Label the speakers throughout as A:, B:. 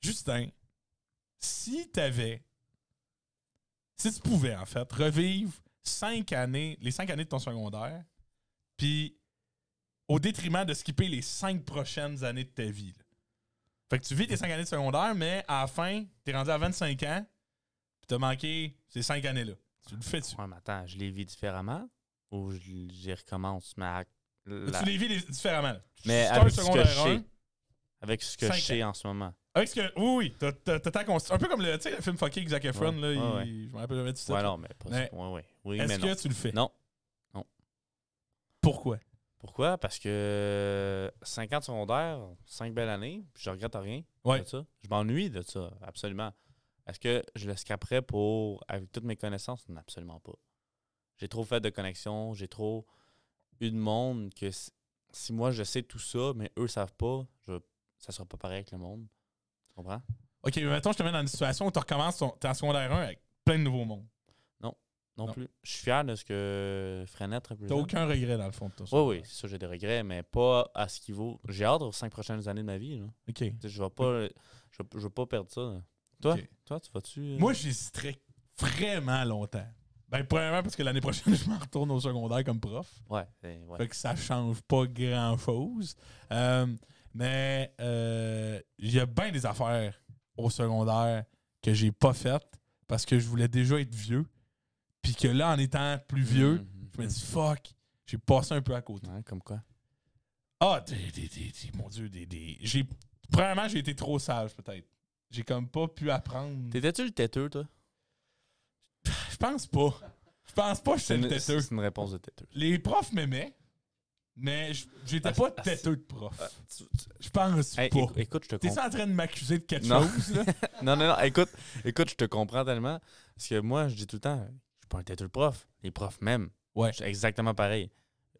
A: Justin, si t'avais, si tu pouvais en fait revivre cinq années, les cinq années de ton secondaire, puis au détriment de skipper les cinq prochaines années de ta vie. là. Fait que tu vis tes cinq années de secondaire, mais à la fin, t'es rendu à 25 ans, puis t'as manqué ces cinq années-là. Tu le fais-tu?
B: Ouais, mais attends, je les vis différemment ou je l- j'y recommence, mais, à- la-
A: Tu les vis les- différemment. là.
B: mais
A: Start
B: avec ce que je
A: secondaire
B: sais.
A: un.
B: Avec ce que
A: Cinq
B: je sais en ce moment.
A: Avec ce que. Oui, oui, t'as- t'as t'as ta consti- Un peu comme le, tu sais, le film fucké avec Zac Efron,
B: Ouais,
A: là,
B: ouais,
A: il- je me rappelle jamais du titre.
B: Ouais,
A: là.
B: non, mais pas
A: Mais-
B: ouais, ouais. Oui, mais
A: Est-ce
B: non.
A: que tu le fais?
B: Non.
A: Pourquoi?
B: Pourquoi? Parce que 50 secondaires, 5 belles années, puis je regrette rien
A: Ouais.
B: de ça. Je m'ennuie de ça, absolument. Est-ce que je le scraperais pour, avec toutes mes connaissances? Non, absolument pas. J'ai trop fait de connexions, j'ai trop eu de monde que si, si moi je sais tout ça, mais eux savent pas, je, ça sera pas pareil avec le monde. Tu comprends?
A: Ok, mais mettons, je te mets dans une situation où tu recommences ton, t'es en secondaire 1 avec plein de nouveaux mondes.
B: Non,
A: Non.
B: plus. Je suis fier de ce que Frenette
A: T'as
B: représente.
A: aucun regret dans le fond de toi.
B: Oui, oui, c'est sûr, j'ai des regrets, mais pas à ce qu'il vaut. J'ai hâte aux cinq prochaines années de ma vie. Là.
A: Ok.
B: Tu sais, Je vais pas, je, vais- je vais pas perdre ça. là. Toi,
A: Ok.
B: toi, tu vas-tu. euh,
A: Moi, j'hésiterais vraiment longtemps. Ben, premièrement, parce que l'année prochaine, je m'en retourne au secondaire comme prof.
B: Ouais, c'est- ouais.
A: Fait que ça change pas grand-chose. Euh, mais euh, il y a bien des affaires au secondaire que j'ai pas faites parce que je voulais déjà être vieux. Puis que là, en étant plus vieux,
B: Mhm.
A: je me dis fuck, j'ai passé un peu à côté.
B: Ouais, comme quoi.
A: Ah, des, des- des- des- mon Dieu, des. des- j'ai, premièrement, j'ai été trop sage, peut-être. J'ai comme pas pu apprendre.
B: T'étais-tu le têteux, toi
A: Je pense pas. Je pense pas que j'étais le
B: une-
A: têteux.
B: C'est une réponse de têteux.
A: Les profs m'aimaient, mais j- j'étais
B: Ah,
A: pas
B: ah,
A: têteux de prof.
B: Tu- tu-
A: Je pense
B: Hey,
A: pas.
B: éc- écoute, je te
A: T'es
B: comprends.
A: ça en train de m'accuser de quelque
B: Non.
A: chose, là?
B: Non, non, non, écoute, écoute, je te comprends tellement. Parce que moi, je dis tout le temps, je suis pas un têteux de prof. Les profs même.
A: Ouais.
B: Je suis exactement pareil.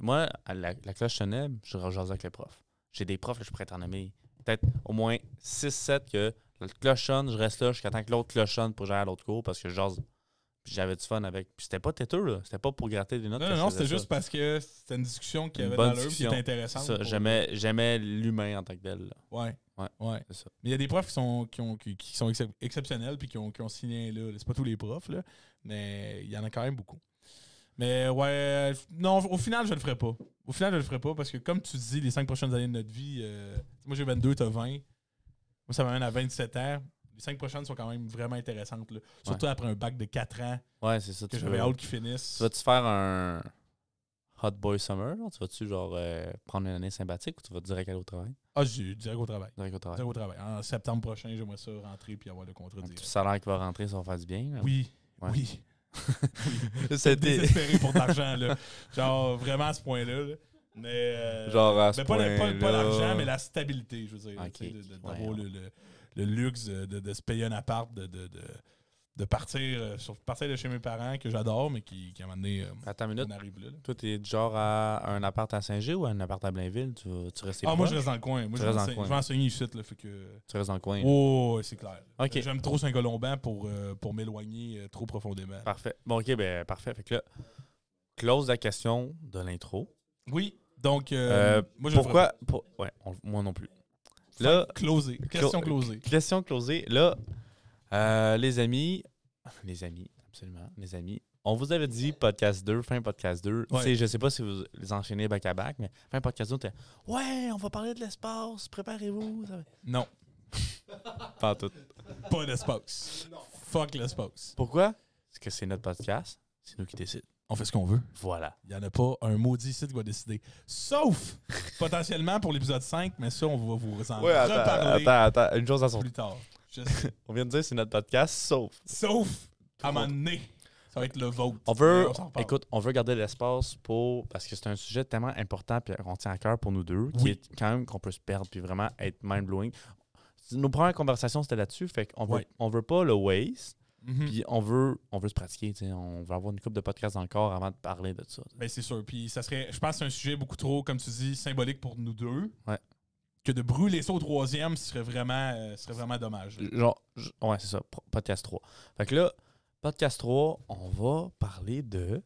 B: Moi, à la, la cloche sonnait, je rejase avec les profs. J'ai des profs, là, je pourrais t'en nommer peut-être au moins 6-7 que la cloche sonne, je reste là jusqu'à temps que l'autre cloche sonne pour gérer à l'autre cours parce que je jase. Puis j'avais du fun avec. Puis c'était pas têteux, là. C'était pas pour gratter des notes.
A: Non,
B: que
A: non,
B: je
A: non,
B: faisais
A: c'était
B: ça.
A: juste parce que c'était une discussion qui
B: Une
A: avait
B: bonne
A: dans l'œuvre qui
B: discussion.
A: était intéressante.
B: ça.
A: pour-
B: J'aimais, j'aimais l'humain en tant que tel. là.
A: Ouais.
B: Ouais,
A: ouais.
B: c'est ça.
A: Mais il y a des profs qui sont, qui ont, qui, qui sont excep- exceptionnels puis qui ont, qui ont signé là. C'est pas tous les profs, là, mais il y en a quand même beaucoup. Mais ouais, f- non, au final, je le ferai pas. Au final, je le ferai pas parce que, comme tu dis, les cinq prochaines années de notre vie, euh, moi j'ai 22, t'as 20. Moi, ça m'amène à 27 ans. Les cinq prochaines sont quand même vraiment intéressantes. là. Surtout après un bac de 4 ans
B: Ouais, c'est ça.
A: que
B: tu
A: j'avais
B: veux-
A: hâte qu'ils finissent.
B: Tu vas-tu faire un Hot Boy Summer? là? Tu vas-tu genre euh, prendre une année sympathique ou tu vas direct aller au travail?
A: Ah, j'ai direct au travail.
B: Direct au travail.
A: Direct au travail. En septembre prochain, j'aimerais ça rentrer puis avoir le contrat
B: Donc, Tout
A: direct.
B: le salaire qui va rentrer, ça va faire du bien. là.
A: Oui,
B: Ouais.
A: oui.
B: C'était
A: désespéré pour de l'argent, là. Genre, vraiment à ce point-là. là. Mais. euh,
B: genre à ce
A: mais pas, le- pas- pas
B: point-là.
A: l'argent, mais la stabilité, je veux dire.
B: Ok.
A: tu sais, de- de-
B: Ouais,
A: D'avoir
B: ouais.
A: le, le- le luxe de, de se payer un appart, de, de, de, de partir, euh, sur, partir de chez mes parents, que j'adore, mais qui, qui à un moment donné, euh,
B: Attends une
A: on
B: minute.
A: arrive là. là.
B: Toi, t'es du genre à un appart à Saint-Gilles ou à un appart à Blainville? Tu, vas- tu restes
A: Ah, moi,
B: proche?
A: je reste dans le coin. Moi, je
B: Tu restes
A: vais
B: dans le
A: enseigner-
B: coin.
A: je vais enseigner ici, là. Fait que.
B: Tu restes dans le coin.
A: Oh, ouais, c'est clair.
B: Ok.
A: J'aime trop Saint-Colomban pour, euh, pour m'éloigner euh, trop profondément.
B: Parfait. Bon, OK, ben parfait. Fait que là, close la question de l'intro.
A: Oui, donc. euh,
B: Euh,
A: moi, je le ferai
B: Pourquoi? pour- ouais, on- moi non plus. Là,
A: pas. Closé. Question
B: Clo-
A: closée.
B: Question closée. Là, euh, les amis, les amis, absolument, les amis, on vous avait dit podcast 2, fin podcast 2.
A: Ouais.
B: Tu sais, Je sais pas si vous les enchaînez back à back, mais fin podcast 2, t'es Ouais, on va parler de l'espace, préparez-vous. ça va-
A: Non.
B: Pas en tout.
A: Pas d'espace. Fuck l'espace.
B: Pourquoi? Parce que c'est notre podcast, c'est nous qui décide.
A: On fait ce qu'on veut.
B: Voilà.
A: Il n'y en a pas un maudit site qui va décider. Sauf potentiellement pour l'épisode 5, mais ça, on va vous en reparler
B: attends, attends, une chose à son
A: plus tard. Je sais.
B: On vient de dire c'est notre podcast, sauf.
A: Sauf, à un moment donné, ça va être le vote.
B: On veut,
A: Mais s'en reparle.
B: écoute, on veut garder l'espace pour parce que c'est un sujet tellement important puis on tient à cœur pour nous deux, qui
A: Oui.
B: est quand même qu'on peut se perdre puis vraiment être mind blowing. Nos premières conversations c'était là-dessus, fait qu'on veut,
A: Ouais.
B: on veut pas le waste,
A: Mhm.
B: puis on veut, on veut se pratiquer, tu sais, on veut avoir une coupe de podcasts encore avant de parler de ça.
A: Ben, c'est sûr. Puis ça serait, je pense, que c'est un sujet beaucoup trop, comme tu dis, symbolique pour nous deux.
B: Ouais.
A: Que de brûler ça au troisième, ce serait vraiment, euh, ce serait vraiment dommage.
B: Genre, j- ouais c'est ça, pro- podcast 3. Fait que là, podcast 3, on va parler de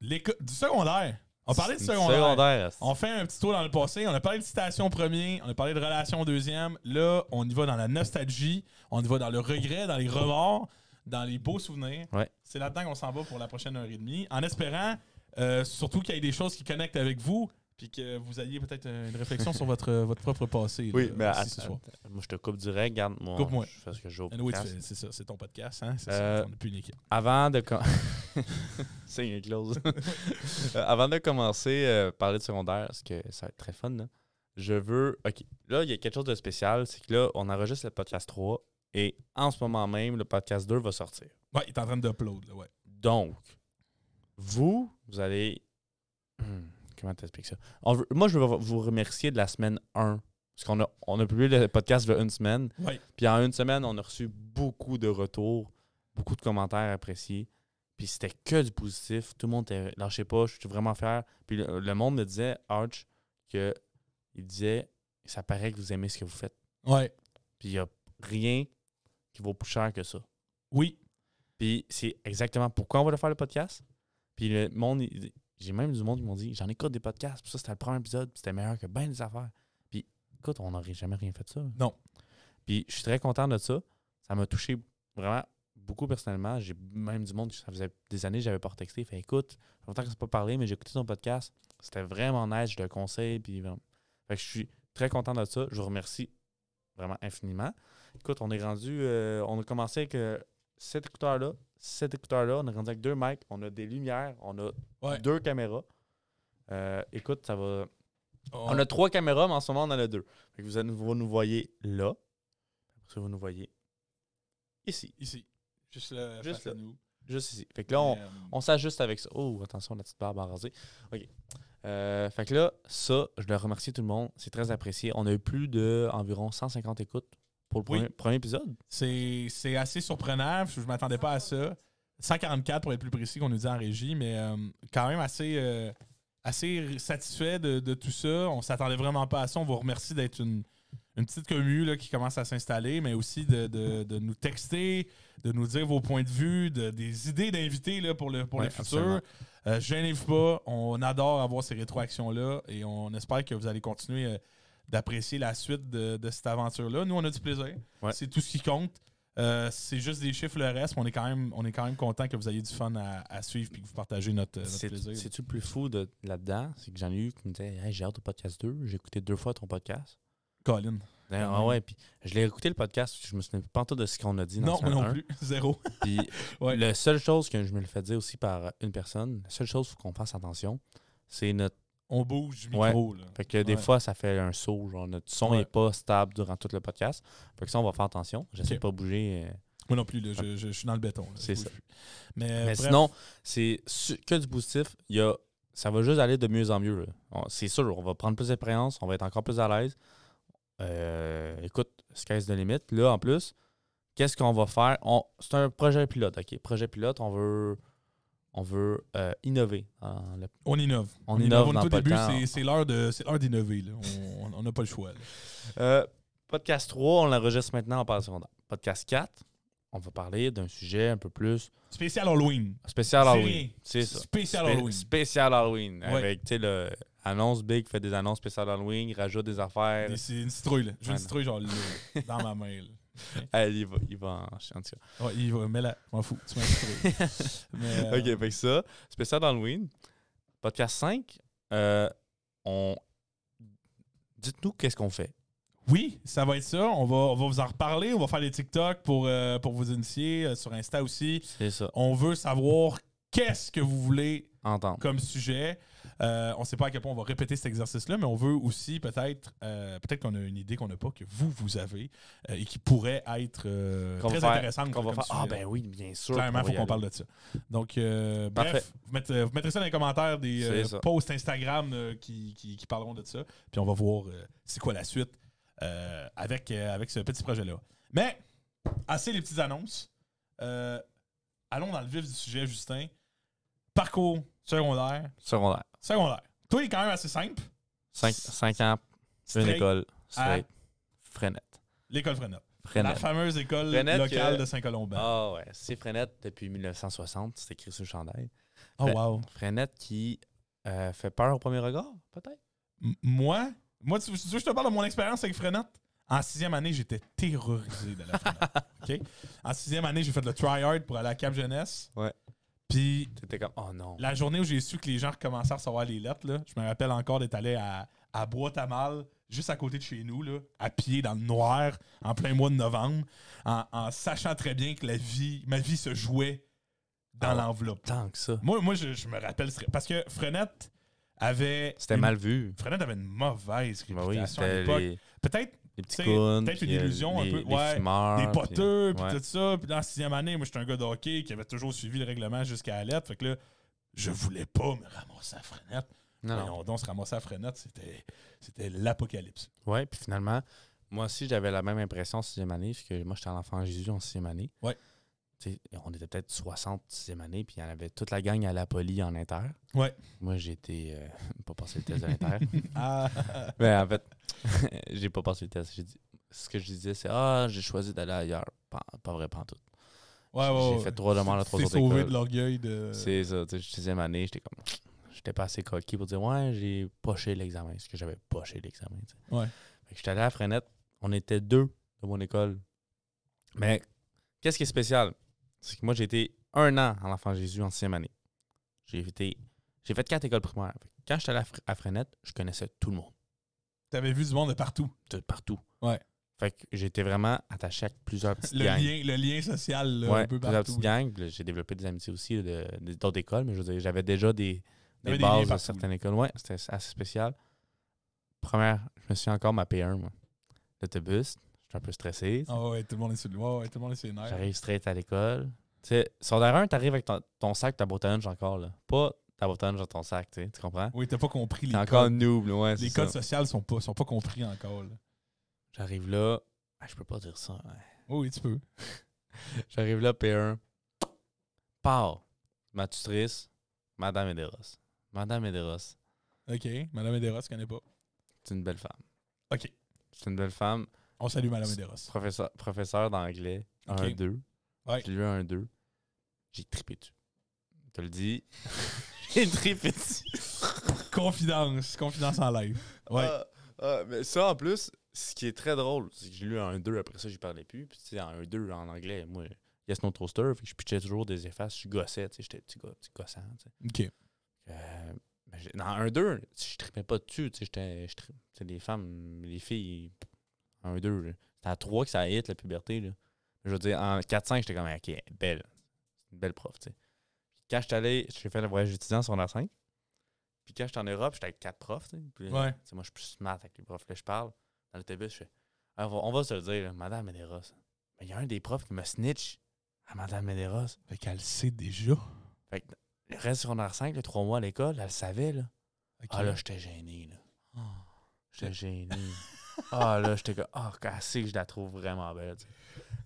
A: L'éco- Du secondaire. On parlait de
B: C'est
A: secondaire.
B: c'est-
A: On fait un petit tour dans le passé. On a parlé de citation premier, on a parlé de relation deuxième. Là, on y va dans la nostalgie, on y va dans le regret, dans les remords, dans les beaux souvenirs.
B: Ouais.
A: C'est là-dedans qu'on s'en va pour la prochaine heure et demie. En espérant euh, surtout qu'il y ait des choses qui connectent avec vous, puis que vous ayez peut-être une réflexion sur votre, votre propre passé.
B: Oui,
A: là, euh,
B: mais
A: aussi
B: attends,
A: ce soir.
B: attends. moi je te coupe direct, garde moi.
A: Coupe-moi.
B: Je fais ce que je veux au
A: Anyway, tu
B: podcast.
A: fais- c'est ça, c'est ton podcast, hein? C'est
B: Euh,
A: ça, on n'est plus une équipe.
B: Avant de com- Signe et close. Euh, Avant de commencer euh, parler de secondaire, parce que ça va être très fun, là, je veux. OK. Là, il y a quelque chose de spécial, c'est que là, on enregistre le podcast 3 et en ce moment même, le podcast 2 va sortir.
A: Ouais, il est en train d'upload, là, ouais.
B: Donc, vous, vous allez. Hmm, Comment t'expliques ça? On veut- Moi, je veux vous remercier de la semaine 1. Parce qu'on a, on a publié le podcast il y a une semaine.
A: Ouais.
B: Puis en une semaine, on a reçu beaucoup de retours, beaucoup de commentaires appréciés. Puis c'était que du positif. Tout le monde était lâchez pas, je suis vraiment fier. Puis le, le monde me disait, Arch, que il disait ça paraît que vous aimez ce que vous faites.
A: Ouais.
B: Puis il n'y a rien qui vaut plus cher que ça.
A: Oui.
B: Puis c'est exactement pourquoi on va le faire le podcast. Puis le monde, il- j'ai même du monde qui m'ont dit j'en écoute des podcasts. Puis ça, c'était le premier épisode. puis C'était meilleur que bien des affaires. Puis écoute, on n'aurait jamais rien fait de ça.
A: Non.
B: Puis je suis très content de ça. Ça m'a touché vraiment beaucoup personnellement. J'ai même du monde que ça faisait des années que j'avais pas texté. Fait écoute, ça fait longtemps qu'on s'est pas parlé, mais j'ai écouté ton podcast. C'était vraiment nice. Je le conseille. Puis vraiment. Fait que je suis très content de ça. Je vous remercie vraiment infiniment. Écoute, on est rendu. euh, on a commencé avec euh, cet écouteur-là, cet écouteur-là. On est rendu avec deux mics. On a des lumières. On a
A: Ouais.
B: deux caméras. Euh, écoute, ça va.
A: On,
B: On a trois caméras, mais en ce moment, on en a deux. Fait que vous, allez- vous nous voyez là. Après ça, vous nous voyez ici.
A: ici. Juste là,
B: Juste
A: face
B: là.
A: à nous.
B: Juste ici. Fait que là, on,
A: Mais, euh,
B: on s'ajuste avec ça. Oh, attention, la petite barbe rasée. OK. Euh, fait que là, ça, je le remercie tout le monde. C'est très apprécié. On a eu plus de environ 150 écoutes pour le
A: Oui.
B: premier, premier épisode.
A: C'est c'est assez surprenant. Je ne m'attendais pas à ça. 144 pour être plus précis qu'on nous dit en régie, mais euh, quand même assez, euh, assez satisfait de, de tout ça. On s'attendait vraiment pas à ça. On vous remercie d'être une, une petite commune là, qui commence à s'installer, mais aussi de, de- de nous texter, de nous dire vos points de vue, de- des idées d'invités là, pour le, pour le
B: Ouais,
A: futur.
B: absolument.
A: Euh, gênez-vous pas. On adore avoir ces rétroactions-là et on espère que vous allez continuer euh, d'apprécier la suite de, de cette aventure-là. Nous, on a du plaisir.
B: Ouais.
A: C'est tout ce qui compte. Euh, c'est juste des chiffres, le reste. mais On est quand même, on est quand même content que vous ayez du fun à, à suivre et que vous partagez notre, euh, notre
B: C'est-
A: plaisir.
B: C'est-tu le plus fou de, là-dedans? C'est que j'en ai eu qui me disaient Hey, J'ai hâte au podcast 2. J'ai écouté deux fois ton podcast.
A: Colin.
B: Ben,
A: Quand
B: ah
A: même.
B: ouais, puis je l'ai écouté le podcast. Je me souviens pas en tout de ce qu'on a dit dans
A: Non,
B: la
A: moi
B: semaine
A: non
B: un.
A: plus. Zéro.
B: Puis
A: Ouais.
B: la seule chose que je me le fais dire aussi par une personne, la seule chose faut qu'on fasse attention, c'est notre.
A: On bouge du micro. là.
B: Fait que des
A: Ouais.
B: fois, ça fait un saut. Genre, notre son
A: Ouais.
B: n'est pas stable durant tout le podcast. Fait que ça, on va faire attention. J'essaie
A: Ok.
B: de pas bouger. euh,
A: Moi non plus. là, je, je- je suis dans le béton. là.
B: C'est
A: Je bouge
B: ça.
A: plus. Mais, euh,
B: Mais
A: bref,
B: sinon, c'est su- que du positif. Il y a, ça va juste aller de mieux en mieux. là. On- C'est sûr, on va prendre plus d'expérience, on va être encore plus à l'aise. Euh, écoute, sky's de limite. Là, en plus, qu'est-ce qu'on va faire? On- C'est un projet pilote, OK? Projet pilote, on veut, on veut euh, innover. dans le-
A: on innove.
B: On innove
A: On est
B: dans
A: au
B: pas le
A: début.
B: temps.
A: c'est- C'est l'heure de- c'est l'heure d'innover. là. On- on- On n'a pas le choix. là.
B: Euh, podcast 3, on l'enregistre maintenant, on parle secondaire. Podcast 4, on va parler d'un sujet un peu plus
A: Spécial Halloween.
B: spécial
A: C'est
B: Halloween.
A: rien.
B: C'est ça.
A: Spécial
B: Spé-
A: Halloween.
B: Spécial Halloween.
A: Ouais.
B: Avec, tu sais, le annonce Big fait des annonces spécial Halloween, rajoute des affaires.
A: Des- C'est une citrouille. là. J'ai une
B: Ouais, non.
A: citrouille genre là, dans ma main. là.
B: Elle, il va, il va en, en tout cas.
A: Ouais, il va, mais là, m'en fous. Tu m'as une citrouille. Mais, euh,
B: OK, ben- fait que ça, spécial Halloween. Podcast 5, euh, on. Dites-nous qu'est-ce qu'on fait.
A: Oui, ça va être ça. On va, on va vous en reparler. On va faire des TikTok pour, euh, pour vous initier euh, sur Insta aussi.
B: C'est ça.
A: On veut savoir qu'est-ce que vous voulez
B: Entendre.
A: comme sujet. Euh, on ne sait pas à quel point on va répéter cet exercice-là, mais on veut aussi peut-être euh, peut-être qu'on a une idée qu'on n'a pas, que vous, vous avez, euh, et qui pourrait être euh,
B: Qu'on va
A: très
B: faire-
A: intéressante.
B: Qu'on va
A: comme
B: faire. Ah,
A: sujet.
B: ben oui, bien sûr.
A: Clairement, il
B: qu'on va
A: faut
B: y
A: qu'on
B: aller.
A: parle de ça. Donc, euh,
B: Parfait.
A: bref, vous mettrez, vous mettrez ça dans les commentaires des
B: C'est
A: euh,
B: ça.
A: posts Instagram euh, qui, qui- qui parleront de ça. Puis on va voir euh, c'est quoi la suite euh, avec, euh, avec ce petit projet-là. Mais, assez les petites annonces. Euh, allons dans le vif du sujet, Justin. Parcours secondaire.
B: Secondaire.
A: Secondaire. Toi, il est quand même assez simple.
B: 5, 5 ans, une
A: Straight
B: école.
A: à-
B: Straight. Frenette.
A: L'école Frenette. La
B: Frenette.
A: fameuse école
B: Frenette
A: locale
B: que-
A: de Saint-Colombin.
B: Ah ouais, c'est Frenette depuis 1960, c'est écrit sur le chandail.
A: Oh, wow.
B: Frenette qui euh, fait peur au premier regard, peut-être.
A: M- Moi, moi tu, tu veux que je te parle de mon expérience avec Frenette? En sixième année, j'étais terrorisé de la Frenette. OK? En sixième année, j'ai fait le try-hard pour aller à Cap Jeunesse.
B: Ouais.
A: Puis
B: T'étais comme, oh non.
A: la journée où j'ai su que les gens recommençaient à recevoir les lettres, là, je me rappelle encore d'être allé à, à Boîte à Mal, juste à côté de chez nous, là, à pied dans le noir, en plein mois de novembre, en, en sachant très bien que la vie, ma vie se jouait dans
B: Ah ouais.
A: l'enveloppe.
B: Tant que ça.
A: Moi, moi je, je me rappelle. ce- Parce que Frenette avait.
B: C'était
A: une-
B: mal vu.
A: Frenette avait une mauvaise
B: Ben oui,
A: réputation à
B: c'était
A: l'époque.
B: les,
A: Peut-être
B: les
A: Tu sais,
B: petits counes.
A: peut-être
B: puis,
A: une
B: euh,
A: illusion un
B: les-
A: peu,
B: les
A: ouais,
B: fumeurs,
A: des
B: puis-
A: poteux, puis
B: ouais.
A: tout ça. Puis dans la sixième année, moi, j'étais un gars de hockey qui avait toujours suivi le règlement jusqu'à la lettre. Fait que là, je voulais pas me ramasser à Frenette.
B: Non, non.
A: Voyons donc, se ramasser à Frenette, c'était, c'était l'apocalypse.
B: Ouais, puis finalement, moi aussi, j'avais la même impression en sixième année, puisque moi, j'étais à l'enfant Jésus en sixième année.
A: Ouais.
B: Tu sais, on était peut-être 60 sixième année, puis il y en avait toute la gang à la poly en inter.
A: Ouais.
B: Moi, j'ai été. euh, pas passé le test de l'inter.
A: Ah,
B: Mais Ben, en fait, j'ai pas passé le test. J'ai dit- ce que je disais, c'est Ah, j'ai choisi d'aller ailleurs. Pas, pas vrai, pas en tout.
A: ouais,
B: J'ai-
A: ouais,
B: j'ai
A: ouais.
B: fait trois demandes à
A: Tu
B: trois
A: t'es
B: autres
A: sauvé
B: écoles.
A: de l'orgueil de.
B: C'est ça, tu sais, sixième année, j'étais comme. J'étais pas assez coquille pour dire Ouais, j'ai poché l'examen, parce que j'avais poché l'examen. tu sais.
A: Ouais.
B: Fait que j'étais allé à Frenette, on était deux de mon école. Mais qu'est-ce qui est spécial C'est que moi, j'ai été un an à l'Enfant Jésus en sixième année. J'ai été. J'ai fait quatre écoles primaires. Fait que Quand j'étais allé à Fre- à Frenette, je connaissais tout le monde,
A: T'avais vu du monde de partout.
B: de partout.
A: Ouais.
B: Fait que j'étais vraiment attaché à plusieurs petites
A: Le
B: gangs.
A: lien, le lien social, là,
B: Ouais,
A: un peu
B: plusieurs
A: partout.
B: petites gangs. Puis là, J'ai développé des amitiés aussi là, de- de- d'autres écoles, mais je veux dire, j'avais déjà des, des
A: T'avais des liens
B: bases de
A: partout,
B: certaines écoles. Ouais, c'était assez spécial. Première, je me suis encore ma P1, moi. L'autobus, j'étais un peu stressé.
A: Ah ouais, tout le monde est sur le ouais, ouais, tout le monde est sur les nerfs.
B: J'arrive straight à l'école. Tu sais, secondaire 1, t'arrives avec ton, ton sac, ta botange encore, là. Pas ta botange dans ton sac, tu sais, tu comprends?
A: Oui, t'as pas compris les
B: T'es encore
A: codes.
B: noob, là, ouais,
A: Les
B: c'est ça.
A: codes sociaux sont pas, sont pas compris encore. là.
B: J'arrive là, ah, je peux pas dire ça. hein.
A: Oui, tu peux.
B: J'arrive là, P1. Par ma tutrice, Madame Ederos. Madame Ederos,
A: OK. Madame Ederos, je connais pas.
B: c'est une belle femme.
A: OK.
B: C'est une belle femme,
A: On salue Madame Ederos.
B: professeur, professeur d'anglais,
A: Ok.
B: 1-2.
A: Ouais.
B: J'ai lu un 2. J'ai trippé dessus. Je te le dis. J'ai trippé dessus.
A: Confidence. Confidence en live. Ouais.
B: Ah, ah, mais ça, en plus, ce qui est très drôle, c'est que j'ai lu un 2, après ça, j'y parlais plus. Puis, tu sais, en 1-2, en anglais, moi, yes, no toaster, fait que je pitchais toujours des effaces, je gossais, tu sais, j'étais petit gars, petit gossant, tu sais.
A: OK.
B: Euh, ben, j'ai- dans un 2, je tripais pas dessus. tu sais, j'étais- je tri- tu sais, Les femmes, les filles, un 2, là. c'était à 3 que ça hit la puberté. Là. Je veux dire, en 4-5, j'étais comme, ok, elle est belle. C'est une belle prof. tu sais. Puis Quand j'étais allé, j'ai fait le voyage étudiant sur la 5. Puis quand j'étais en Europe, j'étais avec 4 profs. tu sais. Puis là,
A: Ouais.
B: tu sais, moi, je suis plus smart avec les profs. Là, je parle dans l'autobus, je fais, Ah, on va, on va se le dire, là, Madame Medeiros. Mais il y a un des profs qui me snitch à Madame Medeiros.
A: Fait qu'elle le sait déjà.
B: Fait que le reste secondaire 5, les 3 mois à l'école, elle le savait. Là.
A: OK.
B: Ah là, j'étais gêné, là. Ah. J'étais gêné. ah là, j'étais comme, ah, cassé que je la trouve vraiment belle. tu sais.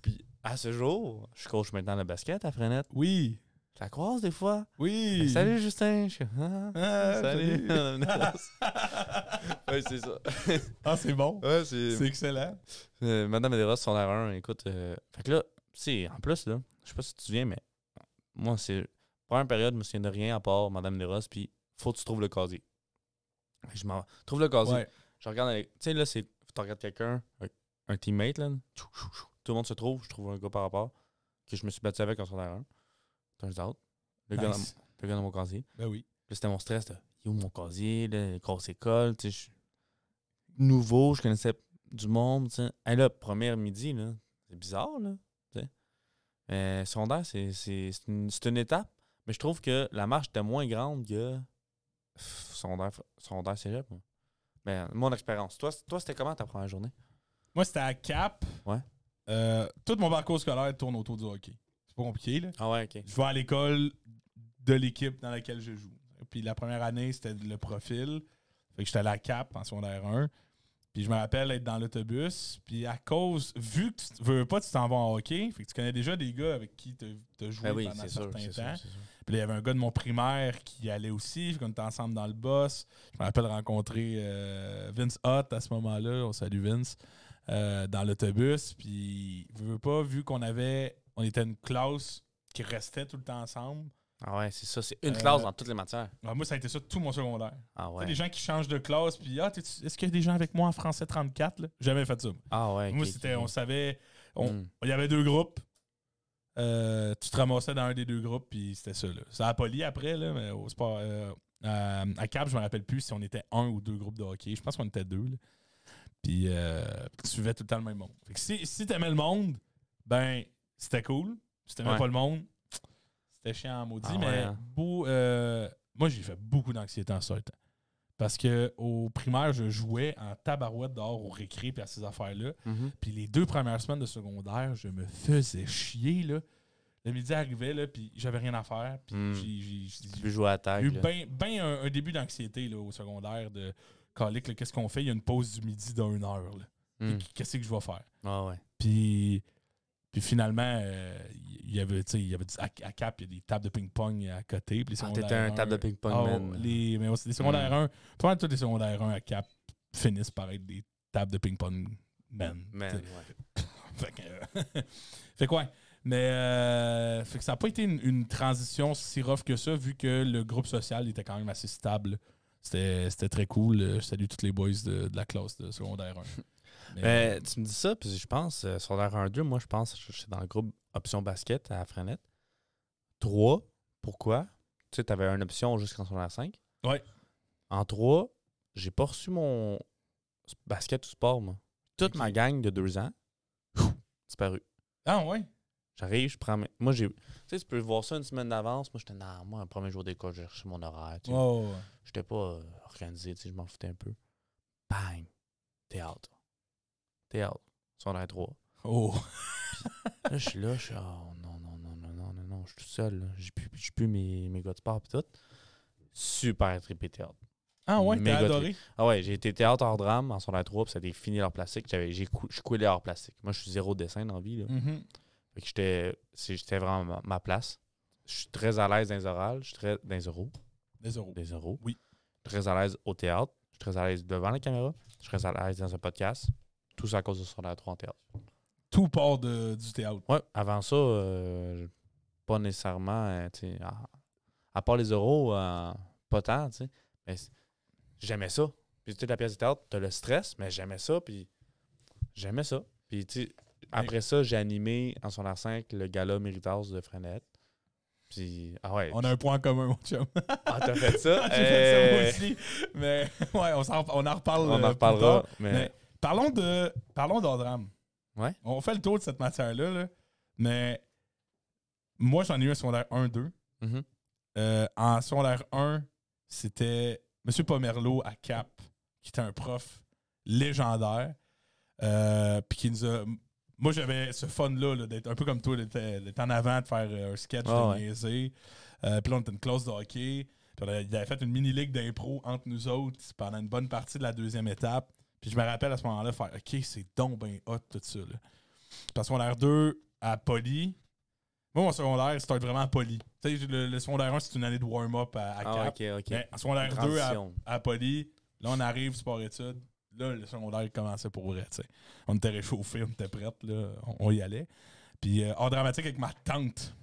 B: Puis à ce jour, je coach maintenant le basket à Frenette.
A: Oui.
B: Je la croise des fois.
A: Oui.
B: Salut Justin. Je suis comme, Ah,
A: Ah,
B: Salut.
A: salut.
B: ouais, c'est ça.
A: ah, c'est bon.
B: ouais, c'est.
A: C'est excellent.
B: Euh, Madame Adéros, son erreur, écoute. euh, Fait que là, tu sais, en plus, là, je sais pas si tu te souviens, mais moi, c'est. Première période, je me souviens de rien à part Madame Adéros, puis faut que tu trouves le casier. Fait que Je m'en. Trouve le casier.
A: Ouais.
B: Je regarde. dans les- Tu sais, là, c'est. Tu regardes quelqu'un, un- un teammate, là. chou, chou, chou. Tout le monde se trouve, je trouve un gars par rapport, que je me suis battu avec en secondaire 1. Turns out. Le, gars, dans,
A: Nice.
B: le gars dans mon casier.
A: Ben oui.
B: Là, c'était mon stress, là. Il est où mon casier, là, grosse école, tu sais, je suis nouveau, je connaissais du monde, tu sais. Hey, là, première midi, là, c'est bizarre, là, tu sais. Euh, secondaire, c'est, c'est, c'est une, c'est une étape, mais je trouve que la marche était moins grande que pff, secondaire, secondaire cégep, moi. Ben, mon expérience. Toi, c- toi, c'était comment ta première journée?
A: Moi, c'était à Cap.
B: Ouais.
A: Euh, tout mon parcours scolaire tourne autour du hockey. C'est pas compliqué, là.
B: Ah ouais, OK.
A: Je vais à l'école de l'équipe dans laquelle je joue. Puis la première année, c'était le profil. Fait que j'étais allé à la CAP en secondaire 1. Puis je me rappelle être dans l'autobus. Puis à cause, vu que tu t- veux pas, tu t'en vas en hockey. Fait que tu connais déjà des gars avec qui tu as joué
B: Ben oui,
A: pendant un
B: c'est sûr,
A: certain
B: c'est sûr,
A: temps.
B: c'est sûr.
A: Puis là, il y avait un gars de mon primaire qui y allait aussi. Fait qu'on était ensemble dans le boss. Je me rappelle rencontrer euh, Vince Hutt à ce moment-là. On salue Vince. euh, dans l'autobus. Puis, veux, veux pas, vu qu'on avait. On était une classe qui restait tout le temps ensemble.
B: Ah ouais, c'est ça. C'est une
A: Euh,
B: classe dans toutes les matières.
A: Ah, moi, ça a été ça tout mon secondaire. Tu
B: Ah
A: sais,
B: ouais.
A: Des gens qui changent de classe, puis ah, t'es- est-ce qu'il y a des gens avec moi en français 34? là? Jamais fait ça. moi.
B: Ah ouais.
A: moi,
B: ok,
A: c'était,
B: ok.
A: on savait, on-
B: Mm.
A: il y avait deux groupes. Euh, tu te ramassais dans un des deux groupes, puis c'était ça. Là. Ça a poli après, là, mais au sport. euh, euh, à Cap, je me rappelle plus si on était un ou deux groupes de hockey. Je pense qu'on était deux. là. Puis euh, tu suivais tout le temps le même monde. Fait que si, si t'aimais le monde, ben c'était cool. Si t'aimais
B: Ouais.
A: pas le monde, c'était chiant en maudit.
B: Ah
A: mais
B: ouais, hein.
A: beau, euh, moi, j'ai fait beaucoup d'anxiété en ce temps. Parce que au primaire, je jouais en tabarouette dehors au récré puis à ces affaires-là.
B: Mhm.
A: Puis les deux premières semaines de secondaire, je me faisais chier, là. Le midi arrivait, là, puis j'avais rien à faire. Puis
B: Mm.
A: j'ai- j'ai-
B: Tu
A: j'ai
B: peux jouer à
A: j'ai
B: tag.
A: eu
B: là.
A: bien un, un début d'anxiété, là, au secondaire, de « Calique, là, qu'est-ce qu'on fait? Il y a une pause du midi d'une heure, là.
B: Mm.
A: Qu'est-ce que je vais faire?
B: Ah ouais. »
A: Puis... Puis finalement, euh, il y avait, tu sais, il y avait du- à, à Cap, il y a des tables de ping-pong à côté. Puis les
B: Ah,
A: secondaires
B: t'étais un
A: un-
B: table de ping-pong,
A: ah,
B: man.
A: Les, mais aussi, les secondaires
B: Mm.
A: 1, toi, tous les secondaires 1 à Cap finissent par être des tables de ping-pong, man.
B: Man,
A: T'sais,
B: ouais.
A: fait que, fait que ouais. Mais euh, fait que ça n'a pas été une, une transition si rough que ça, vu que le groupe social était quand même assez stable. C'était c'était très cool. Euh, Je salue tous les boys de, de la classe de secondaire euh, 1.
B: Mais
A: Ben,
B: tu me dis ça, puis je pense, euh, sur l'air 1-2, moi, je pense que je suis dans le groupe option basket à Frenette. 3, pourquoi? Tu sais, t'avais une option jusqu'en secondaire 5.
A: Ouais.
B: En 3, j'ai pas reçu mon s- basket ou sport, moi. Toute
A: Ok.
B: ma gang de 2 ans, pfff, disparu.
A: ah ouais?
B: J'arrive, je prends mes... Moi, j'ai... Tu sais, tu peux voir ça une semaine d'avance. Moi, j'étais, non, moi, un premier jour d'école, j'ai reçu mon horaire. tu sais.
A: Oh, ouais.
B: J'étais pas euh, organisé, tu sais, je m'en foutais un peu. Bang! Théâtre. Théâtre. Secondaire 3.
A: Oh.
B: Là, je suis là, je suis oh non, non, non, non, non, non, non, je suis tout seul. là. J'ai plus, j'ai plus mes, mes gars de sport pis tout. Super trippé théâtre.
A: Ah ouais, t'as
B: Méga
A: adoré.
B: Ah ouais, j'ai été théâtre hors drame en secondaire 3 puis ça a été fini hors plastique. J'avais, j'ai cou- je coulais hors plastique. Moi, je suis zéro dessin dans la vie. Là.
A: Mhm.
B: Fait que j'étais, c'est- j'étais vraiment ma, ma place. Je suis très à l'aise dans les orales, je suis très dans les oraux,
A: Des euros.
B: des oraux.
A: Oui.
B: Très à l'aise au théâtre, je suis très à l'aise devant la caméra, je suis très à l'aise dans un podcast. Tout ça à cause de secondaire 3 en théâtre.
A: Tout part de, du théâtre.
B: Ouais, avant ça, euh, pas nécessairement, euh, tu sais, à, à part les euros, pas tant, tu sais. Mais c- j'aimais ça. Puis tu sais, la pièce de théâtre, t'as le stress, mais j'aimais ça, puis j'aimais ça. Puis tu sais, après ça, j'ai animé en son 5 le gala Méritas de Frenette. Puis, ah ouais,
A: On a un point en commun, mon chum.
B: ah, t'as fait ça?
A: J'ai fait ça moi
B: Eh,
A: aussi. Mais ouais, on, s'en- on en reparle. euh,
B: on
A: plus
B: en
A: tard.
B: reparlera, mais,
A: Mais parlons de parlons d'Andram.
B: Ouais.
A: On fait le tour de cette matière-là, là. mais moi, j'en ai eu un secondaire 1-2.
B: Mhm.
A: Euh, en secondaire 1, c'était M. Pomerleau à Cap, qui était un prof légendaire. Euh, Puis qui nous a. Moi, j'avais ce fun-là, là, d'être un peu comme toi, d'être d'être en avant, de faire euh, un sketch,
B: Ah
A: de
B: ouais.
A: niaiser. Euh, Puis là, on était une classe de hockey. Puis on avait- il avait fait une mini-ligue d'impro entre nous autres pendant une bonne partie de la deuxième étape. Puis je me rappelle à ce moment-là faire OK, c'est donc ben hot tout ça. Là. Parce qu'on a 2 à Poly. Moi, mon secondaire, c'était vraiment à Poly. Tu sais, le, le secondaire 1, c'est une année de warm-up à, Ben, à
B: ah,
A: Cap.
B: ok, ok.
A: Mais en secondaire 2 à,
B: Transition.
A: à Poly, là, on arrive, sport-études. Là, le secondaire commençait pour vrai. tu sais. On était réchauffés, on était prêts, là, on, on y allait. Puis euh, hors dramatique avec ma tante.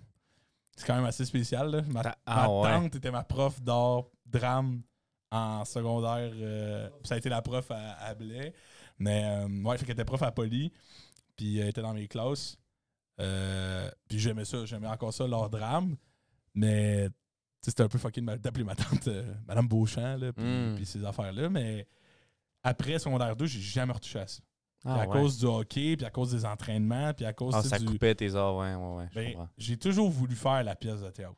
A: C'est quand même assez spécial. Là. Ma,
B: Ta-
A: ma
B: ah, ouais.
A: tante était ma prof d'art, drame en secondaire. euh, ça a été la prof à, à Blais. Mais euh, ouais, fait qu'elle était prof à Poly. Puis elle était dans mes classes. Euh, puis j'aimais ça, j'aimais encore ça, l'art drame. Mais tu sais, c'était un peu fucking mal d'appeler ma tante euh, Madame Beauchamp, là, puis,
B: Mm.
A: puis ces affaires-là. Mais après secondaire 2, j'ai jamais retouché à ça.
B: Ah,
A: Puis à
B: ouais.
A: cause du hockey, puis à cause des entraînements, puis à cause
B: Ah,
A: tu sais,
B: ça
A: du.
B: coupait tes heures, ouais, ouais, ouais. je
A: Ben,
B: comprends.
A: j'ai toujours voulu faire la pièce de théâtre.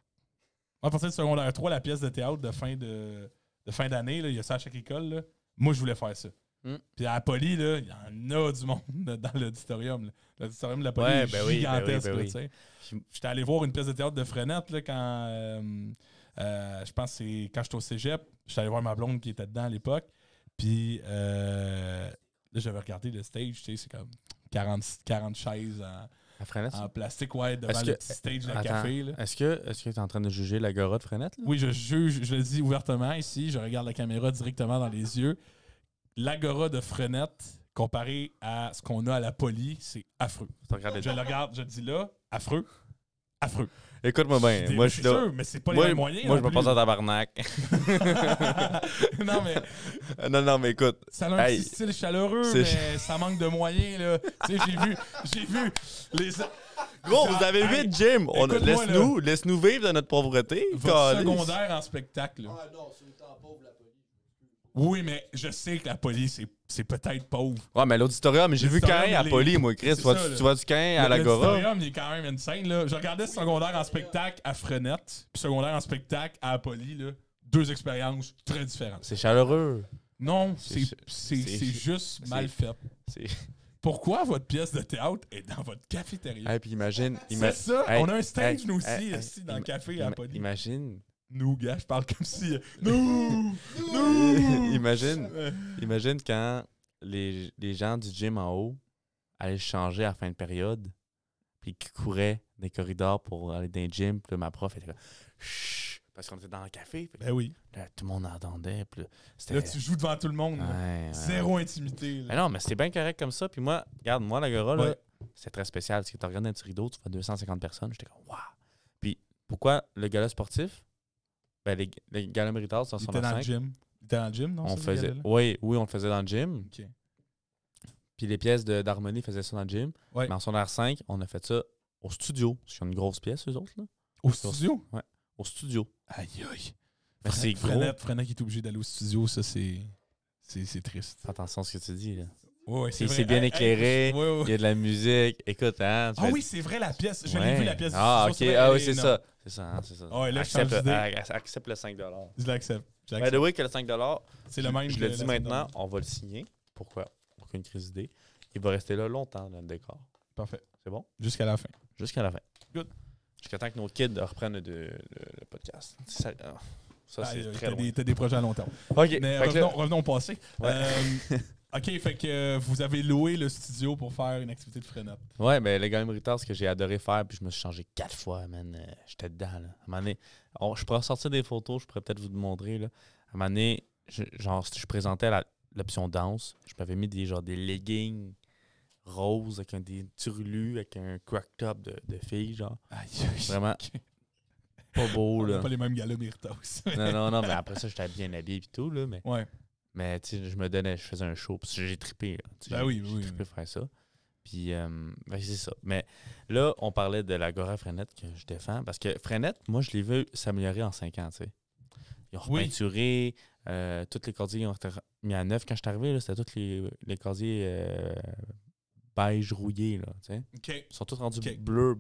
A: Moi, à partir de secondaire 3, la pièce de théâtre de fin de, de fin d'année, là, il y a ça à chaque école. là. Moi, je voulais faire ça.
B: Mm.
A: Puis à la Poly, là, il y en a du monde dans l'auditorium. là. L'auditorium de la Poly
B: Ouais,
A: est
B: ben oui, ben oui,
A: gigantesque.
B: ben
A: là,
B: oui.
A: tu sais.
B: Puis-
A: J'étais allé voir une pièce de théâtre de Frenette là, quand euh, euh, je pense que c'est quand j'étais au Cégep. J'étais allé voir ma blonde qui était dedans à l'époque. Puis euh, là, j'avais regardé le stage, tu sais, c'est comme 40, 40 chaises en,
B: À Frenette,
A: en plastique, ouais, devant
B: Est-ce
A: le
B: que- euh,
A: petit stage de
B: Attends,
A: café. Là.
B: Est-ce que est-ce que tu es en train de juger l'agora de Frenette? Là?
A: Oui, je juge, je le dis ouvertement ici, je regarde la caméra directement dans les yeux. L'agora de Frenette, comparé à ce qu'on a à la Poly, c'est affreux.
B: Tu regardes les-
A: Je le regarde, je le dis là, affreux, affreux.
B: Écoute-moi bien.
A: Des-
B: ben, Moi,
A: mais
B: je suis
A: c'est
B: là.
A: sûr, mais c'est pas les
B: Moi,
A: mêmes moyens.
B: moi, je
A: non
B: me passe en
A: plus.
B: tabarnak.
A: non, mais
B: non, non, mais écoute.
A: ça a un
B: Hey.
A: petit style chaleureux,
B: C'est-
A: mais ça manque de moyens, là. tu sais, j'ai vu, j'ai vu les.
B: Gros, vous avez
A: Hey,
B: 8 gyms. On-
A: écoute-moi,
B: Laisse-nous laisse-nous vivre de notre pauvreté.
A: Votre
B: Calisse.
A: secondaire en spectacle. là.
C: Ah non, c'est une temps pauvre, la police.
A: Oui, mais je sais que la police, c'est- c'est peut-être pauvre.
B: Ouais, mais l'auditorium, j'ai vu
A: L'auditorium,
B: Cain à
A: les-
B: Poly, moi, Chris.
A: c'est
B: Tu vois,
A: ça,
B: tu,
A: là.
B: tu vois du Cain à
A: Le-
B: l'Agora.
A: l'auditorium, il est quand même insane, là. Je regardais secondaire en spectacle à Frenette, puis secondaire en spectacle à Apolly, là. Deux expériences très différentes.
B: C'est chaleureux.
A: Non,
B: C'est-
A: c'est c'est-
B: c'est-
A: c'est juste
B: c'est-
A: mal fait.
B: C'est-
A: Pourquoi votre pièce de théâtre est dans votre cafétéria?
B: Hey, puis imagine. ima-
A: C'est ça,
B: hey,
A: on a un stage,
B: hey,
A: nous aussi,
B: hey,
A: ici, dans
B: hey,
A: le café à
B: ima-
A: Apolly.
B: Imagine.
A: Nous, gars, je parle comme si... euh, Nous! Nous!
B: imagine.
A: Euh,
B: Imagine quand les, les gens du gym en haut allaient se changer à la fin de période, puis qu'ils couraient des corridors pour aller dans le gym, puis là, ma prof était là, Chut! parce qu'on était dans le café, puis
A: Ben oui.
B: là, tout le monde entendait, puis là, c'était.
A: Là, tu joues devant tout le monde. là.
B: Ouais, ouais.
A: Zéro intimité.
B: Mais
A: là.
B: non, mais c'était bien correct comme ça, puis moi, regarde, moi, l'agora, là,
A: Ouais.
B: c'est très spécial, parce que tu regardes un petit rideau, tu vois 250 personnes, j'étais comme, waouh! Puis pourquoi le gala sportif? Ben, les, les galas méritables sont
A: Il était dans le
B: 105.
A: gym. Il était dans le gym, non?
B: On
A: ça, ce
B: faisait,
A: gars-là?
B: oui, oui, on le faisait dans le gym.
A: Ok.
B: Puis les pièces de- d'harmonie faisaient ça dans le gym.
A: Ouais.
B: Mais en secondaire 5, on a fait ça au studio. Parce qu'ils ont une grosse pièce, eux autres, là.
A: Au studio?
B: Au studio.
A: Aïe, aïe.
B: Mais c'est gros.
A: Frenette, Frenette qui est obligé d'aller au studio, ça, c'est... C'est c'est triste.
B: Fais attention à ce que tu dis, là.
A: Ouais, ouais,
B: C'est-
A: vrai.
B: c'est bien
A: Hey, hey,
B: éclairé.
A: je- ouais, ouais.
B: Il y a de la musique. Écoute, hein. tu
A: Ah
B: vas-
A: oui, c'est vrai, la pièce. Je l'ai
B: Ouais.
A: vu, la pièce. du
B: Ah,
A: studio,
B: ok.
A: vrai,
B: Ah
A: elle
B: oui,
A: est
B: c'est
A: énorme.
B: ça. C'est ça, hein, c'est ça.
A: Ah ouais, là, je
B: accepte,
A: change d'idée.
B: ac- accepte le 5 By
A: Je l'accepte. Je
B: the
A: l'accepte.
B: way, que le 5
A: C'est le même.
B: je
A: que
B: le
A: la
B: dis
A: semaine
B: maintenant,
A: dernière.
B: on va le signer. Pourquoi? Aucune crise d'idée. Il va rester là longtemps, dans le décor.
A: Parfait.
B: C'est bon?
A: Jusqu'à la fin.
B: Jusqu'à la fin.
A: Good.
B: Jusqu'à temps que nos kids reprennent de- le, le podcast. Ça, ah, ça,
A: Ah,
B: c'est
A: euh,
B: très
A: T'as
B: loin.
A: des, t'as des projets à long terme.
B: OK.
A: Mais euh,
B: fait que là-
A: revenons, revenons au passé.
B: Ouais.
A: Euh, ok, fait que euh, vous avez loué le studio pour faire une activité de Frenette.
B: Ouais, mais les gars Méritards, ce que j'ai adoré faire, puis je me suis changé quatre fois, man. Euh, J'étais dedans, là. À un moment donné, on- je pourrais sortir des photos, je pourrais peut-être vous le montrer, là. À un moment donné, je, genre, je présentais la- l'option danse. Je m'avais mis des, genre, des leggings roses avec un, des turlus, avec un crack top de, de filles, genre.
A: Aïe,
B: Vraiment pas beau, Oh là.
A: Pas les mêmes galas Myrta aussi.
B: Non, non, non, mais après ça, j'étais bien habillé et tout, là, mais...
A: Ouais.
B: Mais tu sais, je me donnais, je faisais un show, parce que j'ai trippé. là. Tu sais,
A: Ben
B: j'ai-
A: oui,
B: j'ai
A: oui,
B: trippé
A: oui.
B: faire ça. Puis, euh, ben, c'est ça. Mais là, on parlait de l'Agora Frenette que je défends, parce que Frenette, moi, je l'ai vu s'améliorer en 5 ans, tu sais. Ils ont
A: Oui.
B: repeinturé, euh, tous les cordiers ont été mis à neuf. Quand je suis arrivé, là, c'était tous les, les cordiers euh, beige rouillés, là, tu sais.
A: Ok.
B: Ils sont tous rendus
A: Ok.
B: bleus,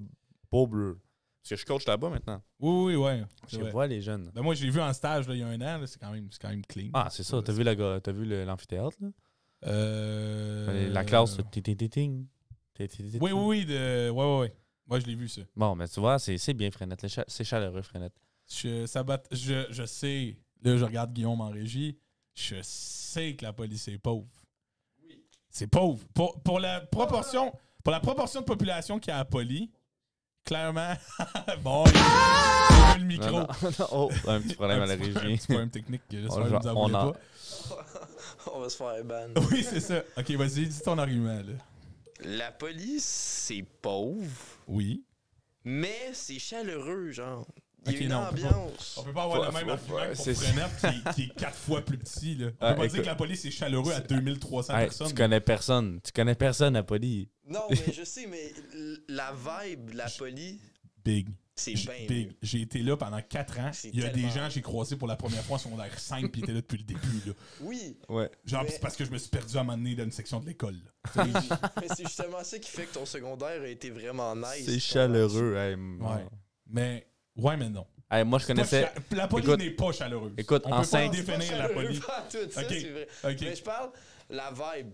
B: beau bleu. Parce que je coach là-bas maintenant.
A: Oui, oui, ouais. c'est
B: Je
A: vrai.
B: vois les jeunes.
A: Ben moi, je l'ai vu en stage là, il y a un an, là, c'est quand, même- c'est quand même clean.
B: Ah, c'est ça. T'as vu la- t'as vu le- l'amphithéâtre, là?
A: Euh,
B: La classe, c'est ting, ting, ting, ting. Ting, ting, ting,
A: Oui, oui,
B: ting.
A: oui. De... Ouais, ouais, ouais. Moi, je l'ai vu, ça.
B: Bon, mais tu vois, c'est c'est bien, Frenette. Le cha- C'est chaleureux, Frenette.
A: Je, ça bat- je, je sais, là, je regarde Guillaume en régie, je sais que la police est pauvre. C'est pauvre. Pour, pour la proportion, pour la proportion de population qui a la police, clairement. bon, il il a le micro.
B: Non, non, non. Oh, un petit problème à la
A: Un petit problème- un
B: régie.
A: petit problème technique que j'espère
B: On-
A: que vous en
B: on
A: voulez
B: en-
A: pas.
C: On va se faire ban.
A: Oui, c'est ça. Ok, vas-y, dis ton argument, là.
C: La police, c'est pauvre,
A: Oui.
C: mais c'est chaleureux, genre. Il y a
A: Ok,
C: une
A: non, on peut pas-
C: ambiance.
A: On peut pas avoir
B: Faut-
A: le même
B: faut-
A: argument que pour
B: c'est-
A: Frenette qui, qui est quatre fois plus petit. Là. On
B: Ah,
A: peut pas dire
B: écoute.
A: que la police est chaleureuse à 2300
B: Hey,
A: personnes.
B: tu connais personne. Tu connais personne à Poly.
C: Non, mais je sais, mais l- la vibe de la police,
A: Big.
C: c'est
A: J-
C: bien.
A: big.
C: mieux.
A: J'ai été là pendant 4 ans.
C: ben, C'est
A: Il y a des
C: tellement-
A: gens que j'ai croisés pour la première fois en secondaire 5 puis ils étaient là depuis le début. Là.
C: Oui,
B: Ouais.
A: Genre,
C: Mais-
A: c'est parce que je me suis perdu à un moment donné dans une section de l'école. là.
C: mais c'est justement ça qui fait que ton secondaire a été vraiment nice.
B: C'est chaleureux. Hey,
A: Ouais. Mais, ouais, mais non.
B: Hey, moi, je connaissais.
A: Pas cha- La police
B: Écoute-
A: n'est pas chaleureuse.
B: écoute,
A: On
B: en
A: peut pas
B: cinq-
A: définir la police.
C: Tout ça,
A: Ok.
C: c'est vrai.
A: Ok.
C: Mais je parle la vibe.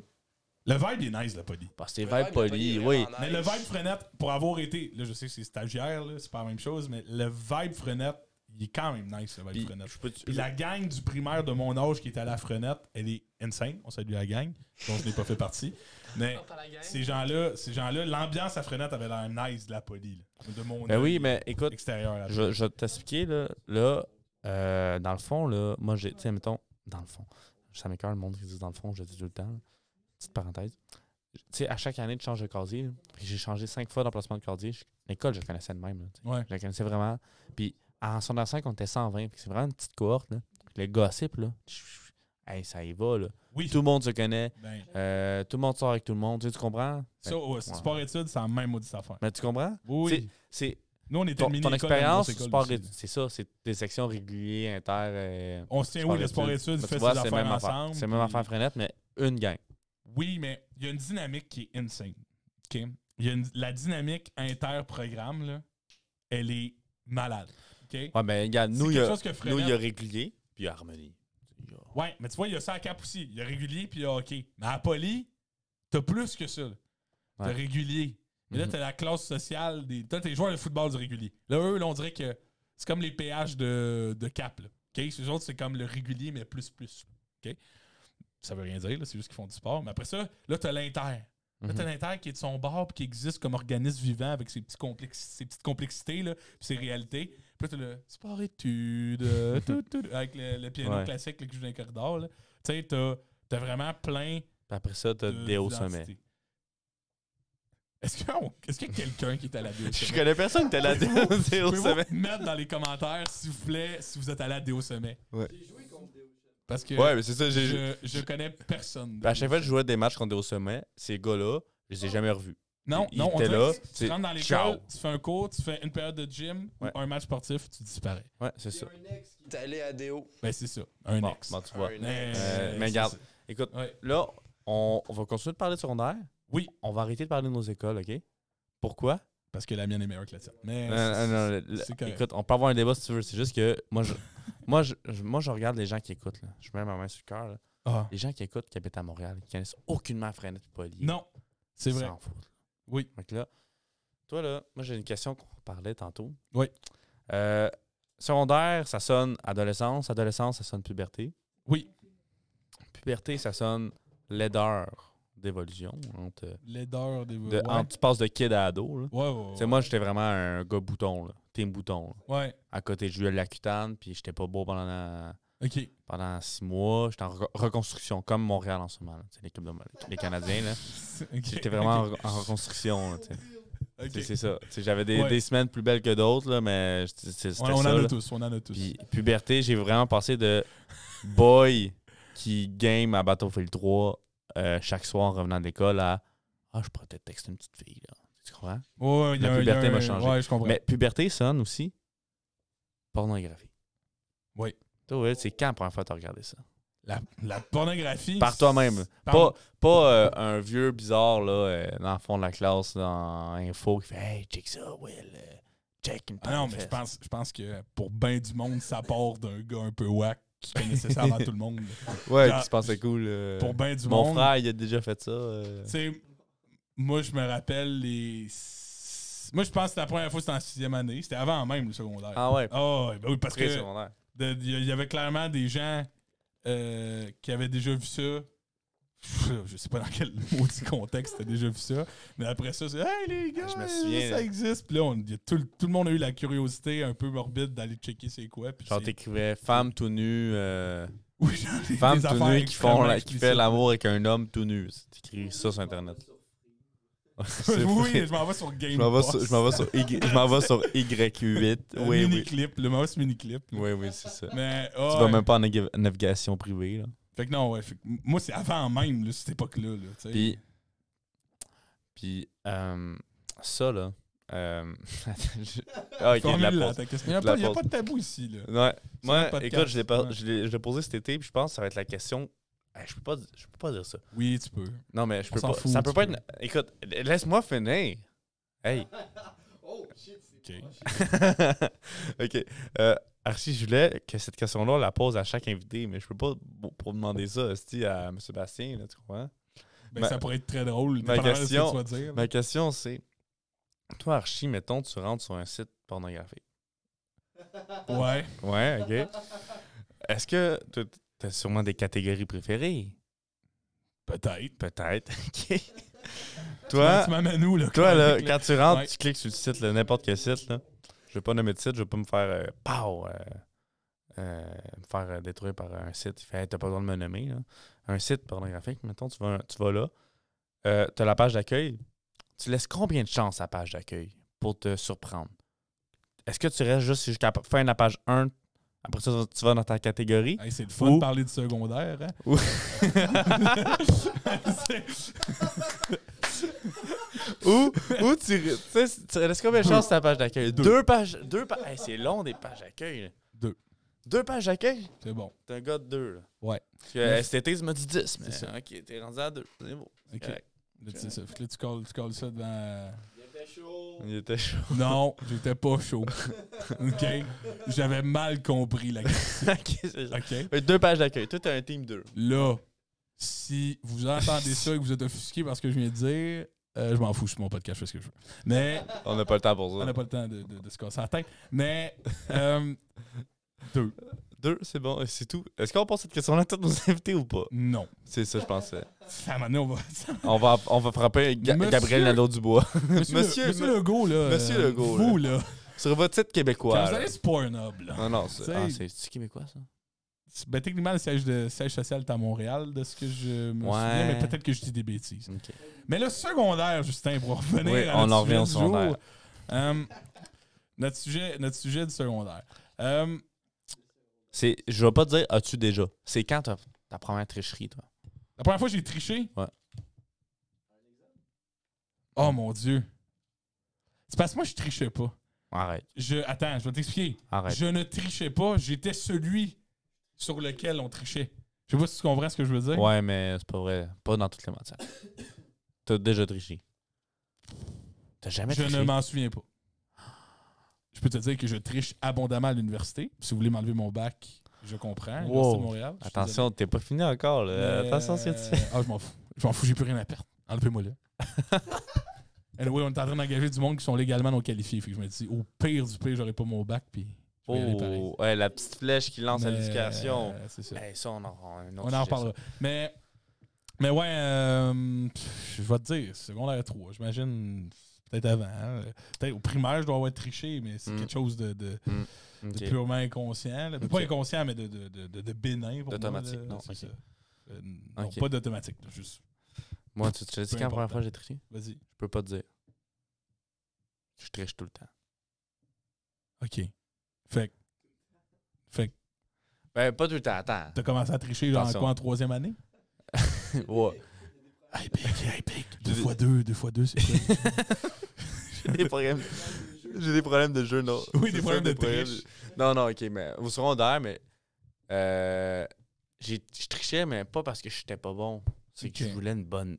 A: Le vibe est nice, la police.
B: Bah, c'est
C: Le vibe
B: vibe
C: de Poly
B: Poly,
C: est
B: oui.
C: vraiment
A: Mais
C: nice.
A: le vibe Frenette, pour avoir été, là je sais que c'est stagiaire, là, c'est pas la même chose, mais le vibe Frenette, il est quand même nice, le vibe
B: Puis,
A: Frenette.
B: je peux te-
A: Puis la gang du primaire de mon âge qui était à la Frenette, elle est insane. On salue la gang, dont je n'ai pas fait partie. Mais ces gens-là, ces gens-là, l'ambiance à Frenette avait l'air nice de la poly. là, de mon
B: Ben oui,
A: œil
B: mais écoute,
A: extérieur. là.
B: je, je vais t'expliquer, là. Là, euh, dans le fond, là, moi, j'ai. Tu sais, mettons, dans le fond. Ça m'écoeure le monde qui dit dans le fond, je le dis tout le temps. Petite parenthèse. tu sais, à chaque année, tu changes de casier. là. Puis j'ai changé cinq fois d'emplacement de casier. Je- L'école, je la connaissais de même. là, tu sais.
A: Ouais.
B: Je la connaissais vraiment. Puis en secondaire 5, on était 120. Fait que C'est vraiment une petite cohorte. Là. Le gossip, là, hey, ça y va. Là.
A: Oui.
B: Tout le monde se connaît.
A: Ben,
B: Euh, tout le monde sort avec tout le monde. Tu, sais, tu comprends? Fait-
A: ça, ouais, sport-études, c'est la même maudite affaire.
B: Mais tu comprends?
A: Oui.
B: C'est
A: Nous, on était
B: ton,
A: mini
B: ton expérience, sport études, c'est ça. C'est des sections régulières, inter. euh,
A: On se tient où,
B: sport
A: le
B: études.
A: sport-études,
B: Bah,
A: fait
B: tu
A: ses
B: vois, c'est
A: affaires
B: même affaire.
A: ensemble.
B: C'est même
A: puis-
B: affaire frenette, mais une gang.
A: Oui, mais il y a une dynamique qui est insane. OK? Il y a une- la dynamique inter-programme, là, elle est malade. OK?
B: Ouais, mais regarde, nous,
A: c'est
B: il y
A: quelque
B: a-
A: chose que
B: nous, il y a
A: Frenette...
B: régulier, puis il y a harmonie. Il y a-
A: Ouais, mais tu vois, il y a ça à Cap aussi. Il y a régulier, puis il y a hockey. Mais à Poly, t'as plus que ça. là. T'as
B: Ouais.
A: régulier. Mais là,
B: Mhm.
A: t'as la classe sociale des... T'as tes joueurs de football du régulier. Là, eux, là, on dirait que c'est comme les péages de, de Cap, là. OK? Ces autres, c'est comme le régulier, mais plus, plus. OK? Ça veut rien dire, là. C'est juste qu'ils font du sport. Mais après ça, là, t'as l'inter. Là, t'as
B: Mhm.
A: l'Inter qui est de son bord puis qui existe comme organisme vivant avec ses, petits complexi- ses petites complexités là, puis ses réalités. Puis là, t'as le sport-études, euh, tout, tout, avec le, le piano
B: Ouais.
A: classique là, qui joue dans le corridor. là. Tu sais, t'as t'as vraiment plein
B: Puis Après ça, t'as
A: de-
B: des hauts
A: d'identités.
B: sommets.
A: Est-ce que- est-ce qu'il y a quelqu'un qui est à la déo
B: Je
A: sommet?
B: connais personne qui était là des hauts
A: Pouvez-vous
B: sommets.
A: mettre dans les commentaires, s'il vous plaît, si vous êtes allé à la déo sommet?
B: Ouais.
A: Parce que
B: Ouais, mais c'est ça. j'ai-
A: je, je connais personne.
B: À chaque fois que je jouais des matchs contre des hauts sommets, ces gars-là, je les ai jamais revus.
A: Non,
B: Il
A: non, on
B: était
A: dirait
B: là,
A: que tu
B: c'est
A: rentres dans
B: ciao.
A: l'école, tu fais un cours, tu fais une période de gym, ou
B: Ouais.
A: un match sportif, tu disparais.
B: Ouais, c'est ça.
C: T'es allé à Déo.
A: Ben c'est ça, un
B: Bon,
A: ex.
B: bon, tu vois.
C: Un
A: Mais-
C: ex.
B: Euh,
A: c'est
B: mais regarde,
A: ça.
B: écoute,
A: Ouais.
B: là, on, on va continuer de parler de secondaire.
A: Oui.
B: On va arrêter de parler de nos écoles, OK? Pourquoi?
A: Parce que la mienne est meilleure que la tienne. Mais
B: Non,
A: c'est-
B: non, Euh, non, le-
A: c'est
B: le-
A: correct.
B: écoute, on peut avoir un débat si tu veux. C'est juste que moi, je, moi, je, je- moi, je regarde les gens qui écoutent. Là. Je mets ma main sur le cœur. là.
A: Ah.
B: Les gens qui écoutent, qui habitent à Montréal, qui connaissent aucunement Freinet et Poly.
A: Non, c'est vrai.
B: S'en foutent.
A: Oui.
B: Fait que là, toi, là, moi, j'ai une question qu'on parlait tantôt.
A: Oui.
B: Euh, secondaire, ça sonne adolescence. Adolescence, ça sonne puberté.
A: Oui.
B: Puberté, ça sonne laideur d'évolution. entre-
A: Laideur des
B: de-
A: ouais.
B: entre- tu passes de kid à ado. Là.
A: Ouais, ouais,
B: Tu
A: ouais.
B: sais, moi, j'étais vraiment un gars bouton, là. Team bouton. là.
A: Ouais,
B: À côté, je eu la cutane, puis j'étais pas beau pendant,
A: ok.
B: pendant six mois. J'étais en re- reconstruction, comme Montréal en ce moment. là. Tu sais, L'équipe de les Canadiens, là.
A: Ok,
B: J'étais vraiment
A: ok,
B: en, en reconstruction. là, tu sais.
A: ok.
B: C'est- C'est ça. Tu sais, J'avais des,
A: Ouais.
B: des semaines plus belles que d'autres, là, mais je- c'est- c'était
A: On, on en
B: ça.
A: a
B: là.
A: tous, on en a tous.
B: Puis puberté, j'ai vraiment passé de boy qui game à Battlefield 3 euh, chaque soir en revenant de l'école à Ah, je pourrais peut-être texter une petite fille. Là. Tu comprends?
A: Ouais, il y a
B: la
A: un- il y a
B: puberté
A: un-
B: m'a changé.
A: Ouais, je comprends.
B: Mais puberté sonne aussi pornographie.
A: Oui.
B: Toi, Will, c'est quand la première fois que tu regardé ça?
A: La, la pornographie.
B: Par toi-même.
A: Par-
B: Pas, pas euh, un vieux bizarre là, euh, dans le fond de la classe, dans Info, qui fait Hey, check ça, Will. euh, check une
A: Ah non,
B: paire de
A: mais je
B: fesses.
A: pense, je pense que pour ben du monde, ça part d'un gars un peu whack qui connaissait ça avant tout le monde.
B: Ouais,
A: Genre,
B: tu pensais cool. euh,
A: Pour ben du
B: Mon
A: monde.
B: frère, il a déjà fait ça. euh.
A: Tu sais, moi, je me rappelle les. Moi, je pense que la première fois, c'était en sixième année. C'était avant même le secondaire. Ah,
B: Ah ouais,
A: ouais, ben oui, parce que
B: pré-secondaire.
A: de- il y a- il y avait clairement des gens euh, qui avaient déjà vu ça. Pff, Je sais pas dans quel maudit contexte t'as déjà vu ça. Mais après ça, c'est Hey les gars,
B: Ah, Je me souviens,
A: ça
B: là.
A: existe. Puis là, on, il y a tout, le- tout le monde a eu la curiosité un peu morbide d'aller checker c'est quoi. Puis
B: Genre,
A: c'est-
B: t'écrivais femme tout nu, euh,
A: Oui, genre, des-
B: femme
A: des
B: tout
A: affaires
B: nu qui, font la- qui
A: extrêmement
B: fait l'amour avec un homme tout nu. T'écris ça sur Internet. C'est
A: oui,
B: vrai.
A: je m'en vais sur Game
B: Je m'en vais
A: Pass.
B: sur- je m'en vais sur Y- je m'en vais sur Y8.
A: Euh,
B: Oui, oui.
A: mini-clip, le mouse mini-clip.
B: Oui, oui, c'est ça.
A: Mais,
B: Tu
A: ah,
B: vas même pas en nég- navigation privée. Là.
A: Fait que non, ouais. fait que moi, c'est avant même, là, cette époque-là. là, tu sais.
B: Puis, puis euh, ça, là. euh, je- ah, ok, de la
A: Formule-la,
B: pause.
A: ta question. Il n'y a,
B: De la
A: pas- il y a
B: pause.
A: pas de tabou ici, là.
B: Ouais.
A: notre
B: Moi,
A: podcast,
B: écoute, je l'ai pas-
A: ouais.
B: je l'ai je l'ai posé cet été, puis je pense que ça va être la question. Eh, Je peux pas, di- je peux pas dire ça.
A: Oui, tu peux.
B: Non, mais je
A: On
B: peux
A: s'en
B: pas.
A: fout,
B: ça
A: tu
B: peut pas
A: peux.
B: être. Écoute, laisse-moi finir. Hey.
A: OK.
B: ok. Euh, Archie, je voulais que cette question-là, on la pose à chaque invité, mais je peux pas bo- pour demander ça esti, à M. Bastien, là, tu comprends?
A: Ben,
B: Ma-
A: ça pourrait être très drôle.
B: ma
A: dépendamment de ce que
B: question-
A: tu vas dire.
B: Ma question, c'est Toi, Archie, mettons, tu rentres sur un site pornographique.
A: Ouais.
B: Ouais, ok. Est-ce que tu as sûrement des catégories préférées?
A: Peut-être.
B: Peut-être. ok.
A: Toi,
B: Toi,
A: tu m'amènes où, là?
B: Toi, là,
A: Claude?
B: quand tu rentres,
A: Ouais.
B: tu cliques sur le site, là, n'importe quel site, là. Je vais pas nommer de site, je vais pas me faire euh, pow, euh, euh, me faire euh, détruire par un site. Il fait Hey, t'as pas le droit de me nommer. là. Un site pornographique, mettons, tu vas, tu vas là, euh, tu as la page d'accueil. Tu laisses combien de chances à la page d'accueil pour te surprendre? Est-ce que tu restes juste jusqu'à la fin de la page 1, après ça, tu vas dans ta catégorie?
A: Hey, c'est le fun
B: Ou-
A: de parler de secondaire. Hein?
B: Ou- ou, ou tu, tu sais, tu laisses combien de chances à la page d'accueil?
A: Deux.
B: Deux. pages. Deux pa- Hey, c'est long des pages d'accueil. là.
A: Deux.
B: Deux pages d'accueil?
A: C'est bon.
B: T'es un gars de deux, là.
A: Ouais.
B: Parce que, euh, cet été, tu m'as dit 10,
A: C'est
B: mais
A: ça.
B: ok, t'es rendu à deux. C'est beau.
A: Ok.
B: Correct.
A: Là, tu, sais ça. Fait que là, tu, colles, tu colles ça devant. euh,
B: Il était chaud.
A: Non, j'étais pas chaud. OK? J'avais mal compris la question.
B: ok, c'est ça.
A: OK?
B: Fait Deux pages d'accueil. Toi, t'as un team 2.
A: Là, si vous entendez ça et que vous êtes offusqué parce que je viens de dire, euh, je m'en fous, je suis mon podcast, je fais ce que je veux. Mais
B: On n'a pas le temps pour
A: on n'a pas le temps de, de- de se casser la tête. Mais euh, deux.
B: Deux, c'est bon, euh, c'est tout. Est-ce qu'on pose cette question-là à tous nos invités ou pas?
A: Non.
B: C'est ça, je pensais.
A: Ça, à un moment donné, on va. ça-
B: On va, on va frapper Ga-
A: Monsieur-
B: Gabriel Nadeau-Dubois.
A: Monsieur,
B: Monsieur-
A: Monsieur Legault, là.
B: Monsieur
A: euh,
B: Legault,
A: Vous, là.
B: Sur votre site québécois.
A: Quand vous
B: là.
A: allez sur Pornhub, là.
B: Non, non,
A: Tu
B: c'est
A: sais-
B: ah, c'est- c'est-tu québécois, ça?
A: Ben, techniquement, le siège, de, siège social est à Montréal, de ce que je me
B: Ouais.
A: souviens, mais peut-être que je dis des bêtises.
B: Ok.
A: Mais le secondaire, Justin, pour revenir
B: Oui,
A: à
B: on
A: notre sujet
B: en revient au
A: du
B: secondaire.
A: jour, euh, notre, sujet, notre sujet du secondaire. Euh,
B: C'est, je vais pas te dire as-tu déjà. C'est quand ta, ta première tricherie, toi?
A: la première fois que j'ai triché.
B: Ouais.
A: Oh mon Dieu. C'est parce que moi, je trichais pas.
B: Arrête,
A: Je, attends, je vais t'expliquer.
B: arrête.
A: Je ne trichais pas. J'étais celui sur lequel on trichait. Je sais pas si tu comprends ce que je veux dire.
B: Ouais, mais c'est pas vrai. Pas dans toutes les matières. T'as déjà triché. T'as jamais
A: Je
B: triché.
A: ne m'en souviens pas. Je peux te dire que je triche abondamment à l'université. Si vous voulez m'enlever mon bac, je comprends. L'Université
B: Wow.
A: de Montréal. je suis
B: Attention, t'es pas fini encore. là.
A: désolé. Mais,
B: Attention à ce que tu fais.
A: euh, Ah, je m'en fous. Je m'en fous, j'ai plus rien à perdre. Enlevez-moi là. anyway, on est en train d'engager du monde qui sont légalement non qualifiés. Fait que je me dis, au pire du pire, j'aurai pas mon bac. Puis je vais y aller pareil.
B: Oh, ouais, la petite flèche qui lance à
A: Mais,
B: l'éducation.
A: euh, c'est ça.
B: Hey, ça, on en, un autre
A: On en
B: sujet, ça.
A: reparlera. Mais, mais ouais, euh, pff, je vais te dire, secondaire 3, j'imagine peut-être avant. hein. Peut-être au primaire, je dois avoir triché, mais c'est
B: Mm.
A: quelque chose de, de,
B: Ok.
A: de purement inconscient. là. Pas
B: Ok.
A: inconscient, mais de, de, de, de- de bénin. pour moi,
B: D'automatique,
A: là.
B: non,
A: C'est
B: ok.
A: ça. Euh, non,
B: Ok.
A: pas d'automatique. là, Juste,
B: Moi, tu te dis
A: Peu
B: quand la première
A: importe.
B: fois j'ai triché? Je
A: vas-y.
B: peux pas te dire. Je triche tout le temps.
A: OK. Fait que
B: Ben, pas tout le temps, attends.
A: t'as commencé à tricher genre
B: Attention.
A: quoi en troisième année?
B: ouais.
A: Hey, pic, hey, pic. Deux fois deux, deux fois deux, c'est quoi?
B: J'ai des problèmes. J'ai des problèmes de jeu, non.
A: Oui, des
B: C'est ça,
A: problèmes de triche.
B: Non, non, ok, mais au secondaire, mais. Euh, j'ai- je trichais, mais pas parce que j'étais pas bon. C'est que
A: Ok.
B: je voulais une bonne.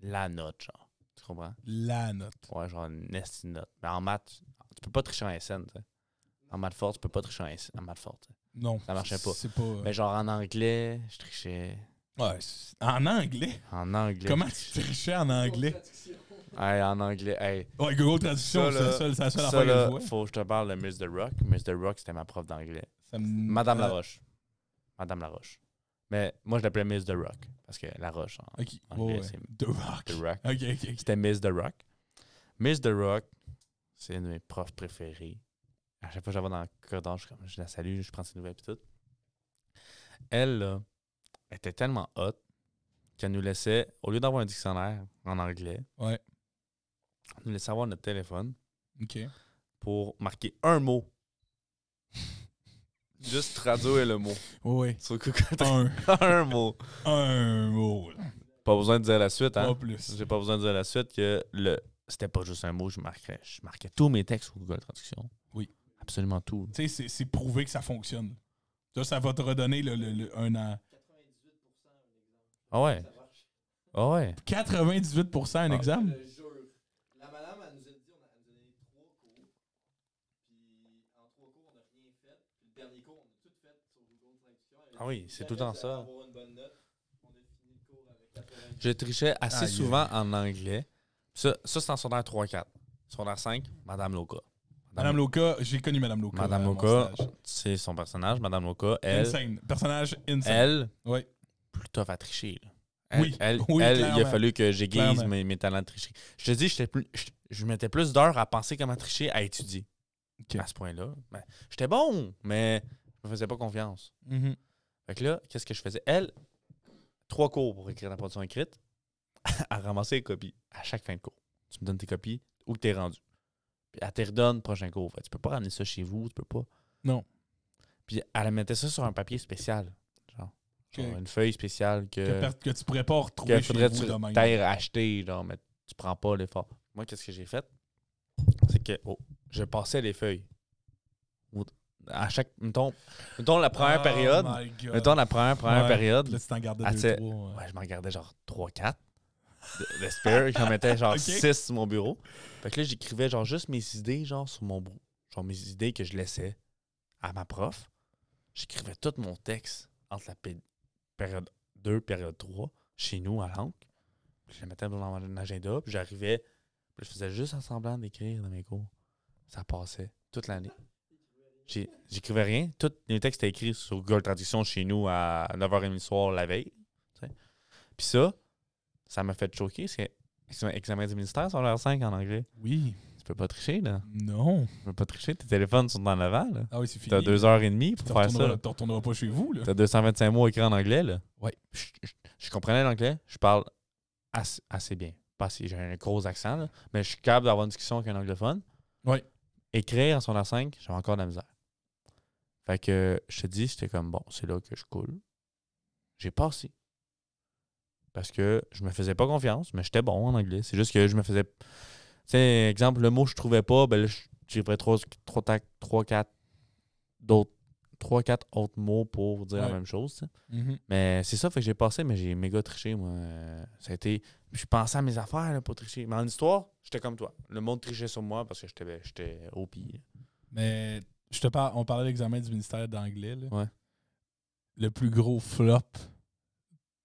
B: La note, genre. Tu comprends?
A: La note.
B: Ouais, genre une esti de note. Mais en maths, tu peux pas tricher en SN, tu sais. En maths forte, tu peux pas tricher en, SN, en maths forte.
A: Non.
B: Ça marchait pas.
A: C'est pas...
B: Mais genre en anglais, je trichais.
A: Ouais, c'est- en anglais?
B: En anglais.
A: Comment tu trichais en anglais?
B: Hey, en anglais. Hey,
A: Ouais, Google Traduction,
B: Ça,
A: c'est la
B: là,
A: seule, c'est la seule
B: ça,
A: affaire que je
B: là,
A: vois.
B: faut que je te parle de Miss The Rock. Miss The Rock, c'était ma prof d'anglais.
A: Ça me-
B: Madame
A: euh,
B: Laroche. Madame Laroche. Mais moi, je l'appelais Miss The Rock. Parce que Laroche, en
A: Ok,
B: anglais,
A: ouais, ouais.
B: c'est
A: The Rock.
B: The Rock.
A: Ok, ok, ok.
B: C'était Miss The Rock. Miss The Rock, c'est une de mes profs préférées. À chaque fois que j'avais dans le corridor, je, suis comme, je la salue, je prends ses nouvelles et tout. Elle, là, elle était tellement hot qu'elle nous laissait, au lieu d'avoir un dictionnaire en anglais,
A: Ouais.
B: elle nous laissait avoir notre téléphone
A: Ok.
B: pour marquer un mot. Juste traduire le mot.
A: Ouais, ouais.
B: Sur Google Trad-
A: Un,
B: un mot.
A: un mot. là.
B: Pas besoin de dire la suite, hein?
A: Pas plus.
B: J'ai pas besoin de dire la suite que le c'était pas juste un mot, je marquais, je marquais tous mes textes sur Google Traduction.
A: Oui.
B: Absolument tout.
A: Tu sais, c'est- c'est prouvé que ça fonctionne. Ça, ça va te redonner le, le- le- un an.
B: Ah ouais. Ah ouais.
A: 98% un
B: Ah.
A: examen?
D: Euh, La madame, elle nous a dit, on a, elle nous a donné trois cours. Puis en trois cours, on n'a rien fait. Puis le dernier cours, on a tout fait sur Google Traduction. Elle a
B: Ah
D: dit,
B: oui, c'est tout le temps
D: Jamais
B: ça.
D: vous allez avoir une bonne note. On a fini le cours avec 90.
B: Je trichais assez
A: Aïe.
B: souvent en anglais. Ça, ça c'est en secondaire 3-4. Secondaire 5, Madame Loca.
A: Madame Loca, j'ai connu Madame Loca.
B: Madame
A: à mon
B: Loca,
A: stage.
B: c'est son personnage, Madame Loca, elle,
A: Insane. Personnage insane.
B: elle,
A: Ouais.
B: plus tough à tricher. là. Elle,
A: Oui.
B: elle,
A: Oui,
B: elle, il a
A: clairement.
B: fallu que j'aiguise
A: Clairement.
B: mes, mes talents de tricher. Je te dis, j'étais plus, je, je mettais plus d'heures à penser comment tricher, à étudier.
A: Ok.
B: À ce point-là, ben, j'étais bon, mais je me faisais pas confiance.
A: Mhm.
B: Fait que là, qu'est-ce que je faisais? Elle, trois cours pour écrire la production écrite. à ramasser les copies à chaque fin de cours. Tu me donnes tes copies, où t'es rendu. Puis elle te redonne prochain cours. Fait que tu peux pas ramener ça chez vous, tu peux pas.
A: Non.
B: Puis elle mettait ça sur un papier spécial. Genre, Genre une feuille spéciale que,
A: que, per- que tu pourrais pas retrouver
B: que
A: chez
B: faudrait
A: vous
B: que tu
A: demain.
B: t'ailles acheter, genre, mais tu prends pas l'effort. Moi, qu'est-ce que j'ai fait? C'est que oh, je passais les feuilles. Au- À chaque. Mettons, mettons la première période. Mettons la première, première
A: Ouais.
B: période.
A: Oh Là, tu t'en gardais
B: Ah, tu
A: deux,
B: sais,
A: trois. euh, ouais.
B: Ouais, je m'en gardais genre 3-4. Le spare, j'en mettais genre
A: Ok.
B: 6 sur mon bureau. Fait que là, j'écrivais genre juste mes idées, genre sur mon bureau. Genre mes idées que je laissais à ma prof. J'écrivais tout mon texte entre la pé- période 2 période 3, chez nous à l'encre. Puis je le mettais dans mon agenda, puis j'arrivais. Puis je faisais juste en semblant d'écrire dans mes cours. Ça passait toute l'année. J'ai- J'écrivais rien. Tous les textes étaient écrits sur Google Traduction chez nous à 9h30 le soir la veille. tu sais. Puis ça, ça m'a fait choquer. C'est examen- examen du ministère sur l'heure 5 en anglais.
A: Oui.
B: Tu peux pas tricher, là.
A: Non.
B: Tu peux pas tricher. Tes téléphones sont dans l'avant, là.
A: Ah oui, c'est fini.
B: T'as deux heures et demie pour
A: Tu
B: faire ça.
A: retourneras, tu retourneras pas chez vous, là.
B: T'as 225 mots écrits en anglais, là.
A: Ouais.
B: Je, je- je comprenais l'anglais. Je parle assez, assez bien. Pas si j'ai un gros accent, là, mais je suis capable d'avoir une discussion avec un anglophone.
A: Ouais.
B: Écrire en son A5, j'avais encore de la misère. Fait que je te dis, c'était comme bon, c'est là que je coule. J'ai passé. Parce que je me faisais pas confiance, mais j'étais bon en anglais. C'est juste que je me faisais. Tu sais, exemple, le mot que je trouvais pas, ben là, je- j'ai pris 3, 4 d'autres. 3 4 autres mots pour dire
A: Ouais.
B: la même chose. tu sais.
A: Mhm.
B: Mais c'est ça, fait que j'ai passé, mais j'ai méga triché, moi. Euh, Ça a été. Je pensais à mes affaires là, pour tricher. Mais en histoire, j'étais comme toi. Le monde trichait sur moi parce que j'étais ben, j'étais OP. là.
A: Mais je te parle, on parlait de l'examen du ministère d'anglais. là.
B: Ouais.
A: Le plus gros flop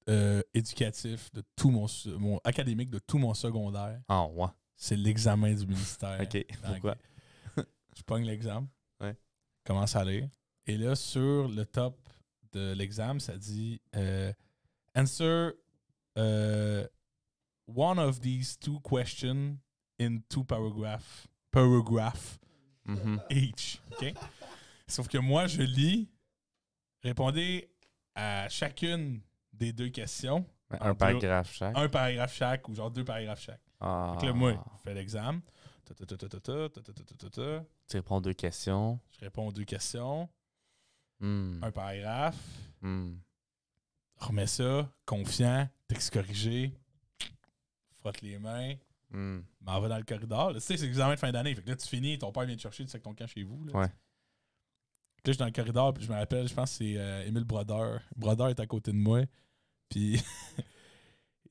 A: euh, éducatif de tout mon, se- mon académique de tout mon secondaire,
B: Ah ouais.
A: c'est l'examen du ministère.
B: OK. Pourquoi?
A: d'anglais. Je pogne l'examen.
B: Ouais.
A: Commence à lire. Et là, sur le top de l'examen, ça dit euh, Answer euh, one of these two questions in two paragraphs. Paragraph
B: Mhm.
A: each. OK? Sauf que moi, je lis, répondez à chacune des deux questions,
B: Un paragraphe chaque.
A: un paragraphe chaque ou genre deux paragraphes chaque.
B: Ah.
A: Fait que là, moi, je fais l'examen. Ta, ta, ta, ta, ta, ta, ta, ta, ta, ta, ta, ta.
B: Tu réponds deux questions.
A: Je réponds aux deux questions,
B: Hmm.
A: un paragraphe,
B: Hmm.
A: remets ça, confiant, texte corrigé, frotte les mains,
B: Hmm.
A: m'en va dans le corridor. Là, tu sais, c'est l'examen de fin d'année. Fait que là, tu finis, ton père vient te chercher, tu sais que ton camp chez vous. Là,
B: Ouais.
A: Fait que là, je suis dans le corridor, puis je me rappelle, je pense que c'est euh, Émile Brodeur. Brodeur est à côté de moi. Puis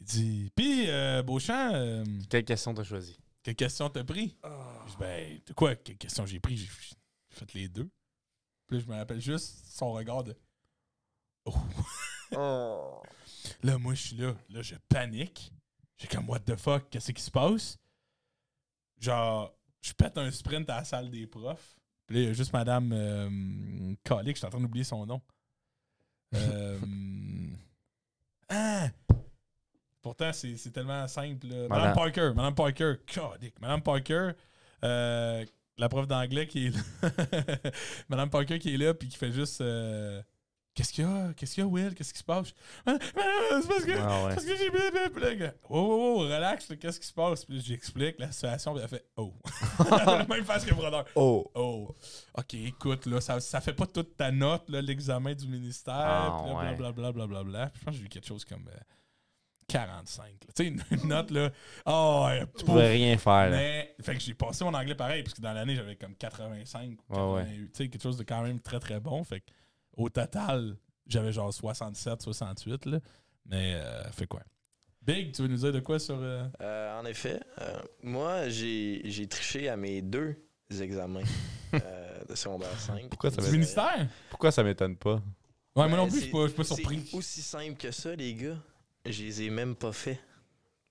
A: il dit Puis, euh, Beauchamp, euh,
B: Quelle question t'as choisi?
A: quelle question t'as pris Je dis Ben, de quoi Quelle question j'ai pris J'ai j'ai fait les deux. Puis là, je me rappelle juste son regard de Oh
C: Oh.
A: Là, moi, je suis là. Là, je panique. J'ai comme, what the fuck, qu'est-ce qui se passe? Genre, je pète un sprint à la salle des profs. Puis là, il y a juste Madame euh, Calic, je suis en train d'oublier son nom. Euh, hein? Pourtant, c'est c'est tellement simple. là. Madame,
B: Madame-
A: Parker, Madame Parker, Calic. Madame Parker, euh, la prof d'anglais qui est là. Madame Parker qui est là, puis qui fait juste. euh, Qu'est-ce qu'il y a? Qu'est-ce qu'il y a, Will? Qu'est-ce qui se passe? Ah, ah, C'est parce que.
B: Ah ouais.
A: Parce que j'ai blablabla. Puis là, le gars, Oh, oh, oh, relax, là, qu'est-ce qui se passe? Puis là, j'explique la situation, puis elle fait Oh. Elle fait la même face que Brodeur.
B: Oh.
A: Oh. OK, écoute, là, ça, ça fait pas toute ta note, là, l'examen du ministère.
B: Ah,
A: puis là,
B: ouais.
A: blablabla, blablabla. Puis je pense que j'ai eu quelque chose comme euh, 45. là. Tu sais, une, une note, là. Oh, ouais,
B: Tu
A: pauvre.
B: pouvais rien faire, là.
A: Mais, fait que j'ai passé mon anglais pareil, parce que dans l'année, j'avais comme 85 ou
B: Ouais, ouais.
A: 88, tu sais, quelque chose de quand même très, très bon. Fait que, au total, j'avais genre 67, 68, là. Mais, euh, fait quoi? Big, tu veux nous dire de quoi sur... euh,
C: Euh, en effet, euh, moi, j'ai j'ai triché à mes deux examens euh, de secondaire 5.
B: Pourquoi ça
A: du
B: m'étonne-
A: ministère? Ouais,
B: Pourquoi ça m'étonne pas?
A: moi non plus,
C: Ben,
A: je suis
C: c'est-
A: pas, je suis pas
C: c'est
A: surpris.
C: aussi simple que ça, les gars. Je les ai même pas fait.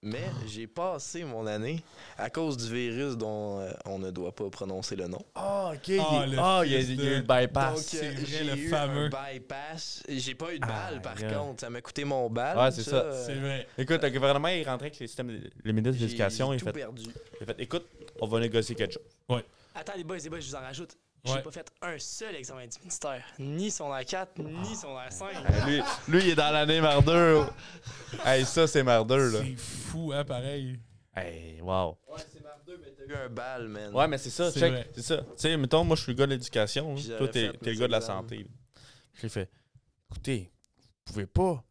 C: Mais
A: Ah.
C: j'ai passé mon année à cause du virus dont euh, on ne doit pas prononcer le nom.
B: Ah, ok.
A: Ah,
B: il-
A: le
B: Ah, il y a
A: fils
B: il y a eu le
A: de-
B: bypass.
A: Ah, c'est
C: euh,
A: vrai,
C: j'ai
A: le
C: eu
A: fameux.
C: un bypass. J'ai pas eu de
B: Ah,
C: balle, par
B: gars.
C: contre. Ça m'a coûté mon balle.
B: Ouais, c'est ça.
C: euh,
A: C'est vrai.
B: Écoute, le gouvernement, il rentrait avec les systèmes, le ministre de
C: j'ai-
B: l'Éducation,
C: j'ai
B: il
C: tout
B: fait,
C: perdu.
B: il fait écoute, on va négocier quelque chose.
C: Attends, les boys, les boys, je vous en rajoute.
A: Ouais.
E: J'ai pas fait un seul examen du ministère. Ni son A4, ni son A5.
B: Hey, lui, lui, il est dans l'année mardeux. hey, ça, c'est mardeux, là.
A: C'est fou, hein, pareil.
B: Hey, wow.
D: Ouais, c'est Marc 2, mais t'as eu
C: J'ai eu un bal, man.
B: Ouais, mais c'est ça,
A: C'est
B: check.
A: vrai.
B: C'est ça. Tu sais, mettons, moi, je suis le gars de l'éducation. hein.
C: Puis j'avais
B: Toi, t'es
C: fait
B: t'es le gars de la
C: mes examens.
B: santé. Je lui ai fait écoutez, vous pouvez pas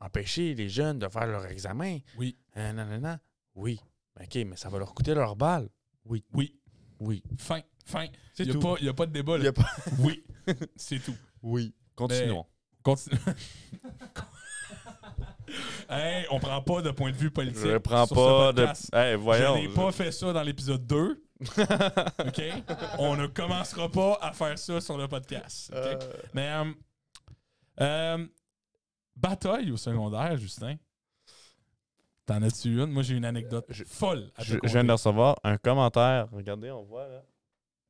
B: empêcher les jeunes de faire leur examen.
A: Oui.
B: Euh, non, non, non. Oui. Ben, OK, mais ça va leur coûter leur balle. Oui.
A: Oui.
B: Oui.
A: Fin. Fin.
B: C'est
A: Il n'y a,
B: tout.
A: pas- y a pas de débat,
B: Il y
A: là.
B: a pas-
A: Oui. C'est tout.
B: Oui. Continuons.
A: Continue. hey, on prend pas de point de vue politique.
B: je ne prends
A: sur
B: pas
A: ce
B: de.
A: podcast.
B: Hey, voyons.
A: Je n'ai pas fait ça dans l'épisode 2. OK? on ne commencera pas à faire ça sur le podcast. OK? Mais, euh, euh, bataille au secondaire, Justin. T'en as-tu une? Moi, j'ai une anecdote
B: Je-
A: folle. à te
B: Je, je
A: conter.
B: viens de recevoir un commentaire. Regardez, on voit là. Bah,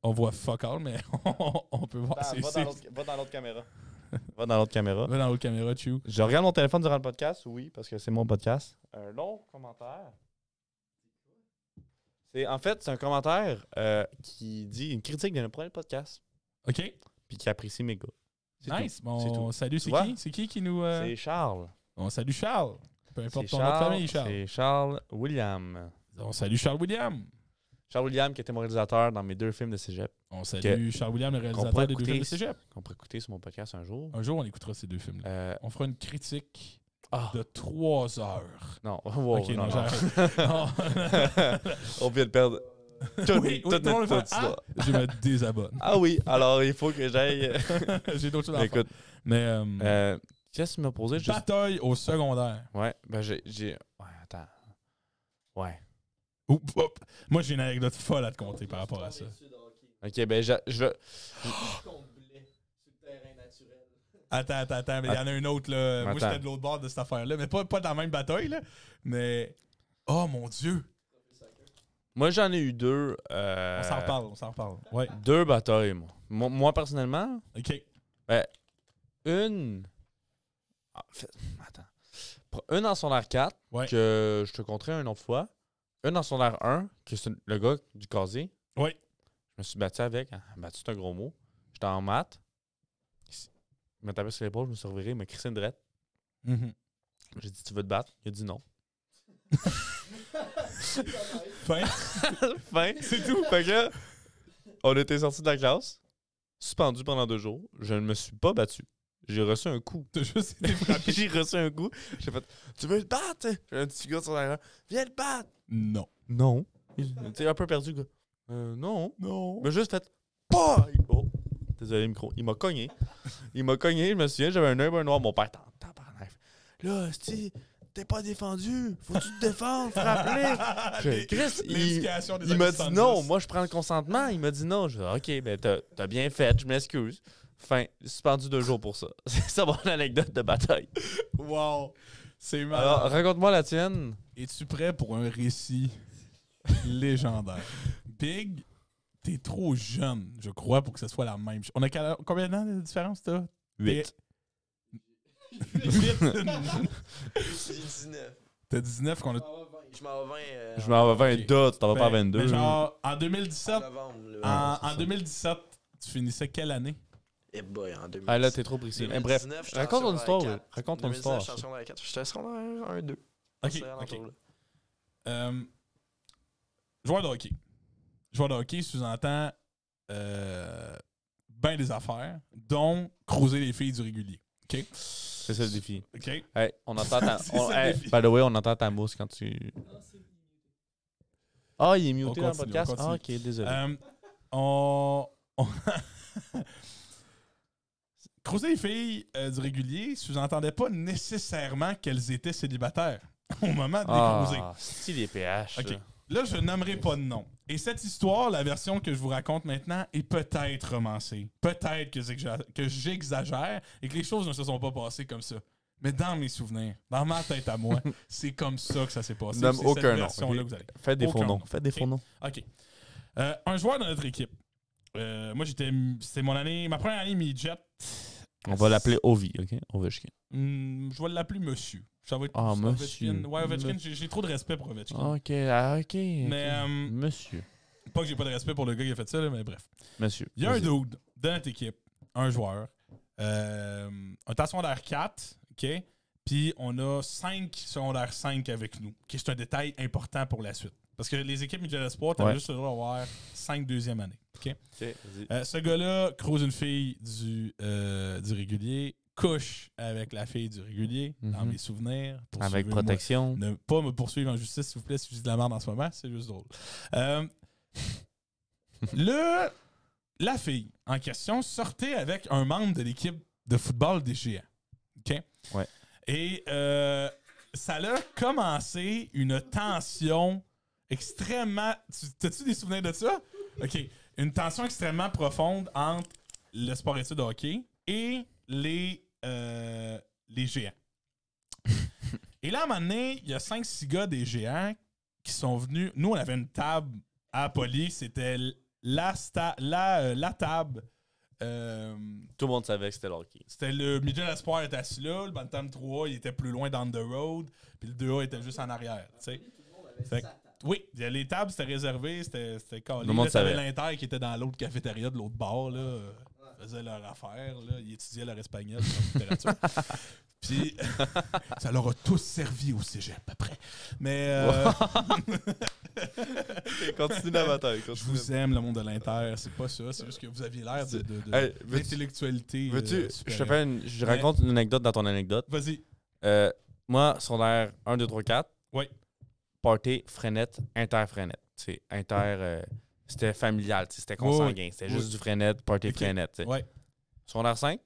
A: On voit fuck all, mais on, on peut voir. c'est-
B: Ben, va,
A: c'est-
B: dans l'autre- va dans l'autre caméra. va dans l'autre caméra.
A: Va dans l'autre caméra, Chew.
B: Je regarde mon téléphone durant le podcast, oui, parce que c'est mon podcast. Un long commentaire. C'est en fait, c'est un commentaire euh, qui dit une critique de notre premier podcast,
A: OK?
B: puis qui apprécie mes gars. C'est tout.
A: Nice.
B: C'est
A: Bon,
B: tout.
A: salut, c'est
B: vois?
A: qui? C'est qui qui nous. euh,
B: C'est Charles.
A: On salue Charles. Peu importe
B: C'est
A: ton nom de famille,
B: Charles,
A: Charles.
B: c'est Charles William.
A: On salue Charles William.
B: Charles William, qui était mon réalisateur dans mes deux films de cégep,
A: On salue Charles William, le
B: pourrait
A: réalisateur des deux
B: écouter
A: films de Cégep. Ah.
B: qu'on pourrait écouter sur mon podcast un jour.
A: Un jour, on écoutera ces deux films-là.
B: Euh,
A: On fera une critique
B: ah,
A: de trois heures.
B: non, wow,
A: Ok,
B: non,
A: non,
B: non.
A: j'arrête. Non.
B: On vient de perdre toute,
A: Oui, oui, tout
B: toute
A: le
B: notre
A: monde fait,
B: petite histoire.
A: Ah! Je me désabonne.
B: Ah oui, alors il faut que j'aille. euh,
A: J'ai d'autres choses à faire.
B: Écoute,
A: Mais euh,
B: euh, qu'est-ce que tu m'as posé? Je-
A: bataille au secondaire.
B: Ouais, ben j'ai. j'ai- Ouais, attends. Ouais.
A: Oup, oup. Moi, j'ai une anecdote folle à te conter par rapport à ça.
D: sud hockey.
B: Ok, ben j'a- je. vais-
D: Contre blé sur le terrain naturel.
A: Attends, attends, attends. Mais il y en a un autre. Là. Moi,
B: Attends.
A: j'étais de l'autre bord de cette affaire-là. Mais pas, pas dans la même bataille. Là. Mais. Oh mon Dieu.
B: Moi, j'en ai eu deux. euh,
A: On s'en reparle, on s'en reparle. Ouais.
B: Deux batailles, moi. Moi, moi, personnellement,
A: OK.
B: une. Ah, fait- Attends. Pro- Une en secondaire 4,
A: Ouais.
B: que je te conterai une autre fois. Une en secondaire 1, que c'est le gars du casier.
A: Ouais.
B: Je me suis battu avec. hein. Battu, c'est un gros mot. J'étais en maths. Il m'a tapé sur l'épaule, je me suis reviré, il m'a crissé une drette.
A: Mhm.
B: J'ai dit, tu veux te battre? Il a dit non.
A: Fin.
B: fin. C'est tout. Fait que là, on était sortis de la classe, suspendu pendant deux jours. Je ne me suis pas battu. J'ai reçu un coup.
A: T'as juste été frappé.
B: J'ai reçu un coup. J'ai fait Tu veux te battre J'ai un petit gars sur la rue. Viens te battre
A: Non.
B: Non. Il était un peu perdu, le gars. Euh, non.
A: Non.
B: Il m'a juste fait Pas Oh, désolé, le micro. Il m'a cogné. Il m'a cogné, je me souviens, j'avais un œil un noir. Mon père, t'en tabarnak. Là, si t'es pas défendu, faut que tu te défendre, frappe-les.
A: Les-
B: Chris, il-
A: l'éducation des
B: Il m'a dit
A: années
B: non,
A: 70.
B: moi je prends le consentement. Il m'a dit non. Je dis OK, ben t'as t'as bien fait, je m'excuse. Fin, suspendu deux jours pour ça. C'est ça mon anecdote de bataille.
A: Wow. C'est
B: Alors,
A: marrant.
B: raconte-moi la tienne.
A: Es-tu prêt pour un récit légendaire? Big, t'es trop jeune, je crois, pour que ce soit la même chose. On a quel- combien d'ans de différence, toi?
B: Huit.
C: J'ai 19.
A: T'as 19 qu'on a.
D: On va 20.
C: Je m'en vais euh,
B: Je m'en vais
A: Ok.
B: 22, tu t'en vas pas à
A: fait.
B: 22.
A: Mais genre, en
C: en
A: 2017,
C: novembre.
A: en,
C: Là.
A: en 2017, tu finissais quelle année?
C: Eh boy, en 2000.
B: Ah là, t'es trop précis. Eh, bref,
C: 2019, j'étais en
B: raconte ton
C: secondaire
B: histoire.
C: quatre.
B: là. Raconte ton
C: 2019,
B: histoire.
C: j'étais en secondaire quatre. J'étais en secondaire 1, 2.
A: Ok, ok. Euh, joueur de hockey. Joueur de hockey sous-entend euh, ben des affaires, dont croiser les filles du régulier. OK?
B: C'est ça le défi.
A: OK?
B: Hey, on entend ta.
A: C'est
B: on-
A: ça le
B: hey,
A: défi.
B: by the way, on entend ta mousse quand tu. Ah, il est muté
A: On
B: dans le
A: continue,
B: podcast.
A: on
B: Ah,
A: continue.
B: ok, désolé.
A: Euh, on. on croiser les filles euh, du régulier sous-entendait pas nécessairement qu'elles étaient célibataires au moment de les croiser.
B: ah, style des PH.
A: Ok.
B: là.
A: Là, je nommerai pas de nom. Et cette histoire, la version que je vous raconte maintenant, est peut-être romancée. Peut-être que j'exa- que j'exagère et que les choses ne se sont pas passées comme ça. Mais dans mes souvenirs, dans ma tête à moi, c'est comme ça que ça s'est passé.
B: Nomme
A: C'est
B: aucun
A: cette
B: nom,
A: version-là
B: ok?
A: que vous avez.
B: Faites des
A: Aucun
B: faux noms.
A: nom.
B: Faites des
A: Ok.
B: faux noms.
A: OK. Euh, un joueur de notre équipe. Euh, moi, j'étais. C'était mon année. Ma première année midget.
B: On va l'appeler Ovi, ok? Ovechkin.
A: Hmm, je vais l'appeler monsieur. Ça va être
B: Ah,
A: Ovechkin.
B: monsieur.
A: Ouais, Ovechkin,
B: Me-
A: j'ai j'ai trop de respect pour Ovechkin.
B: Ok, ah, ok. ok.
A: Mais, euh,
B: Monsieur.
A: Pas que j'ai pas de respect pour le gars qui a fait ça, là, mais bref.
B: Monsieur.
A: Il y a un
B: vas-y.
A: dude de notre équipe, un joueur, euh, un tas secondaire 4, OK? Puis on a 5 secondaires 5 avec nous, qui c'est un détail important pour la suite. Parce que les équipes Midget Sport, t'as
B: Ouais.
A: juste le droit d'avoir 5 deuxième année. OK?
B: Ok, vas-y.
A: Euh, ce gars-là croise une fille du, euh, du régulier, couche avec la fille du régulier, dans
B: Mhm.
A: mes souvenirs.
B: Avec
A: Poursuivez-moi.
B: protection.
A: Ne pas me poursuivre en justice, s'il vous plaît, si je dis de la merde en ce moment, c'est juste drôle. Euh, le, la fille en question sortait avec un membre de l'équipe de football des géants. OK?
B: Ouais.
A: Et euh, ça a commencé une tension extrêmement. tu- T'as-tu des souvenirs de ça? OK. Une tension extrêmement profonde entre le sport études de hockey et les, euh, les géants. Et là, à un moment donné, il y a 5-6 gars des géants qui sont venus. Nous, on avait une table à Poly. C'était l- la, sta- la, euh, la table. euh,
B: Tout le monde savait que c'était le hockey.
A: c'était le Midget Espoir était assis là. Le Bantam 3, il était plus loin down the road. Puis le 2A était juste en arrière. tu sais. Fait que- oui, il y a les tables, c'était réservé. C'était c'était calé.
B: Tout le monde
A: Là, t'avais
B: savait.
A: l'Inter qui était dans l'autre cafétéria de l'autre bar. Là, euh, faisait leur affaire. Là, ils étudiaient leur espagnol, leur littérature. Puis ça leur a tous servi au cégep après. Mais euh,
B: Continue la bataille.
A: je vous aime, le monde de l'Inter. C'est pas ça. C'est juste que vous aviez l'air de, de, de-
B: Hey, veux-tu-
A: d'intellectualité. euh,
B: Veux-tu, je te
A: supérieure.
B: fais une- je
A: Mais-
B: raconte une anecdote dans ton anecdote.
A: Vas-y.
B: Euh, moi, secondaire 1, 2, 3, 4.
A: Oui.
B: Party, frenette, inter-frenette. Tu sais, inter, euh, c'était familial, tu sais, c'était consanguin. C'était
A: Oui.
B: juste du frenette, party,
A: Ok.
B: frenette. tu sais.
A: Ouais.
B: Secondaire 5,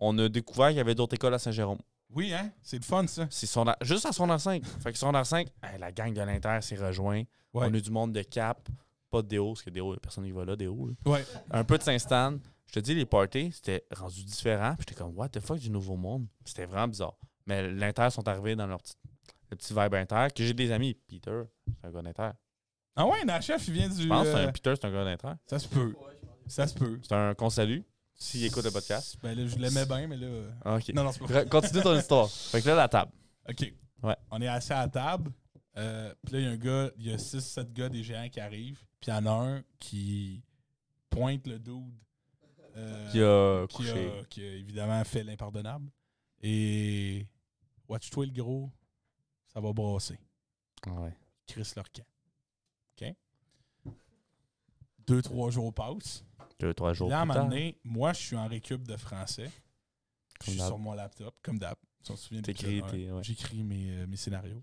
B: on a découvert qu'il y avait d'autres écoles à Saint-Jérôme.
A: Oui, hein? C'est le fun, ça.
B: C'est secondaire- juste à secondaire 5. fait que secondaire 5, hey, la gang de l'inter s'est rejoint.
A: Ouais.
B: On a du monde de Cap, pas de Déo, parce que Déo, personne n'y va là, Déo. là.
A: Ouais.
B: Un peu de Saint-Stan. Je te dis, les parties, c'était rendu différent. Puis j'étais comme, what the fuck du nouveau monde? C'était vraiment bizarre. Mais l'Inter sont arrivés dans leur petit, le petit vibe Inter, que j'ai des amis. Peter, c'est un gars d'Inter.
A: Ah ouais, Nachef, il vient du.
B: Je pense hein, que c'est
A: euh,
B: un Peter, c'est un gars d'Inter.
A: Ça se peut. Ça se peut.
B: C'est un qu'on salue, s'il écoute le podcast.
A: Ben là, je l'aimais bien, mais là. euh,
B: OK.
A: Non, non, c'est pas
B: Re- Continue ton histoire. Fait que là, la table.
A: OK.
B: Ouais.
A: On est assis à la table. euh, puis là, il y a un gars, il y a 6-7 gars des géants qui arrivent. Puis il y en a un qui pointe le dude. euh,
B: Qui a
A: qui,
B: couché.
A: a, qui a évidemment fait l'impardonnable. Et watch-toi le gros, ça va brasser.
B: Ouais.
A: Chris leur camp. OK? Deux, trois jours passent.
B: Deux, trois jours.
A: Là, à un
B: plus
A: moment
B: tard.
A: donné, moi, je suis en récup de français. Je
B: Comme
A: suis
B: d'hab.
A: sur mon laptop, comme d'hab. Si on se souvient de
B: T'écris,
A: l'épisode un,
B: t'es- ouais.
A: J'écris mes, euh, mes scénarios.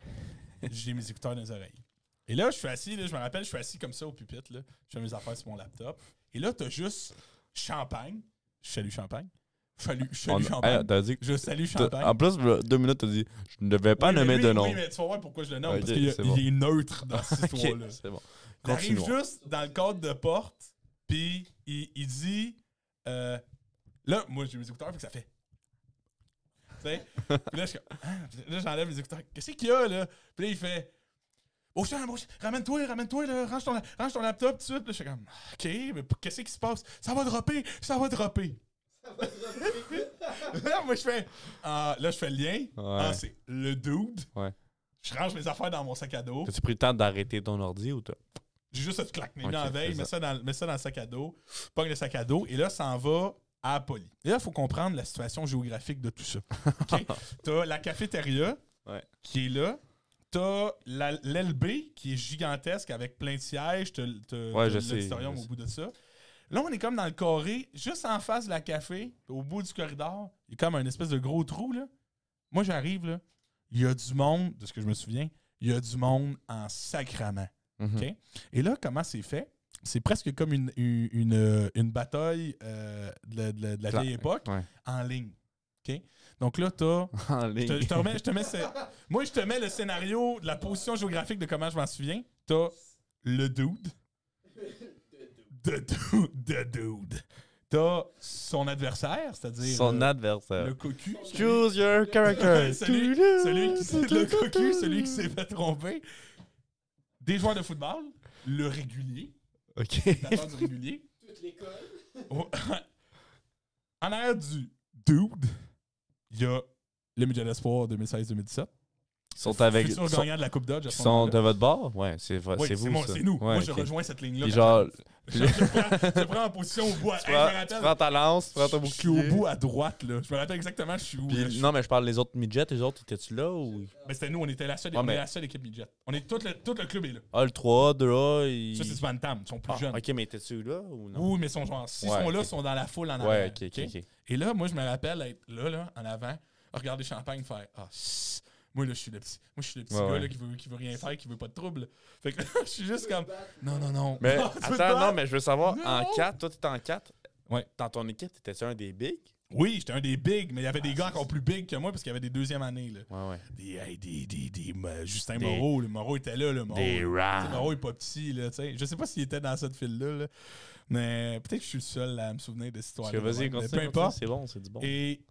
A: J'ai mes écouteurs dans les oreilles. Et là, je suis assis, là, je me rappelle, je suis assis comme ça au pupitre. Là. Je fais mes affaires sur mon laptop. Et là, t'as juste champagne. Je salue champagne. Je salue, je salue
B: On-
A: champagne.
B: Hey, t'as dit que-
A: je salue
B: t'as-
A: champagne.
B: En plus, là, deux minutes, t'as dit, je ne devais pas
A: Oui, mais
B: nommer
A: lui,
B: de nom.
A: Oui, mais tu vas voir pourquoi je le nomme.
B: Ok,
A: parce qu'il
B: c'est
A: il
B: bon.
A: est neutre dans cette
B: Ok,
A: histoire-là.
B: c'est bon.
A: Il arrive
B: Continuons.
A: juste dans le cadre de porte, puis il, il dit euh, Là, moi j'ai mes écouteurs, puis ça fait. Tu sais? Puis là, je suis comme, Hein? Puis là, j'enlève mes écouteurs. Qu'est-ce qu'il y a, là? Puis là, il fait Oh, chien, oh, chien, ramène-toi, ramène-toi, là, range, ton, range ton laptop tout de suite. Puis là, je suis comme Ok, mais pour- qu'est-ce qui se passe? Ça va dropper, ça va dropper. là, moi, je fais Ah, Là, je fais le lien. Ah, c'est le dude.
B: Ouais.
A: Je range mes affaires dans mon sac à dos.
B: T'as-tu pris le temps d'arrêter ton ordi ou t'as?
A: J'ai juste cette claque. Mais
B: Ok,
A: dans la veille,
B: c'est
A: mets ça. dans, mets ça dans le sac à dos, pogne le sac à dos, et là, ça en va à Poly. Et là, il faut comprendre la situation géographique de tout ça. OK? T'as la cafétéria
B: Ouais.
A: qui est là. T'as la- l'aile B qui est gigantesque avec plein de sièges. T'as l- t'as-
B: Ouais,
A: t'as
B: je sais,
A: l'auditorium
B: je
A: au
B: sais.
A: bout de ça. Là, on est comme dans le carré, juste en face de la café, au bout du corridor. Il y a comme un espèce de gros trou, là. Moi, j'arrive, là. Il y a du monde, de ce que je me souviens, il y a du monde en sacrament.
B: Mhm.
A: Et là, comment c'est fait? C'est presque comme une, une, une- une bataille euh, de la, de la- de la
B: Pla-
A: vieille époque
B: ouais.
A: en ligne. OK? Donc là, t'as.
B: En
A: Je te,
B: ligne.
A: je te remets, je te mets ce- moi, je te mets le scénario, de la position géographique de comment je m'en souviens. T'as le dude. The dude. The dude. T'as son adversaire, c'est-à-dire
B: Son
A: euh,
B: adversaire.
A: le cocu.
B: Choose your character.
A: celui, celui qui s'est- le cocu, celui qui s'est fait tromper. Des joueurs de football, le régulier.
B: OK.
A: la part du régulier. Toute l'école. en arrière du dude, il y a le Midget Espoir 2016-2017.
B: sont avec.
A: Futurs
B: sont-
A: gagnants de la Coupe Dodge. à
B: qui
A: ce
B: sont
A: moment-là.
B: de votre bord? Ouais, c'est vo-
A: Oui,
B: c'est vous.
A: moi,
B: ça.
A: C'est nous. moi,
B: Ouais,
A: je
B: ok.
A: rejoins cette ligne-là.
B: Puis genre,
A: je, je prends, je prends en position au bout. À,
B: tu
A: Hey, je me
B: prends, tu
A: rappelle,
B: prends ta lance, tu prends ton
A: je suis au
B: bouclier.
A: bout à droite. Là. Je me rappelle exactement, je suis où. là, je
B: Puis,
A: suis-
B: non, mais je parle des autres midgets, les autres, étaient-tu là ou.
A: Ben, c'était nous, on était la seule,
B: Ouais,
A: on est
B: mais-
A: la seule équipe midget. On est tout le, tout le club est là.
B: Ah, le 3A, 2A, ils.
A: Ça, c'est du Bantam, ils sont plus
B: Ah,
A: jeunes.
B: ok, mais étais-tu là ou non?
A: Oui, mais ils sont genre, s'ils
B: Ouais,
A: sont là,
B: ok.
A: ils sont dans la foule en
B: ouais,
A: arrière.
B: ok, ok,
A: ok?
B: ok.
A: Et là, moi, je me rappelle être là, là, en avant, regarder Champagne faire Ah, sss. moi, là, je suis le petit, moi, je suis le petit
B: Ouais,
A: gars
B: ouais.
A: là, qui, veut, qui veut rien faire, qui veut pas de trouble. Fait que là, je suis juste comme Non, non, non.
B: Mais
A: Ah, tu veux te
B: attends, non,
A: battre?
B: mais je veux savoir,
A: Non.
B: en 4, toi, t'es en 4.
A: Ouais.
B: Dans ton équipe, t'étais-tu un des bigs?
A: Oui, j'étais un des bigs, mais il y avait des
B: Ah,
A: gars
B: ça,
A: encore plus bigs que moi parce qu'il y avait des deuxièmes années. Là.
B: Ouais, ouais.
A: Des, hey, des, des, des, euh, Justin
B: Des-
A: Moreau, le Moreau était là, le Moreau.
B: Des Ah.
A: Tu sais,
B: rats.
A: Moreau est pas petit, là, tu sais. Je sais pas s'il était dans cette file-là, là. mais peut-être que je suis le seul à me souvenir de cette histoire-là.
B: Vas-y,
A: Mais
B: continue.
A: Peu
B: continue,
A: importe.
B: C'est bon, c'est du bon.
A: Et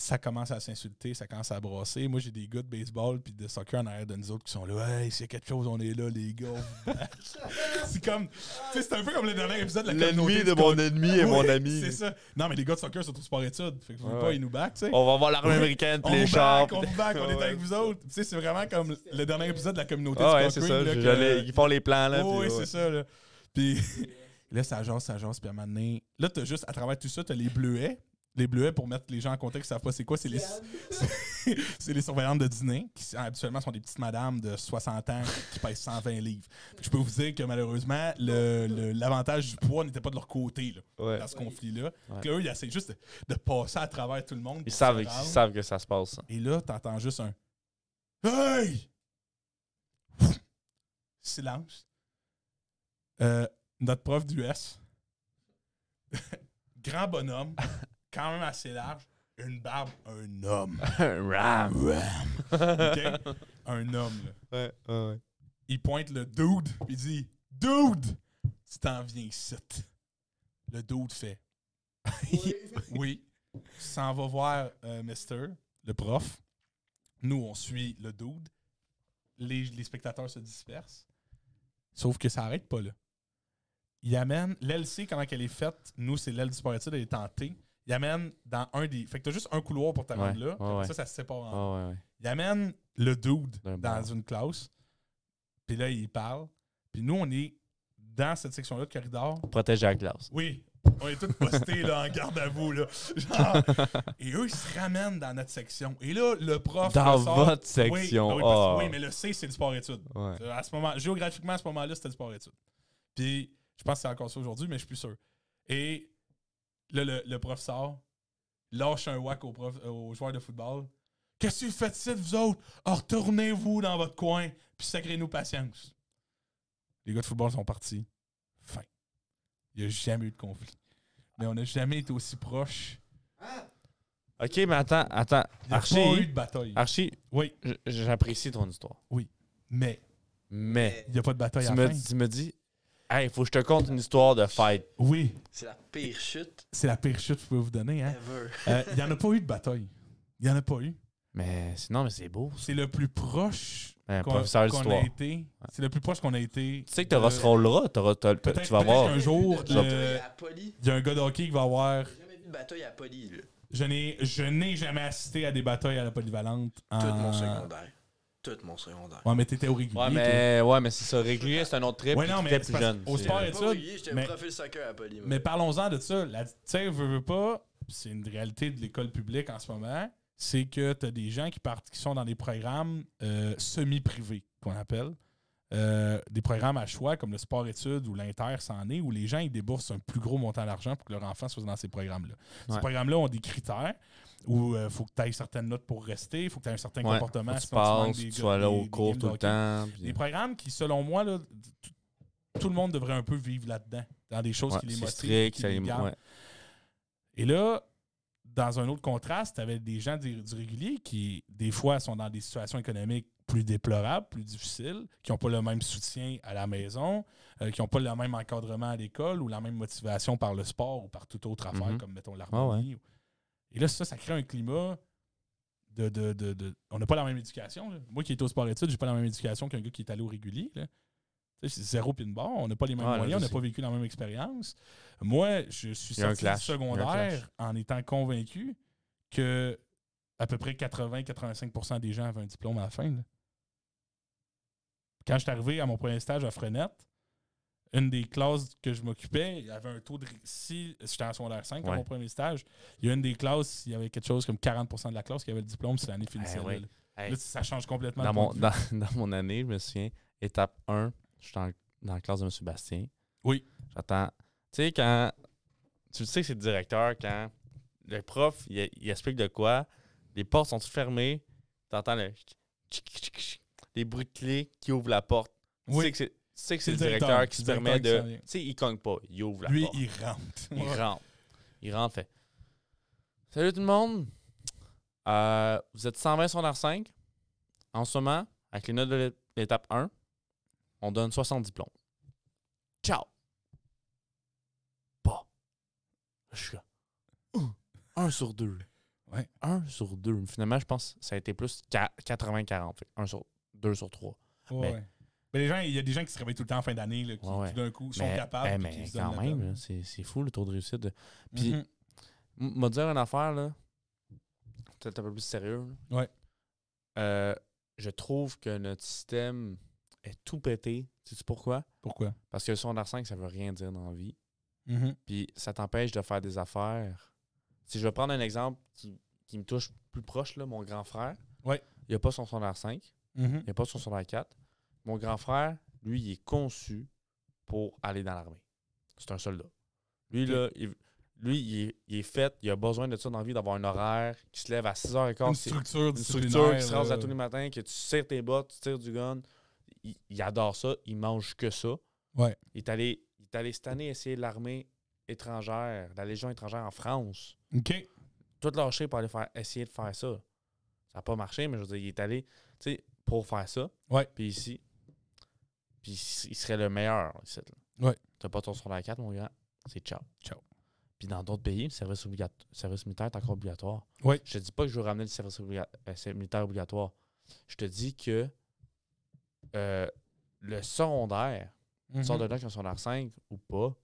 A: ça commence à s'insulter, ça commence à brasser. Moi, j'ai des gars de baseball puis de soccer en arrière de nous autres qui sont là. Hey, s'il y a quelque chose, on est là, les gars. on vous bat. c'est comme. tu sais, C'est un peu comme le dernier épisode de la communauté
B: L'ennemi de
A: du
B: mon
A: con-
B: ennemi est
A: Oui,
B: mon ami.
A: C'est ça. Non, mais les gars de soccer sont tous sport études. Fait que vous
B: Ouais,
A: pas,
B: ouais.
A: ils nous back, tu sais.
B: On va voir l'armée
A: Oui.
B: américaine,
A: On vous
B: les chars.
A: back, on vous back, on est
B: Ouais.
A: avec vous autres. Tu sais, c'est vraiment comme le dernier épisode de la communauté
B: Ah
A: du
B: ouais, c'est
A: conquering,
B: ça.
A: là, que-
B: j'allais- Ils font les plans, là.
A: Oh, oui,
B: puis, ouais.
A: c'est ça. Là. Puis là, ça agence, ça agence, puis à un moment donné, là, t'as juste, à travers tout ça, t'as les bleuets. Les bleuets, pour mettre les gens en contexte, qui savent pas c'est quoi, c'est les, c'est les surveillantes de dîner, qui habituellement sont des petites madames de 60 ans qui pèsent 120 livres. Puis je peux vous dire que malheureusement, le- le- l'avantage du poids n'était pas de leur côté là,
B: Ouais.
A: dans ce conflit-là. Donc là, eux, ils essaient juste de, de passer à travers tout le monde.
B: Ils
A: pour
B: savent,
A: se
B: ils
A: rendre.
B: savent que ça se passe. ça.
A: Et là, t'entends juste un Hey! Silence. Euh, notre prof d'US, grand bonhomme, quand même assez large, une barbe, un homme.
B: Ram.
A: OK? un homme. là.
B: Ouais, ouais, ouais.
A: Il pointe le dude, puis il dit Dude, tu t'en viens ici. Le dude fait Oui, tu s'en va voir euh, Mister, le prof. Nous, on suit le dude. Les, les spectateurs se dispersent. Sauf que ça n'arrête pas là. Il amène. L'aile C, comment qu'elle est faite, nous, c'est l'aile du sport études, elle est tentée. Il amène dans un des. Fait que t'as juste un couloir pour t'amener
B: Ouais,
A: là.
B: ouais,
A: Comme
B: ouais.
A: Ça, ça se sépare en
B: Ah, ouais, ouais.
A: il amène le dude
B: D'un
A: dans
B: bar.
A: une classe. Puis là, il parle. Puis nous, on est dans cette section-là de corridor.
B: Protège la classe.
A: Oui, on est tous postés là, en garde à vous. Là. Genre, et eux, ils se ramènent dans notre section. Et là, le prof.
B: Dans
A: ressort-
B: votre
A: Oui,
B: section.
A: ah oui, parce-
B: Ah.
A: oui, mais le C, c'est le sport-études.
B: Ouais.
A: Euh, À ce moment, géographiquement, à ce moment-là, c'était le sport-études. Puis, je pense que c'est encore ça aujourd'hui, mais je suis plus sûr. Et là, le, le prof sort, lâche un whack au, prof, euh, au joueur de football. Qu'est-ce que vous faites ici, vous autres? Ah, Retournez-vous dans votre coin, puis sacrez-nous patience. Les gars de football sont partis. Fin. Il n'y a jamais eu de conflit. Mais on n'a jamais été aussi proche.
B: Ok, mais attends, attends.
A: Il n'y a pas eu
B: Archie,
A: de bataille.
B: Archie,
A: Oui,
B: j- j'apprécie ton histoire.
A: mais
C: Eh,
B: Mais
A: il n'y a pas de bataille
B: tu
A: à
B: me,
A: la fin.
B: tu me dis, hey, faut que je te conte une histoire de fight.
A: Oui,
C: C'est la pire chute
A: c'est la pire chute que je peux vous donner. Hein?
C: ever.
A: Euh, Il n'y en a pas eu de bataille. Il n'y en a pas eu.
B: Mais sinon, mais c'est beau.
A: C'est le plus proche
B: Un
A: qu'on
B: professeur
A: qu'on a
B: d'histoire. Tu
A: été. C'est le plus proche qu'on a été. euh,
B: sais que t'auras ce rôle-là, t'auras- t'as-
A: Peut-être
B: tu vas voir.
A: un jour,
C: J'ai
A: le-
C: jamais vu de bataille à Poly.
A: il y a un gars de hockey qui va avoir.
C: J'ai jamais vu de bataille à Poly, là.
A: Je n'ai, je n'ai jamais assisté à des batailles à la polyvalente. en-
C: Tout mon secondaire. Tout mon secondaire.
A: Ouais, mais t'étais au régulier.
B: Ouais,
A: toi.
B: mais, ouais, mais c'est ça. Régulier, c'est un autre trip.
A: Ouais,
B: puis
A: non, mais
B: t'étais
A: c'est
B: plus
A: parce-
B: jeune.
A: au
B: c'est-
A: sport,
C: J'étais
A: études,
C: pas oublié, j'étais
A: mais-
C: profil soccer à Poly. moi.
A: Mais parlons-en de ça. La, tu sais, veux, veux pas, c'est une réalité de l'école publique en ce moment. C'est que tu as des gens qui partent, qui sont dans des programmes euh, semi-privés, qu'on appelle. Euh, des programmes à choix comme le sport études ou l'inter s'en est, où les gens ils déboursent un plus gros montant d'argent pour que leur enfant soit dans ces programmes-là. Ces
B: Ouais.
A: programmes-là ont des critères où il faut que tu aies certaines notes pour rester, il faut que tu aies un certain
B: Ouais,
A: comportement.
B: faut que tu
A: sinon manques
B: passes,
A: des
B: tu
A: gars-
B: sois là
A: des-
B: au
A: des
B: cours
A: games
B: tout
A: de
B: le
A: hockey.
B: temps.
A: Des
B: puis-
A: programmes qui, selon moi, là, tout, tout le monde devrait un peu vivre là-dedans, dans des choses
B: Ouais,
A: qui les
B: C'est
A: motivent.
B: strict,
A: qui
B: ça
A: les
B: les-
A: gardent.
B: ouais.
A: Et là, dans un autre contraste, tu avais des gens du, du régulier qui, des fois, sont dans des situations économiques plus déplorables, plus difficiles, qui n'ont pas le même soutien à la maison, euh, qui n'ont pas le même encadrement à l'école ou la même motivation par le sport ou par toute autre affaire,
B: Mhm.
A: comme mettons l'harmonie. Et là, ça, ça crée un climat de. de- de- de- on n'a pas la même éducation. là. Moi qui étais au sport études, j'ai pas la même éducation qu'un gars qui est allé au régulier. là. Tu sais, C'est zéro pin bar, on n'a pas les mêmes
B: Ouais, Ah, là,
A: moyens, on
B: je
A: n'a
B: sais.
A: pas vécu la même expérience. Moi, je suis
B: Il y a un
A: sorti du
B: clash, il y a un
A: secondaire
B: clash.
A: en étant convaincu que à peu près 80-85% des gens avaient un diplôme à la fin. là. Quand je suis arrivé à mon premier stage à Frenette, une des classes que je m'occupais, il y avait un taux de. ré- Si j'étais en secondaire 5 à
B: Ouais.
A: mon premier stage, il y a une des classes, il y avait quelque chose comme 40 de la classe qui avait le diplôme si l'année finissait.
B: ouais.
A: là.
B: Hey.
A: Là, ça change complètement.
B: Eh dans,
A: le point
B: mon,
A: de vue.
B: dans, dans mon année, je me souviens, étape 1, je suis en- dans la classe de M. Bastien.
A: Oui.
B: J'attends. Tu sais, quand. Tu le sais que c'est le directeur, quand le prof, il, il explique de quoi, les portes sont toutes fermées, tu entends le. tchic, tchic, tchic, tchic, les bruits de clés qui ouvrent la porte. Tu
A: Oui.
B: sais que c'est- tu sais que c'est le directeur qui se
A: directeur
B: permet
A: qui s'en
B: de.
A: vient.
B: Tu sais, il cogne pas, il ouvre la
A: Lui,
B: porte.
A: il rentre.
B: Il rentre. Il rentre, fait. Salut tout le monde. Euh, vous êtes 120 sur 5. En ce moment, avec les notes de l'é- l'étape 1, on donne 60 diplômes. Ciao. Pas. Je suis là. 1 sur 2.
A: Ouais.
B: 1 sur 2. Finalement, je pense que ça a été plus qu'à 80-40. 1 sur 2 sur 3.
A: Ouais, ouais. Mais les gens, il y a des gens qui se réveillent tout le temps en fin d'année, là, qui
B: Ouais, ouais.
A: tout d'un coup sont
B: mais,
A: capables.
B: eh,
A: puis
B: mais
A: qui se donnent
B: quand
A: la
B: même,
A: peine.
B: là, c'est c'est fou le taux de réussite. de- Puis,
A: Mhm.
B: M- m'a dire une affaire, là. Peut-être un peu plus sérieux. là.
A: Ouais.
B: Euh, je trouve que notre système est tout pété. Sais-tu pourquoi?
A: Pourquoi?
B: Parce que le secondaire 5, ça veut rien dire dans la vie.
A: Mhm.
B: Puis ça t'empêche de faire des affaires. Si je vais prendre un exemple qui, qui me touche plus proche, là, mon grand frère.
A: Ouais.
B: Il n'a pas son secondaire 5.
A: Mhm.
B: Il n'a pas son secondaire 4. Mon grand frère, lui, il est conçu pour aller dans l'armée. C'est un soldat. Lui, là, il, lui, il est, il est fait, il a besoin de ça dans la vie, d'avoir un horaire, qui se lève à 6h15.
A: Une
B: c'est
A: structure
B: une
A: disciplinaire. euh,
B: structure qui se range
A: là.
B: à tous les matins, que tu serres tes bottes, tu tires du gun. Il, il adore ça, il mange que ça.
A: Ouais.
B: Il est allé, il est allé cette année essayer l'armée étrangère, la Légion étrangère en France
A: OK.
B: tout lâché pour aller faire, essayer de faire ça. Ça n'a pas marché, mais je veux dire, il est allé, tu sais, pour faire ça.
A: Ouais.
B: Puis ici, puis il serait le meilleur ici. là.
A: Ouais.
B: T'as pas ton secondaire 4, mon grand. C'est ciao.
A: Ciao.
B: Puis dans d'autres pays, le service, obligato- le service militaire est encore obligatoire.
A: Ouais.
B: Je te dis pas que je veux ramener le service obliga- euh, c'est- militaire obligatoire. Je te dis que euh, le secondaire,
A: Mhm.
B: sort de là qui ont secondaire 5 ou pas,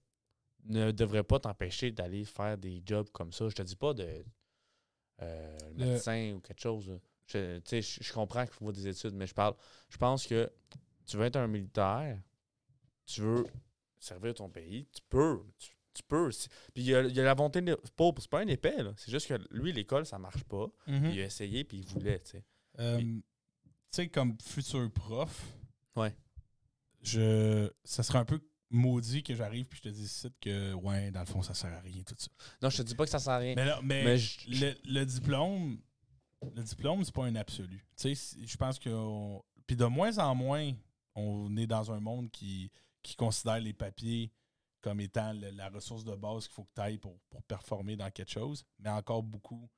B: ne devrait pas t'empêcher d'aller faire des jobs comme ça. Je te dis pas de euh,
A: Le-
B: médecin ou quelque chose. là. Je, tu sais, je, je comprends qu'il faut des études, mais je parle. Je pense que tu veux être un militaire, tu veux servir ton pays, tu peux. Tu, tu peux. Si- Puis il y a, il y a la volonté de. c'est pas- C'est pas un épais, là. C'est juste que lui, l'école, ça marche pas.
A: Mhm.
B: Il a essayé, puis il voulait, tu sais.
A: Euh, tu sais, comme futur prof,
B: Ouais.
A: je, ça serait un peu maudit que j'arrive puis je te dis ici que, ouais, dans le fond, ça sert à rien tout ça.
B: Non, je te dis pas que ça sert à rien.
A: Mais, là, mais,
B: Mais je-
A: le, le diplôme, le diplôme, c'est pas un absolu. Tu sais, c'est- je pense que. on- Puis de moins en moins, on est dans un monde qui, qui considère les papiers comme étant le- la ressource de base qu'il faut que tu ailles pour, pour performer dans quelque chose, mais encore beaucoup.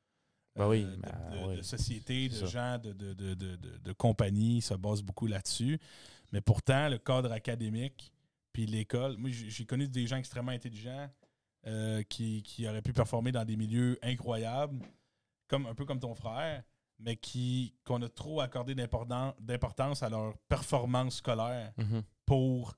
A: euh,
B: Ben oui,
A: de,
B: ben
A: de- de
B: oui,
A: sociétés,
B: c'est
A: de gens,
B: ça.
A: de, de, de, de- de- de compagnies se basent beaucoup là-dessus. Mais pourtant, le cadre académique, puis l'école, moi j'ai j'ai connu des gens extrêmement intelligents euh, qui, qui auraient pu performer dans des milieux incroyables, comme un peu comme ton frère, mais qui qu'on a trop accordé d'importan- d'importance à leur performance scolaire
B: Mhm.
A: pour,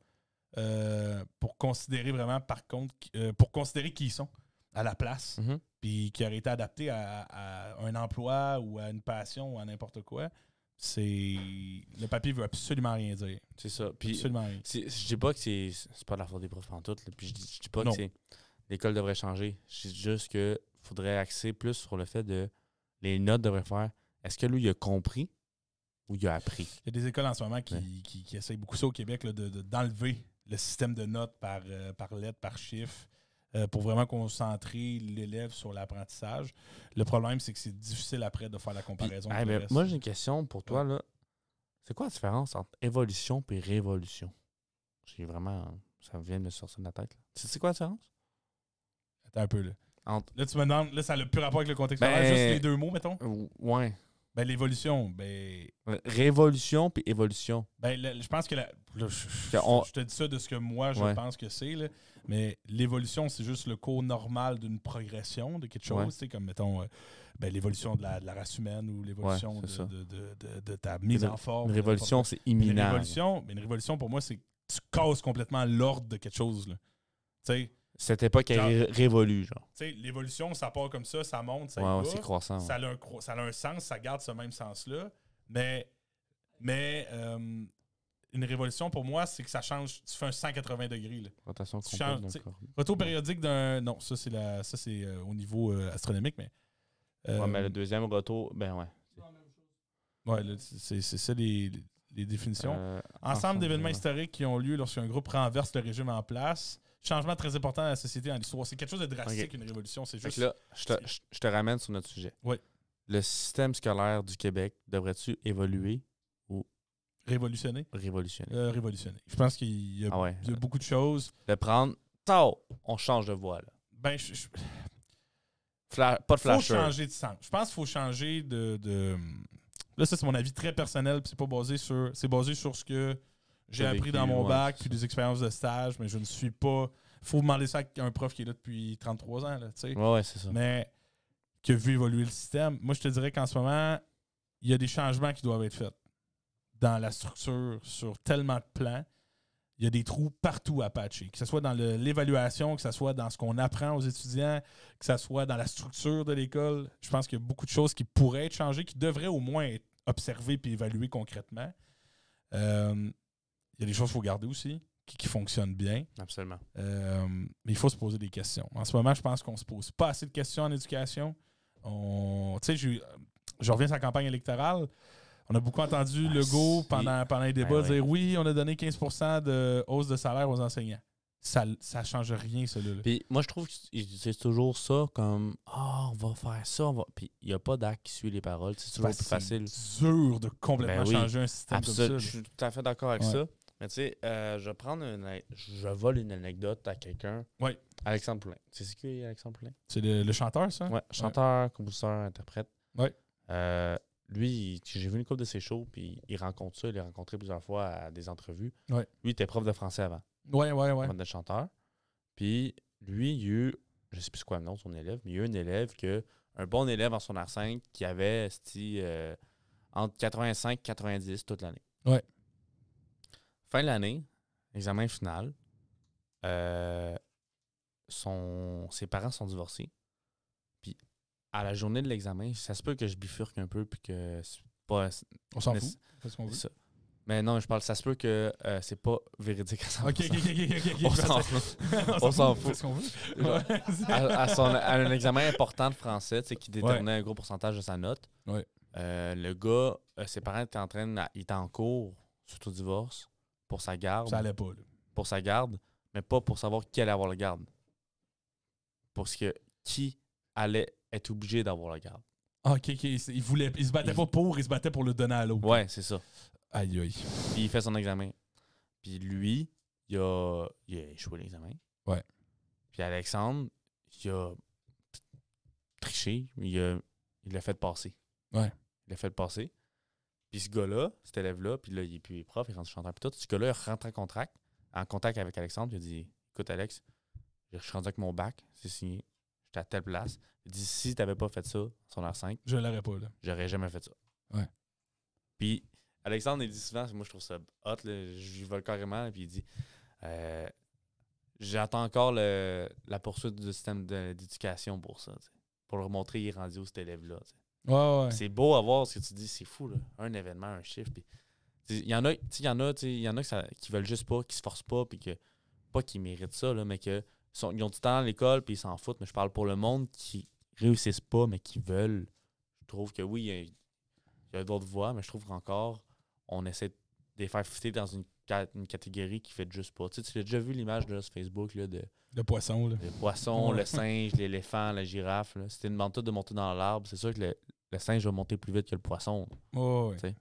A: euh, pour considérer vraiment, par contre, qui- euh, pour considérer qui ils sont à la place,
B: Mhm.
A: puis qui auraient été adaptés à, à un emploi ou à une passion ou à n'importe quoi. C'est le papier veut absolument rien dire.
B: C'est ça. Puis
A: absolument rien.
B: C'est- Je dis pas que c'est c'est pas de la faute des profs en tout. là, Puis je dis, je dis pas
A: Non.
B: que c'est l'école devrait changer. Je dis juste que faudrait axer plus sur le fait de les notes devraient faire. Est-ce que lui il a compris ou il a appris
A: Il y a des écoles en ce moment qui,
B: Ouais.
A: qui, qui essayent beaucoup ça au Québec, là, de- de- d'enlever le système de notes par, euh, par lettre, par chiffre, euh, pour vraiment concentrer l'élève sur l'apprentissage. Le problème, c'est que c'est difficile après de faire la
B: Puis,
A: comparaison.
B: hey,
A: avec le
B: ben,
A: reste.
B: Moi j'ai une question pour toi là. C'est quoi la différence entre évolution et révolution J'ai vraiment ça vient de me sortir de la tête. là. Tu sais quoi la différence
A: Attends un peu, là.
B: Entre-
A: Là, tu me demandes, là, ça n'a plus rapport avec le contexte
B: Ben-
A: horaire, juste les deux mots, mettons.
B: Euh, Ouais.
A: Ben, l'évolution, ben,
B: Euh, Révolution puis évolution.
A: ben, le- je pense que la. là, je, je-
B: Que on-
A: je te dis ça de ce que moi, je
B: Ouais.
A: pense que c'est, là. Mais l'évolution, c'est juste le cours normal d'une progression de quelque chose,
B: Ouais.
A: tu sais, comme, mettons, euh, ben, l'évolution de la, de la race humaine ou l'évolution de,
B: Ouais, c'est ça.
A: de- de- de- de ta mise
B: Une-
A: en forme.
B: Une révolution c'est
A: Mais Une
B: imminent.
A: révolution, mais une révolution, pour moi, c'est que tu casses complètement l'ordre de quelque chose, là. Tu sais,
B: Cette époque est
A: Genre-
B: ré- révolue genre.
A: tu sais, l'évolution, ça part comme ça, ça monte, ça y
B: Ouais, ouais,
A: va.
B: c'est croissant. ouais.
A: ça, a un, cro- ça a un sens, ça garde ce même sens-là. Mais, mais euh, une révolution pour moi, c'est que ça change. Tu fais un 180 degrés. là.
B: Rotation
A: Tu changes,
B: complète euh, dans
A: tu
B: le
A: sais,
B: corps.
A: Retour périodique d'un. Non, ça c'est la... ça, c'est euh, au niveau euh, astronomique, mais. euh,
B: Ouais, mais le deuxième retour, ben ouais.
A: ouais, là, c'est c'est ça les, les définitions.
B: Euh,
A: Ensemble d'événements
B: ouais.
A: historiques qui ont lieu lorsqu'un groupe renverse le régime en place. Changement très important dans la société, dans l'histoire. C'est quelque chose de drastique,
B: Ok.
A: une révolution. C'est
B: Fait
A: juste.
B: que là, je te, je- je te ramène sur notre sujet.
A: Oui.
B: Le système scolaire du Québec, devrait-tu évoluer ou
A: révolutionner.
B: révolutionner?
A: Euh, révolutionner. Je pense qu'il y, a-
B: Ah ouais.
A: il y a beaucoup de choses.
B: De prendre, tao, on change de voie. là.
A: Ben, je- je-
B: Fla- pas de
A: faut
B: flasher.
A: changer de sens. Je pense qu'il faut changer de, de- Là, ça, c'est mon avis très personnel. puis C'est pas basé sur. C'est basé sur ce que j'ai
B: T'as
A: appris
B: vécu,
A: dans mon
B: ouais,
A: bac,
B: c'est
A: puis
B: ça.
A: des expériences de stage, mais je ne suis pas. Faut demander ça à un prof qui est là depuis 33 ans, là, tu sais.
B: Ouais, ouais, c'est ça.
A: Mais qui a vu évoluer le système. Moi, je te dirais qu'en ce moment, il y a des changements qui doivent être faits dans la structure, sur tellement de plans. Il y a des trous partout à patcher, que ce soit dans le- l'évaluation, que ce soit dans ce qu'on apprend aux étudiants, que ce soit dans la structure de l'école. Je pense qu'il y a beaucoup de choses qui pourraient être changées, qui devraient au moins être observées puis évaluées concrètement. Euh, il y a des choses qu'il faut garder aussi, qui- qui fonctionnent bien.
B: Absolument.
A: Euh, mais il faut se poser des questions. En ce moment, je pense qu'on se pose pas assez de questions en éducation. On, tu sais, j'ai eu- je reviens sur la campagne électorale. On a beaucoup entendu
B: Ah,
A: Legault
B: si.
A: pendant, pendant les débats
B: Ah, ouais.
A: dire oui, on a donné 15 de hausse de salaire aux enseignants. Ça ne change rien, celui-là.
B: Puis moi, je trouve que c'est toujours ça comme Ah, on va faire ça. On va... Puis il n'y a pas d'acte qui suit les paroles. C'est toujours
A: Parce
B: plus
A: que
B: facile.
A: C'est dur de complètement
B: Ben oui.
A: changer un système
B: Absolument.
A: comme
B: Je
A: ça.
B: suis tout à fait d'accord avec
A: Ouais.
B: ça. Mais tu sais, euh, je vais prendre une. a- Je vole une anecdote à quelqu'un.
A: Ouais.
B: Alexandre Poulain. Tu sais qui est Alexandre Poulain?
A: C'est le, le chanteur, ça?
B: Ouais, chanteur, compositeur, interprète.
A: Ouais.
B: Euh, lui, il- j'ai vu une couple de ses shows, puis il rencontre ça, il l'a rencontré plusieurs fois à des entrevues.
A: Ouais.
B: Lui, il était prof de français avant,
A: Ouais, ouais, ouais.
B: avant d'être chanteur. Puis lui, il y a eu, je sais plus c'est quoi le nom de son élève, mais il y a eu un élève que, un bon élève en son R5 qui avait esti, euh, entre 85 et 90 toute l'année.
A: Ouais.
B: Fin de l'année, examen final. euh, son, ses parents sont divorcés. Puis à la journée de l'examen, ça se peut que je bifurque un peu puis que c'est pas c'est
A: On s'en
B: mais
A: fout.
B: c'est-
A: Parce qu'on veut.
B: ça. Mais non, je parle ça se peut que euh, c'est pas véridique à 100%.
A: Ok, ok, ok, ok, ok.
B: On s'en on s'en fout.
A: Parce qu'on veut.
B: Genre,
A: Ouais.
B: à, à son- à un examen important de français, tu sais, qui déterminait un gros pourcentage de sa note.
A: Ouais.
B: Euh, le gars, euh, ses parents étaient en train, de- il était en cours, surtout divorce, pour sa garde.
A: Ça allait pas, là.
B: pour sa garde, mais pas pour savoir qui allait avoir la garde. Parce que qui allait être obligé d'avoir la garde.
A: Ah, ok, ok. c'est- Il, voulait, il se battait
B: Il-
A: pas pour, il se battait pour le donner à l'autre.
B: Ouais, c'est ça.
A: Aïe, aïe.
B: Puis il fait son examen. Puis lui, il a, il a échoué l'examen.
A: Ouais.
B: Puis Alexandre, il a triché, il a- il l'a fait passer.
A: Ouais.
B: Il l'a fait passer. Puis ce gars-là, cet élève-là, puis là, il est plus prof, il rentre chanteur, puis tout. Ce gars-là, il rentre en contact, en contact avec Alexandre, puis il a dit Écoute, Alex, je suis rendu avec mon bac, c'est signé, j'étais à telle place. Il dit Si t'avais pas fait ça, son R5,
A: Je l'aurais pas, là.
B: J'aurais jamais fait ça.
A: Ouais.
B: Puis Alexandre, il dit souvent, moi je trouve ça hot, là, je lui vole carrément, puis il dit euh, J'attends encore le- la poursuite du système de- d'éducation pour ça, tu sais. pour leur montrer il est rendu où cet élève-là. tu sais.
A: Ouais, ouais.
B: C'est beau à voir ce que tu dis, c'est fou, là. un événement, un chiffre. puis tu sais, Il y en a, tu sais, il y en a, tu sais, il y en a que ça- qui veulent juste pas, qui se forcent pas, puis que, pas qu'ils méritent ça, là, mais que sont- ils ont du temps à l'école, puis ils s'en foutent. Mais je parle pour le monde qui réussissent pas, mais qui veulent. Je trouve que oui, il y a- il y a, d'autres voies, mais je trouve qu'encore, on essaie de les faire fitter dans une, ca- une catégorie qui fait juste pas. Tu, sais, tu as déjà vu l'image de sur Facebook là, de
A: Le poisson, là.
B: le poisson,
A: Ouais.
B: le singe, l'éléphant, la girafe. Là. Si tu demandes tout de monter dans l'arbre, c'est sûr que le, le singe va monter plus vite que le poisson.
A: Ouais, ouais.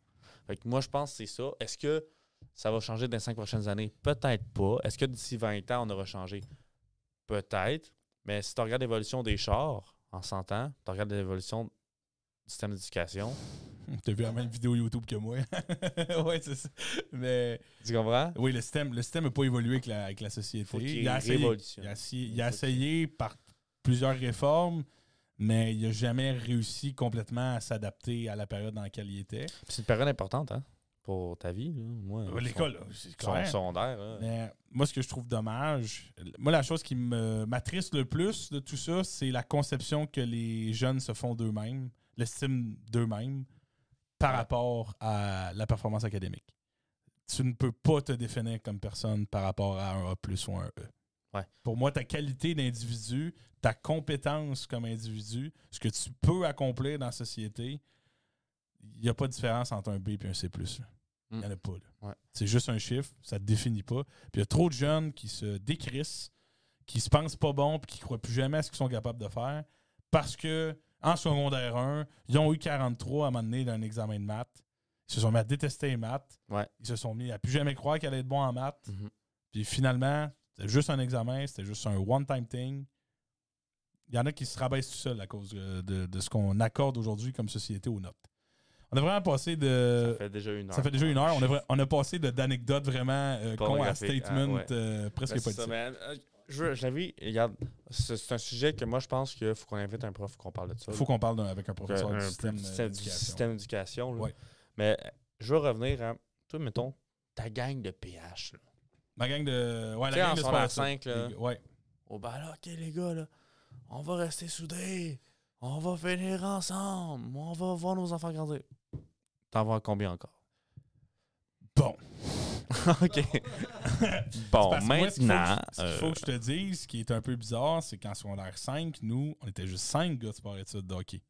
B: Fait que moi, je pense que c'est ça. Est-ce que ça va changer dans les cinq prochaines années? Peut-être pas. Est-ce que d'ici 20 ans, on aura changé? Peut-être. Mais si tu regardes l'évolution des chars en 100 ans, tu regardes l'évolution du système d'éducation,
A: T'as vu la même vidéo YouTube que moi. ouais, c'est ça. Mais
B: tu comprn'a
A: oui, le système le système n'a pas évolué avec la, avec la société.
B: Faut qu'il
A: a essayé,
B: révolutionne.
A: il a essayé- il
B: Il
A: a
B: faut qu'il-
A: essayé par plusieurs réformes, mais il n'a jamais réussi complètement à s'adapter à la période dans laquelle il était.
B: C'est une période importante hein, pour ta vie. là. Moi,
A: Euh, L'école, là, c'est
B: son-
A: clair.
B: son secondaire. hein. là.
A: Mais moi, ce que je trouve dommage, moi, la chose qui me m'attriste le plus de tout ça, c'est la conception que les jeunes se font d'eux-mêmes, l'estime d'eux-mêmes, par
B: Ouais.
A: rapport à la performance académique. tu ne peux pas te définir comme personne par rapport à un A ou un E.
B: Ouais.
A: Pour moi, ta qualité d'individu, ta compétence comme individu, ce que tu peux accomplir dans la société, il n'y a pas de différence entre un B et un C. là. Il n'y en a pas. là.
B: Mm. Ouais.
A: C'est juste un chiffre, ça ne te définit pas. Puis il y a trop de jeunes qui se décrissent, qui se pensent pas bons, puis qui ne croient plus jamais à ce qu'ils sont capables de faire parce que en secondaire 1, ils ont eu 43 à un moment donné d'un examen de maths. Ils se sont mis à détester les maths.
B: Ouais.
A: Ils se sont mis à plus jamais croire qu'elle allait être bon en maths.
B: Mhm.
A: Puis finalement, c'était juste un examen, c'était juste un one-time thing. Il y en a qui se rabaissent tout seul à cause euh, de, de ce qu'on accorde aujourd'hui comme société aux notes. On a vraiment passé de.
B: ça fait déjà une heure.
A: euh, Ça fait déjà une heure. On a, vra- on a passé de- d'anecdotes vraiment euh, con à
B: Pornographique, hein,
A: statement
B: ouais.
A: euh, presque
B: Ben, c'est ça,
A: politique.
B: mais, euh, je veux- je l'avais- regarde, c'est c'est un sujet que moi, je pense qu'il faut qu'on invite un prof qu'on parle de ça.
A: Il faut qu'on parle d'un- avec un
B: Que-
A: professeur
B: un
A: du système
B: du
A: euh,
B: système- du
A: d'éducation.
B: système d'éducation. là.
A: Ouais.
B: Mais euh, je veux revenir à, toi, mettons, ta gang de PH. là.
A: Ma gang de. Ouais, la
B: Tu sais,
A: gang
B: en
A: de
B: secondaire
A: sport, ça.
B: 5, là.
A: Les gars, Ouais.
B: Oh, ben là, OK, les gars, là, on va rester soudés. On va finir ensemble. On va voir nos enfants grandir. T'en vas combien encore?
A: Bon.
B: OK.
A: C'est
B: bon,
A: parce que moi, ce qu'il faut que-
B: maintenant...
A: Ce qu'il faut,
B: euh,
A: que je te dise, ce qui est un peu bizarre, c'est qu'en secondaire 5, nous, on était juste 5 gars de sport études de hockey.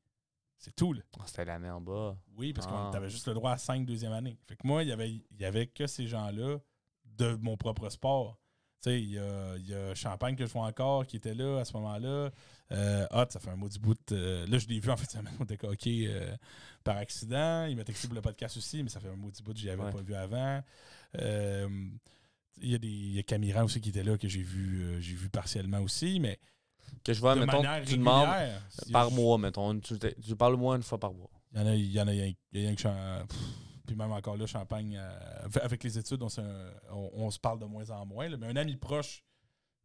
A: C'est tout, là.
B: oh, C'était l'année en bas.
A: Oui, parce
B: Ah.
A: qu'on avait juste le droit à 5 deuxième année. Fait que moi, il y avait, il y avait que ces gens-là de mon propre sport. Tu sais, il y a, il y a Champagne que je vois encore qui était là à ce moment-là. Euh, Hot, ça fait un mot du bout. de- euh, là, je l'ai vu en fait, ça m'a décoqué par accident. Il m'a texté pour le podcast aussi, mais ça fait un mot du bout que je l'avais
B: Ouais.
A: pas vu avant. Euh, il y a des il y a Camiran aussi qui était là que j'ai vu euh, j'ai vu partiellement aussi mais
B: Que je vois,
A: de
B: mettons,
A: manière
B: tu demandes
A: régulière, il y a
B: par
A: ju-
B: mois, mettons. Tu, te- tu parles moins une fois par mois.
A: Il y en a, il y en a, il y en a- il y en a que Cham- pff, Puis même encore là, Champagne, euh, avec- avec les études, on, s'est- on- on se parle de moins en moins. là. mais un ami proche,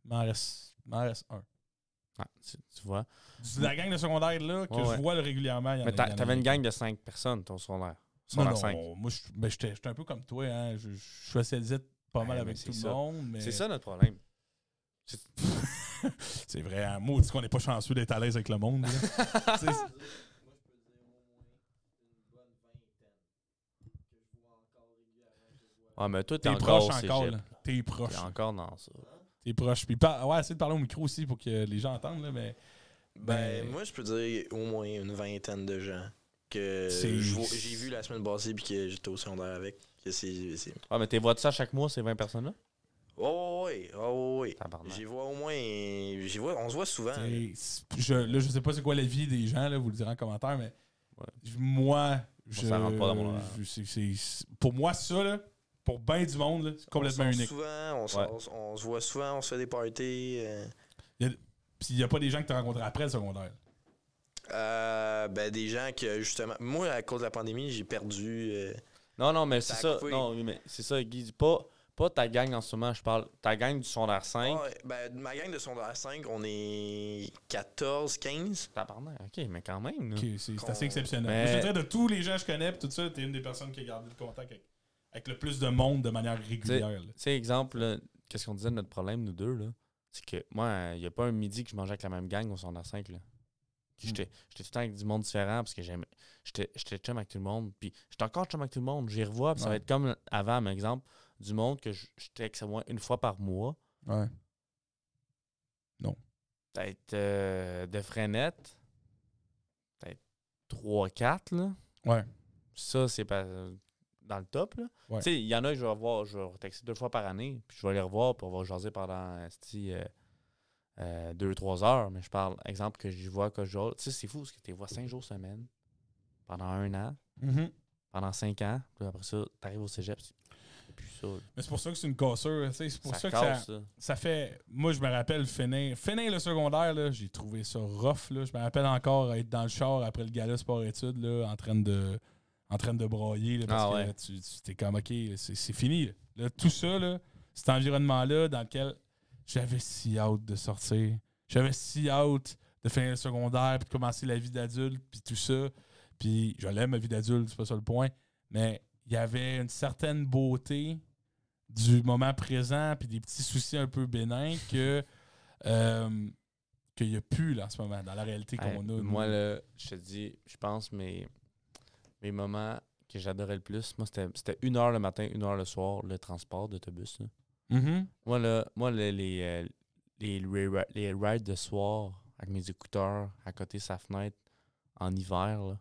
A: m'en reste, m'en reste un.
B: Ah, tu, tu vois.
A: De La gang de secondaire, là, que
B: Ouais, ouais.
A: je vois là, régulièrement, il y en a-
B: Mais
A: il
B: t'a-
A: y en a-
B: t'avais une gang de 5 personnes, ton secondaire.
A: Non,
B: Secondaire
A: non,
B: 5.
A: moi, je- ben, j'étais j'étais un peu comme toi. Hein, je, je socialisais pas
B: Ouais,
A: mal
B: mais
A: avec
B: c'est
A: tout
B: ça.
A: le monde. mais-
B: C'est ça notre problème.
A: C'est vrai, hein, maudit qu'on n'est pas chanceux d'être à l'aise avec le monde. là. C'est-
D: Moi, je peux dire au moins une bonne vingtaine que je vois encore régulièrement. que je vois.
B: Ah, mais toi,
A: T'es
B: t'es encore
A: proche
B: au
A: encore.
B: cégep.
A: là. T'es
B: T'es
A: proche.
B: encore dans ça.
A: T'es proche. Puis, par- ouais, essaye de parler au micro aussi pour que les gens entendent. là, mais
C: Ben,
A: Ben-
C: moi, je peux dire au moins une vingtaine de gens que
A: C'est-
C: je vois- j'ai vu la semaine passée puis que j'étais au secondaire avec. Que c'est, c'est-
B: Ah, mais t'es vois de ça chaque mois, ces 20 personnes-là?
C: Oh, ouais, oh, ouais.
B: Tabarnak.
C: J'y vois au moins. J'y vois, on se voit
B: Ah,
C: souvent. là.
A: Et c'est- je, là, je sais pas c'est quoi la vie des gens, là, vous le direz en commentaire, mais
B: Ouais.
A: je- moi, je,
B: ça rentre pas dans mon horaire.
A: je- c'est- c'est- c'est- pour moi, ça, là, pour bien du monde, là, c'est complètement
C: on se
A: unique.
C: Souvent, on, se-
B: Ouais.
C: on se- on se voit souvent, on se fait des parties. euh,
A: Puis il n'y a pas des gens que tu as rencontrés après le secondaire.
C: euh, ben, des gens que, justement. Moi, à cause de la pandémie, j'ai perdu. euh,
B: Non, non, mais c'est
C: T'as
B: ça.
C: coupé.
B: Non, oui, mais c'est ça, Guy. Pas, pas ta gang en ce moment, je parle. Ta gang du secondaire 5.
C: ah, ben, de ma gang de secondaire 5, on est 14, 15.
B: Tabarnak, ok, mais quand même. là.
A: Ok, c'est- c'est assez
C: Con-
A: exceptionnel.
B: Hum. Mais-
A: Je te dirais de tous les gens que je connais, puis tout ça, tu es une des personnes qui a gardé le contact avec, avec le plus de monde de manière régulière. là.
B: Tu sais, exemple, là, qu'est-ce qu'on disait de notre problème, nous deux, là? C'est que moi, il n'y a pas un midi que je mangeais avec la même gang au secondaire 5, là. Puis J'étais j'étais tout le temps avec du monde différent parce que j'aimais. J'étais j'étais chum avec tout le monde. Puis j'étais encore chum avec tout le monde. J'y revois. Puis ça va
A: Ouais.
B: être comme avant, mais exemple, du monde que je- j'étais avec moi une fois par mois.
A: Ouais. Non.
B: Peut-être euh, de Frenette. Peut-être 3-4, là.
A: Ouais.
B: Ça, c'est pas euh, dans le top, là.
A: Ouais.
B: Tu sais, il y en a que je vais revoir, je vais texter deux fois par année, puis je vais les revoir, puis on va jaser pendant esti, euh, euh, deux, trois heures. Mais je parle, exemple, que je vois que je vois- Tu sais, c'est fou, parce que tu les vois cinq jours semaine, pendant un an,
A: Mhm.
B: pendant cinq ans, puis après ça, t'arrives au cégep, c'est c'est plus ça. là.
A: Mais c'est pour ça que c'est une cassure. tu sais, C'est pour ça, que ça,
B: casse, ça.
A: ça fait. Moi, je me rappelle finir, finir le secondaire, là, j'ai trouvé ça rough. Là. Je me rappelle encore être dans le char après le gala sport-études là, en train de en train de broyer là, parce
B: Ah
A: que
B: ouais.
A: tu, tu t'es comme OK, c'est, c'est fini. Là. Là, tout ça, là, cet environnement-là dans lequel j'avais si hâte de sortir. J'avais si hâte de finir le secondaire puis de commencer la vie d'adulte puis tout ça. Puis je l'aime ma vie d'adulte, c'est pas ça le point. Mais il y avait une certaine beauté du moment présent puis des petits soucis un peu bénins que euh, qu'il n'y a plus là, en ce moment dans la réalité
B: Hey,
A: qu'on a. nous.
B: Moi, là, je te dis, je pense mes, mes moments que j'adorais le plus, moi, c'était- c'était une heure le matin, une heure le soir, le transport d'autobus. là.
A: Mhm.
B: Moi, là, moi le- les, euh, les, ri- les rides de soir avec mes écouteurs à côté de sa fenêtre en hiver, là,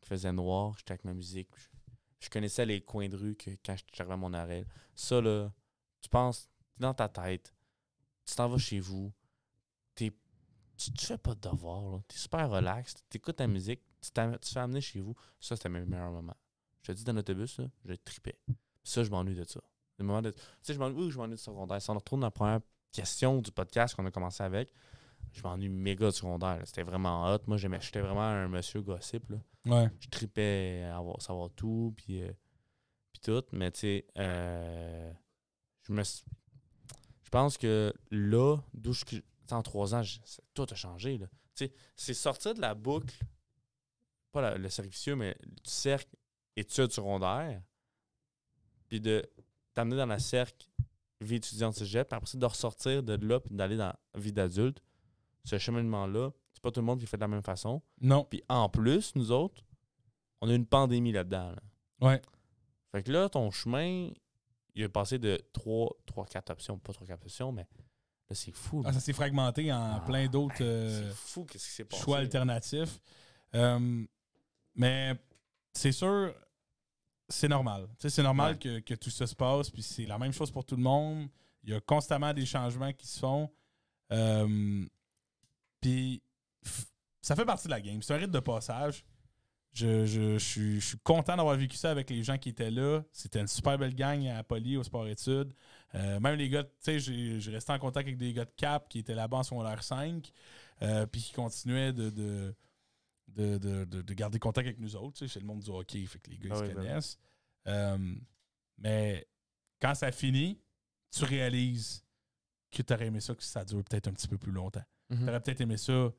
B: qui faisait noir, j'étais avec ma musique. Je, je connaissais les coins de rue que, quand j'arrivais à mon arrêt. Ça, là, tu penses, t'es dans ta tête, tu t'en vas chez vous, t'es- tu te fais pas de devoir, là. t'es super relax, t'écoutes ta musique, tu, t'am- tu te fais amener chez vous. Ça, c'était mes meilleurs moments. Je te dis, dans l'autobus, là, je tripais. Ça, je m'ennuie de ça. Le moment de tu sais, je m'ennuie, oui, je m'ennuie du secondaire. Si on retourne à la première question du podcast qu'on a commencé avec, je m'ennuie méga du secondaire. là. C'était vraiment hot. Moi, j'aimais, j'étais vraiment un monsieur gossip. Là.
A: Ouais.
B: Je tripais à avoir- savoir tout, puis, euh, puis tout. Mais tu sais, euh, je me suis- je pense que là, d'où je, tu sais, en trois ans, je- c'est- tout a changé. Là. Tu sais, c'est sortir de la boucle, pas la- le cercle vicieux, mais du cercle études secondaires, puis de t'amener dans la cercle vie étudiante cégep, puis après ça, de ressortir de là, puis d'aller dans la vie d'adulte. Ce cheminement-là, c'est pas tout le monde qui le fait de la même façon.
A: Non.
B: Puis en plus, nous autres, on a une pandémie là-dedans. là.
A: Ouais.
B: Fait que là, ton chemin, il est passé de 3, 3 4 options, pas 3, 4 options, mais là, c'est fou.
A: Ah,
B: là.
A: ça s'est fragmenté en
B: Ah,
A: plein d'autres
B: hey,
A: euh,
B: c'est fou, qu'est-ce qui s'est passé.
A: choix alternatifs. Euh, mais c'est sûr, c'est normal. Tu sais, C'est normal
B: Ouais.
A: que, que tout ça se passe, puis c'est la même chose pour tout le monde. Il y a constamment des changements qui se font. Euh, puis f- ça fait partie de la game. C'est un rite de passage. Je, je- je suis, je suis content d'avoir vécu ça avec les gens qui étaient là. C'était une super belle gang à Poly, au sport études. Euh, même les gars, tu sais, j'ai j'ai resté en contact avec des gars de Cap qui étaient là-bas en secondaire 5, euh, puis qui continuaient de, de, de, de- de- de garder contact avec nous autres. tu sais, C'est le monde du hockey, fait que les gars,
B: Ah
A: ils
B: oui,
A: se
B: ben oui.
A: connaissent. Euh, mais quand ça finit, tu réalises que tu aurais aimé ça, que ça dure peut-être un petit peu plus longtemps.
B: Mhm.
A: T'aurais peut-être aimé ça,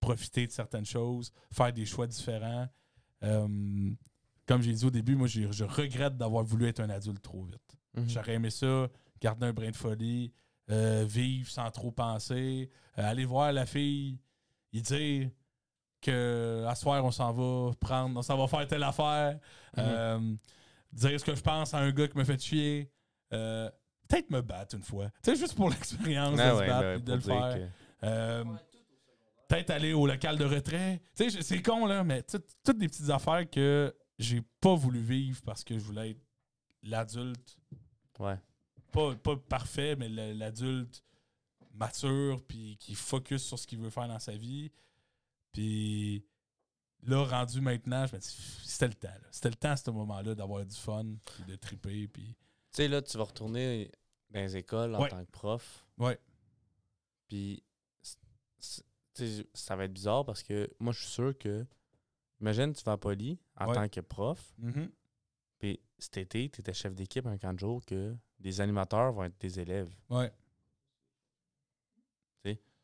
A: profiter de certaines choses, faire des choix différents. Euh, comme j'ai dit au début, moi, j'ai- je regrette d'avoir voulu être un adulte trop vite.
B: Mhm.
A: J'aurais aimé ça, garder un brin de folie, euh, vivre sans trop penser, euh, aller voir la fille et dire que à soir, on s'en va prendre, on s'en va faire telle affaire,
B: Mm.
A: euh, dire ce que je pense à un gars qui me fait chier. euh, Peut-être me battre une fois. Tu sais, juste pour l'expérience
B: Ah
A: de se
B: ouais,
A: battre
B: ben,
A: et de
B: pour
A: le
B: dire
A: faire.
B: que-
A: Euh, Peut-être aller au local de retrait. Tu sais, je- c'est con, là, mais tout- toutes des petites affaires que j'ai pas voulu vivre parce que je voulais être l'adulte.
B: Ouais.
A: Pas, pas parfait, mais le- l'adulte mature, puis qui focus sur ce qu'il veut faire dans sa vie. Puis là, rendu maintenant, je me dis, pff, c'était le temps. là. C'était le temps, à ce moment-là, d'avoir du fun, puis de triper, puis...
B: Tu sais, là, tu vas retourner dans les écoles en
A: Ouais.
B: tant que prof.
A: Ouais.
B: Puis, c- c- tu sais, ça va être bizarre parce que moi, je suis sûr que. Imagine, tu vas à Poly en
A: Ouais.
B: tant que prof.
A: Mm-hmm.
B: Puis cet été, tu étais chef d'équipe un camp de jour que des animateurs vont être tes élèves.
A: Ouais,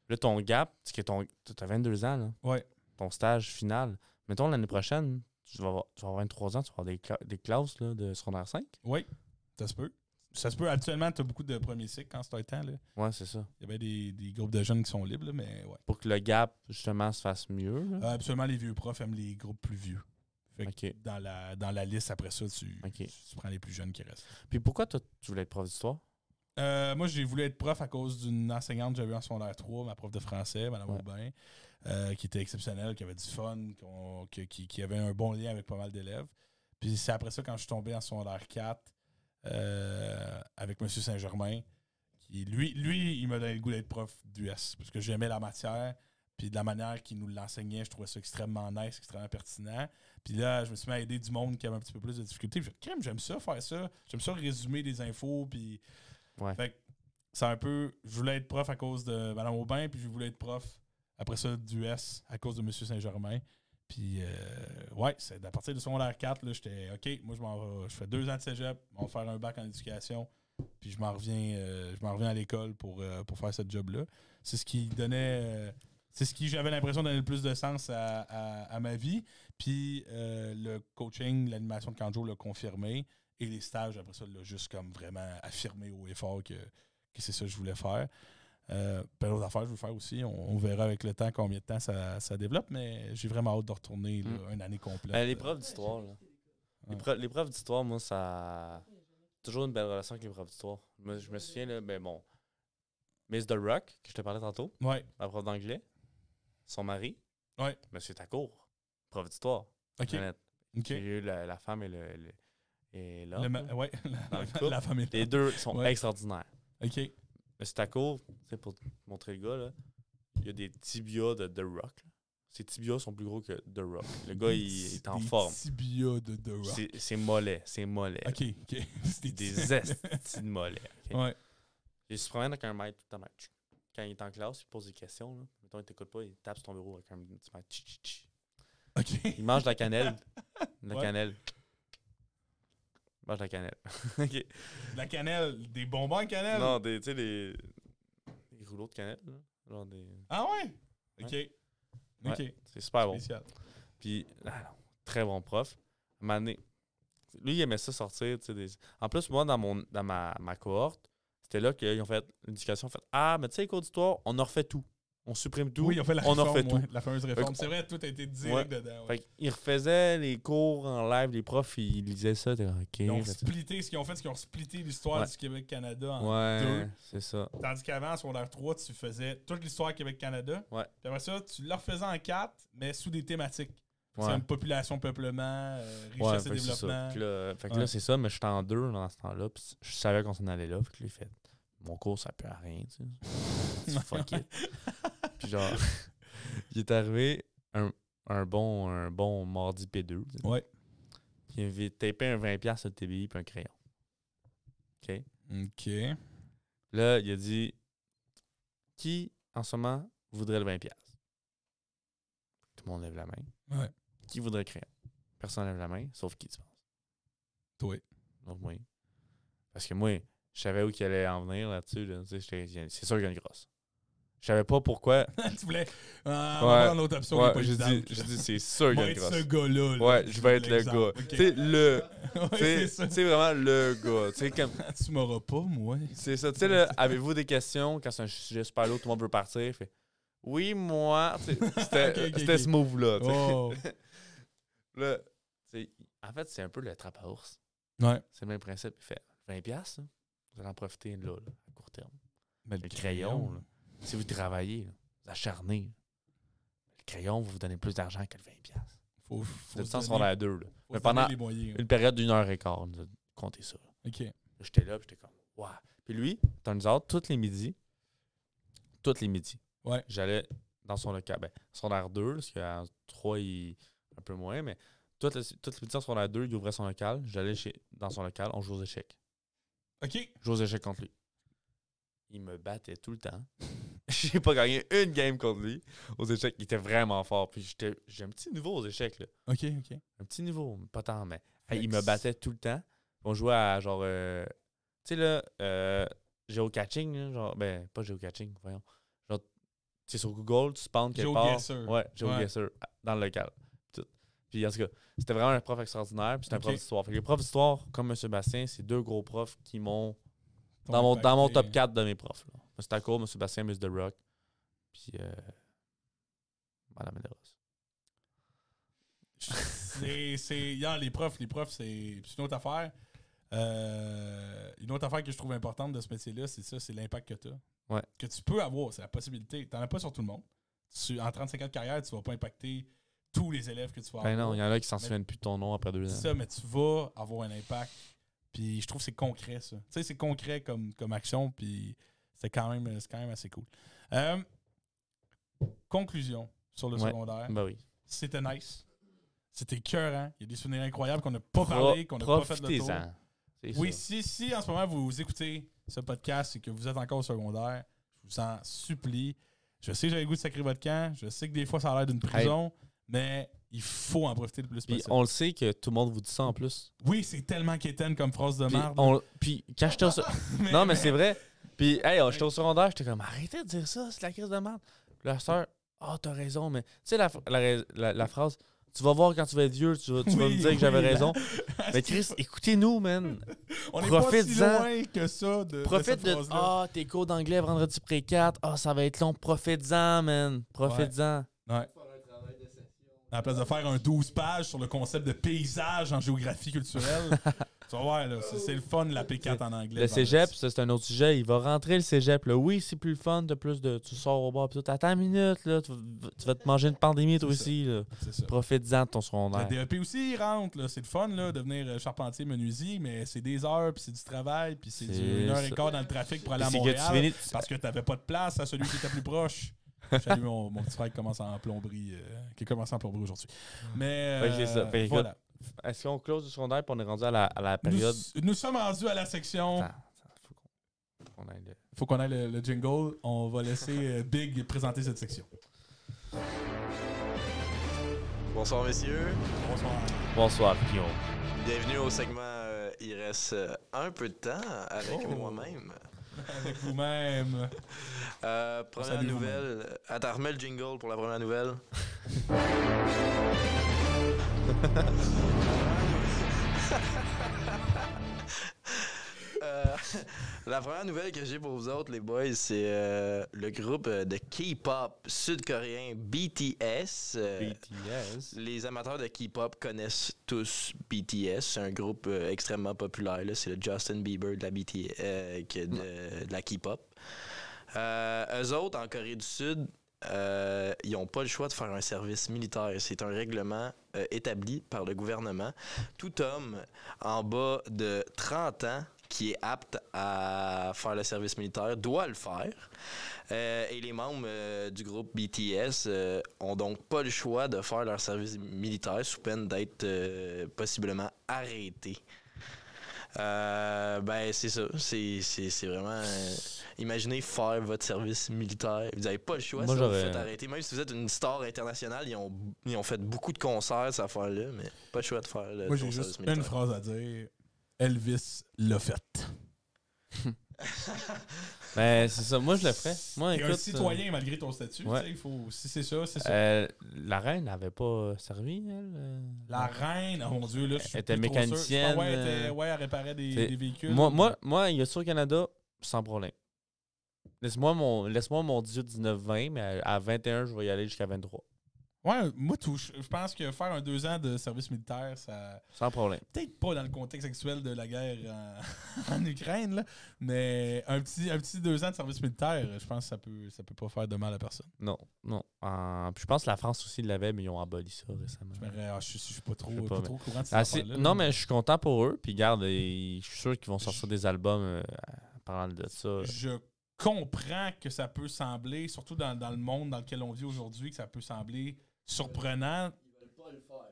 B: Là, ton gap, c'est que ton. Tu as 22 ans, là.
A: Ouais.
B: Ton stage final. Mettons l'année prochaine, tu vas, avoir, tu vas avoir 23 ans, tu vas avoir des, cla- des classes là, de secondaire 5.
A: ouais, ça se peut. Ça se peut. Actuellement, t'as beaucoup de premiers cycles quand c'est un temps, là.
B: Ouais, c'est ça.
A: Il y avait des, des groupes de jeunes qui sont libres, là, mais ouais.
B: Pour que le gap, justement, se fasse mieux. là.
A: Euh, Absolument, les vieux profs aiment les groupes plus vieux. Fait que
B: Ok.
A: dans, la, dans la liste, après ça, tu,
B: Ok.
A: tu- tu prends les plus jeunes qui restent.
B: Puis pourquoi toi, tu voulais être prof d'histoire?
A: Euh, moi, j'ai voulu être prof à cause d'une enseignante que j'avais eu en secondaire 3, ma prof de français, Mme
B: Ouais.
A: Aubin, euh, qui était exceptionnelle, qui avait du fun, qu'on- que- qui, qui avait un bon lien avec pas mal d'élèves. Puis c'est après ça, quand je suis tombé en secondaire 4, euh, avec M. Saint-Germain, qui, lui, lui, il m'a donné le goût d'être prof d'US, parce que j'aimais la matière, puis de la manière qu'il nous l'enseignait, je trouvais ça extrêmement nice, extrêmement pertinent. Puis là, je me suis mis à aider du monde qui avait un petit peu plus de difficultés. Puis Je crème, j'aime ça faire ça. J'aime ça résumer des infos. Puis.
B: Ouais.
A: Fait que c'est un peu. Je voulais être prof à cause de Mme Aubin, puis je voulais être prof après ça d'US à cause de M. Saint-Germain. Puis, euh, ouais, c'est à partir de secondaire 4, là, j'étais OK, moi, je, m'en vais- je fais deux ans de cégep, on va faire un bac en éducation, puis je m'en reviens, euh, je m'en reviens à l'école pour, euh, pour faire ce job-là. C'est ce qui donnait. euh, c'est ce qui, j'avais l'impression, donnait le plus de sens à, à- à ma vie. Puis euh, le coaching, l'animation de Kanjo l'a confirmé. Et les stages, après ça, l'a juste comme vraiment affirmé haut et fort que, que c'est ça que je voulais faire. Euh, plein d'autres affaires, que je veux faire aussi. On, on verra avec le temps combien
B: Mm.
A: de temps ça, ça développe, mais j'ai vraiment hâte de retourner là, une année complète.
B: Ben, les profs d'histoire, là. Les, pro- les profs d'histoire, moi, ça. Toujours une belle relation avec les profs d'histoire. Moi, je me souviens, là, ben bon. Miss The Rock, que je te parlais tantôt,
A: Ouais.
B: la prof d'anglais, son mari,
A: Ouais.
B: Monsieur Tacourt, prof d'histoire.
A: OK.
B: Honnête.
A: OK.
B: J'ai eu la, la femme et le. le- et l'homme,
A: Le ma-
B: là.
A: ouais,
B: Dans le
A: la,
B: couple,
A: la famille.
B: Les deux sont
A: Ouais.
B: extraordinaires.
A: OK.
B: Monsieur Tacourt, c'est pour te montrer le gars, là, il y a des tibias de The Rock. là. Ses tibias sont plus gros que The Rock. Le gars, il, il est en
A: Des
B: forme.
A: tibias de The Rock.
B: C'est c'est mollet, c'est mollet.
A: OK, OK. C'est
B: Des estis de mollet. ok?
A: Ouais.
B: Il se promène avec un maître tout le temps. Tchou. Quand il est en classe, il pose des questions. Là. Mettons, il t'écoute pas, il tape sur ton bureau avec un petit maître. Tch, tch, tch.
A: OK.
B: Il mange de la cannelle. De la
A: Ouais.
B: cannelle. Il mange de la cannelle. Ok.
A: De La cannelle. Des bonbons à cannelle.
B: Non, des, tu sais, les, les rouleaux de cannelle. là. Genre des...
A: Ah ouais? OK. OK.
B: C'est super bon.
A: Spécial.
B: Puis, ah non, très bon prof. À un moment donné, lui, il aimait ça sortir. tu sais, Des... En plus, moi, dans, mon, dans ma, ma cohorte, c'était là qu'ils ont fait l'éducation. ont fait Ah, mais tu sais, les cours d'histoire, on en refait tout. On supprime tout.
A: Oui, on fait la
B: on en
A: réforme,
B: refait tout.
A: ouais, la fameuse réforme.
B: Fait que-
A: C'est vrai, tout a été direct
B: Ouais.
A: dedans. ouais.
B: Fait qu'ils refaisaient les cours en live, les profs, ils lisaient ça. T'es comme, OK.
A: Ils ont
B: fait-
A: splitté, ce qu'ils ont fait, c'est qu'ils ont splitté l'histoire
B: Ouais.
A: du Québec-Canada en
B: Ouais,
A: deux.
B: c'est ça.
A: Tandis qu'avant, sur l'air 3, tu faisais toute l'histoire Québec-Canada.
B: Ouais.
A: Puis après ça, tu la refaisais en quatre, mais sous des thématiques.
B: Ouais.
A: C'est une population, peuplement, euh,
B: Ouais,
A: richesse
B: fait
A: et
B: que c'est ça.
A: développement.
B: Fait que là, euh, fait que
A: Ouais.
B: là, c'est ça, mais j'étais en deux dans ce temps-là. Puis je savais qu'on s'en allait là. Fait que là, il fait Mon cours, ça peut à rien. Tu sais. Fuck it. Puis genre, il est arrivé un, un bon, un bon mardi P2. tu sais.
A: Ouais.
B: Il avait tapé un 20$ sur le TBI puis un crayon. OK.
A: OK.
B: Là, il a dit Qui en ce moment voudrait le 20$? Tout le monde lève la main.
A: Ouais.
B: Qui voudrait le crayon? Personne lève la main, sauf qui, tu penses?
A: Toi.
B: Donc, moi. Parce que moi, je savais où qu'il allait en venir là-dessus. là. Tu sais, j'étais- j'ai- C'est sûr qu'il y a une grosse. Je savais pas pourquoi.
A: tu voulais. Euh,
B: Ouais.
A: ouais. Dans autre option,
B: Ouais,
A: qui est
B: j'ai
A: pas
B: dit,
A: évidente,
B: j'ai
A: là.
B: dit, c'est sûr qu'il y
A: Moi,
B: a une
A: être ce
B: grosse.
A: gars-là. là,
B: Ouais,
A: tu
B: je vais être
A: veux
B: le
A: l'exemple.
B: gars.
A: OK.
B: Tu sais, le.
A: Ouais,
B: Tu sais,
A: c'est ça.
B: tu sais, vraiment le gars. Tu sais, comme.
A: Tu m'auras pas, moi.
B: C'est ça. Tu sais, là, avez-vous des questions quand c'est un sujet super lourd, tout le monde veut partir? Fait, oui, moi. Tu sais, C'était
A: Ok, ok,
B: c'était
A: ok.
B: ce move-là. tu sais.
A: Oh.
B: Là, tu sais, en fait, c'est un peu le trappe à ours.
A: Ouais.
B: C'est le même principe. Il fait 20$, piastres, là, vous allez en profiter là, là, à court terme.
A: Mais
B: Le crayon, là, si vous travaillez, là, vous acharnez, là, le crayon va vous donner plus d'argent que le 20$. piastres.
A: Faut, faut
B: C'est
A: se
B: ça,
A: donner-
B: on à deux. là.
A: faut
B: Mais
A: se donner
B: pendant
A: les moyens, là.
B: une période d'une heure et quart, on nous a compté ça. là.
A: OK.
B: J'étais là, puis j'étais comme, waouh. Puis lui, dans nous autres, tous les midis, tous les midis,
A: Ouais.
B: j'allais dans son local, ben, son R2, parce qu'en 3, il un peu moins, mais toutes les, toutes les midis, son R2, il ouvrait son local, j'allais chez, dans son local, on jouait aux échecs.
A: OK.
B: Je jouais aux échecs contre lui. Il me battait tout le temps. J'ai pas gagné une game contre lui aux échecs. Il était vraiment fort. Puis j'étais- j'ai un petit niveau aux échecs, là.
A: OK, OK.
B: Un petit niveau, pas tant, mais hey, il
A: Flex.
B: me battait tout le temps. On jouait à genre. euh, tu sais, là, euh, géocaching, là, genre. Ben, pas géocaching, voyons. Genre, tu sais, sur Google, tu spawns quelque part.
A: Géoguesseur.
B: Ouais, géoguesseur, à- dans le local. Tout. Puis en tout cas, c'était vraiment un prof extraordinaire, puis c'était un
A: Ok.
B: prof d'histoire. Fait que les profs d'histoire, comme M. Bastien, c'est deux gros profs qui m'ont. Dans mon, dans mon top 4 de mes profs. Là. M. Taco, M. Bastien, M. The Rock, puis. Euh, Madame Medeiros.
A: C'est, c'est, yeah, les profs, les profs, c'est, c'est une autre affaire. Euh, une autre affaire que je trouve importante de ce métier-là, c'est ça, c'est l'impact que tu as.
B: Ouais.
A: Que tu peux avoir, c'est la possibilité. Tu n'en as pas sur tout le monde. Tu- en 35 ans de carrière, tu vas pas impacter tous les élèves que tu vas avoir.
B: Ben non, il y en a qui s'en
A: Mais-
B: souviennent plus de ton nom après deux ans.
A: C'est ça, mais tu vas avoir un impact. Puis je trouve que c'est concret, ça. Tu sais, c'est concret comme, comme action, puis c'est quand, même, c'est quand même assez cool. Euh, conclusion sur le
B: Ouais.
A: secondaire.
B: Ben oui.
A: C'était nice. C'était cœur, hein? Il y a des souvenirs incroyables qu'on n'a pas parlé, qu'on n'a pas fait le tour.
B: Profitez-en. C'est
A: Oui,
B: ça.
A: si, si en ce moment vous écoutez ce podcast et que vous êtes encore au secondaire, je vous en supplie. Je sais que j'avais le goût de sacrer votre camp. Je sais que des fois ça a l'air d'une prison, mais il faut en profiter le plus
B: Puis
A: possible.
B: on le sait que tout le monde vous dit ça en plus.
A: Oui, c'est tellement quétaine comme phrase de
B: Puis,
A: merde.
B: on- puis quand j'étais au se- Non, mais c'est vrai. Puis, hey, oh, j'étais au secondaire, j'étais comme, arrêtez de dire ça, c'est de la crise de merde. La sœur, ah, t'as raison, mais tu sais, la, la rais- la- la phrase, tu vas voir quand tu vas être vieux, tu vas, tu vas
A: Oui,
B: me dire
A: oui,
B: que j'avais
A: la- Ah,
B: raison. mais Chris, écoutez-nous, man.
A: on est pas si
B: profite-en.
A: loin que ça de, de
B: Profite
A: cette
B: de.
A: phrase-là.
B: Ah, tes cours d'anglais vendredi pré 4. Ah, ça va être long. Profite-en, man. Profite-en.
D: Faire un travail de session.
A: à la place de faire un 12 pages sur le concept de paysage en géographie culturelle, tu vas voir, là, c'est, c'est le fun, la P4 en anglais.
B: Le cégep, ça, c'est un autre sujet. Il va rentrer le cégep. Là. Oui, c'est plus le fun. T'as plus de. Tu sors au bar. Pis tout. Attends une minute. Là, tu, vas- tu vas te manger une pandémie, toi
A: C'est ça.
B: aussi. là.
A: C'est ça.
B: Profites-en de ton secondaire.
A: Le DEP aussi, il rentre. là. C'est le fun, là, devenir euh, charpentier, menuisier, mais c'est des heures, puis c'est du travail, puis c'est,
B: C'est
A: du une heure
B: ça.
A: et quart dans le trafic pour aller à
B: C'est que
A: Montréal.
B: tu finis-
A: parce que t'avais pas de place à celui qui était plus proche. Salut mon, mon petit frère qui commence en plomberie, euh, qui commence en plomberie aujourd'hui. Mais
B: Ah. Fait que c'est ça.
A: euh,
B: Fait que
A: voilà.
B: Est-ce qu'on close le secondaire puis on est rendu à la, à la
A: Nous,
B: période.
A: nous sommes rendus à la section.
B: Attends, attends, faut qu'on- qu'on aille là.
A: Faut qu'on ait le, le jingle. On va laisser euh, Big présenter cette section.
C: Bonsoir, messieurs.
A: Bonsoir.
B: Bonsoir, Pion.
C: Bienvenue au segment euh, Il reste euh, un peu de temps avec
A: Oh.
C: moi-même.
A: Avec vous-même.
C: Euh, première
A: Salut,
C: nouvelle. Attends, remets le jingle pour la première nouvelle. Euh, la première nouvelle que j'ai pour vous autres, les boys, c'est euh, le groupe euh, de K-pop sud-coréen BTS. euh,
B: BTS.
C: les amateurs de K-pop connaissent tous BTS. C'est un groupe euh, extrêmement populaire. là. C'est le Justin Bieber de la, BT, euh, que de, de la K-pop. Euh, eux autres, en Corée du Sud, euh, ils n'ont pas le choix de faire un service militaire. C'est un règlement euh, établi par le gouvernement. Tout homme en bas de 30 ans qui est apte à faire le service militaire doit le faire. Euh, et les membres euh, du groupe BTS euh, ont donc pas le choix de faire leur service militaire sous peine d'être euh, possiblement arrêtés. Euh, ben, c'est ça. C'est, c'est, c'est vraiment. euh, imaginez faire votre service militaire. Vous n'avez pas le choix
B: Moi,
C: si vous vous
B: j'aurais-
C: faites arrêter. Même si vous êtes une star internationale, ils ont, ils ont fait beaucoup de concerts, cette affaire-là, mais pas le choix de faire le
A: Moi,
C: ton
A: j'ai
C: service
A: juste
C: militaire.
A: une phrase à dire. Elvis l'a fait.
B: Ben, c'est ça. Moi, je le ferais. Moi,
A: T'es
B: écoute. euh,
A: un citoyen malgré ton statut.
B: ouais.
A: tu sais, il faut, si c'est ça, c'est
B: euh,
A: ça.
B: euh, la reine n'avait pas servi, elle. euh?
A: La reine, oh mon Dieu, là, je suis
B: Elle était
A: plus trop sûr.
B: mécanicienne,
A: Ah ouais, elle, était-
B: euh,
A: ouais, elle réparait des,
B: c'est-
A: des véhicules.
B: Moi, moi, moi, il y a ça au Canada, sans problème. Laisse-moi mon, laisse mon 18, 19, 20, mais à, à 21, je vais y aller jusqu'à 23.
A: Ouais, moi, tout. Je je pense que faire un deux ans de service militaire, ça.
B: Sans problème.
A: Peut-être pas dans le contexte actuel de la guerre en, en Ukraine, là, mais un petit, un petit deux ans de service militaire, je pense que ça peut, ça peut pas faire de mal à personne.
B: Non, non. Euh, puis je pense que la France aussi l'avait, mais ils ont aboli ça récemment.
A: Je, me- ah, je, suis- je suis pas trop,
B: Je sais
A: pas,
B: pas, mais-
A: trop au courant de ces
B: Ah, c'est-
A: affaires-là,
B: non,
A: là.
B: mais je suis content pour eux. Puis garde, ils- je suis sûr qu'ils vont sortir des albums euh, en parlant de ça.
A: je comprends que ça peut sembler, surtout dans, dans le monde dans lequel on vit aujourd'hui, que ça peut sembler surprenant. Ils veulent pas le faire.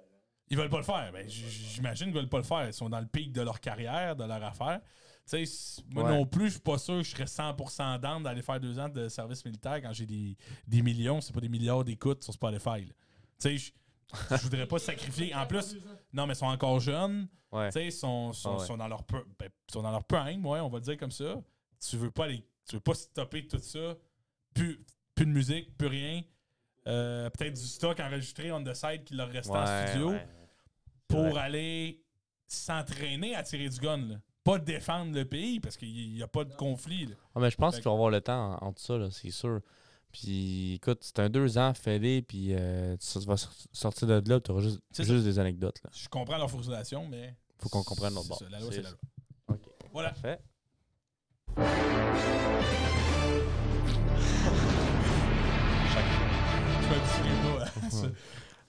A: Ils veulent pas le faire. Ben, j- J'imagine qu'ils veulent pas le faire. Ils sont dans le pic de leur carrière, de leur affaire. Tu sais, c- moi
B: Ouais.
A: non plus, je suis pas sûr que je serais 100% d'âme d'aller faire deux ans de service militaire quand j'ai des, des millions, c'est pas des milliards d'écoutes sur Spotify. là. Tu sais, je je voudrais pas sacrifier. En plus, non, mais ils sont encore jeunes.
B: Ouais.
A: Tu sais, ils sont, sont,
B: Ah ouais.
A: sont dans leur pe- ben, sont dans leur prime, ouais, on va le dire comme ça. Tu veux pas les, tu veux pas stopper tout ça. Plus, plus de musique, plus rien. Euh, peut-être du stock enregistré on the side qui leur restait en
B: Ouais,
A: studio
B: ouais.
A: pour
B: Ouais.
A: aller s'entraîner à tirer du gun. là. Pas défendre le pays parce qu'il n'y a pas de conflit. là.
B: Ah, mais je pense
A: Fait
B: qu'il va avoir le temps en- entre ça, là, c'est sûr. Puis écoute, c'est un deux ans, fais-les, puis euh, tu sor- vas sor- sortir de là, tu auras juste,
A: C'est
B: juste des anecdotes. Là.
A: Je comprends leur frustration, mais.
B: Faut qu'on comprenne notre
A: c'est
B: bord.
A: ça, La loi, c'est la loi.
B: Ok.
A: Voilà.
B: Parfait.
A: Je fais un petit rideau à ça.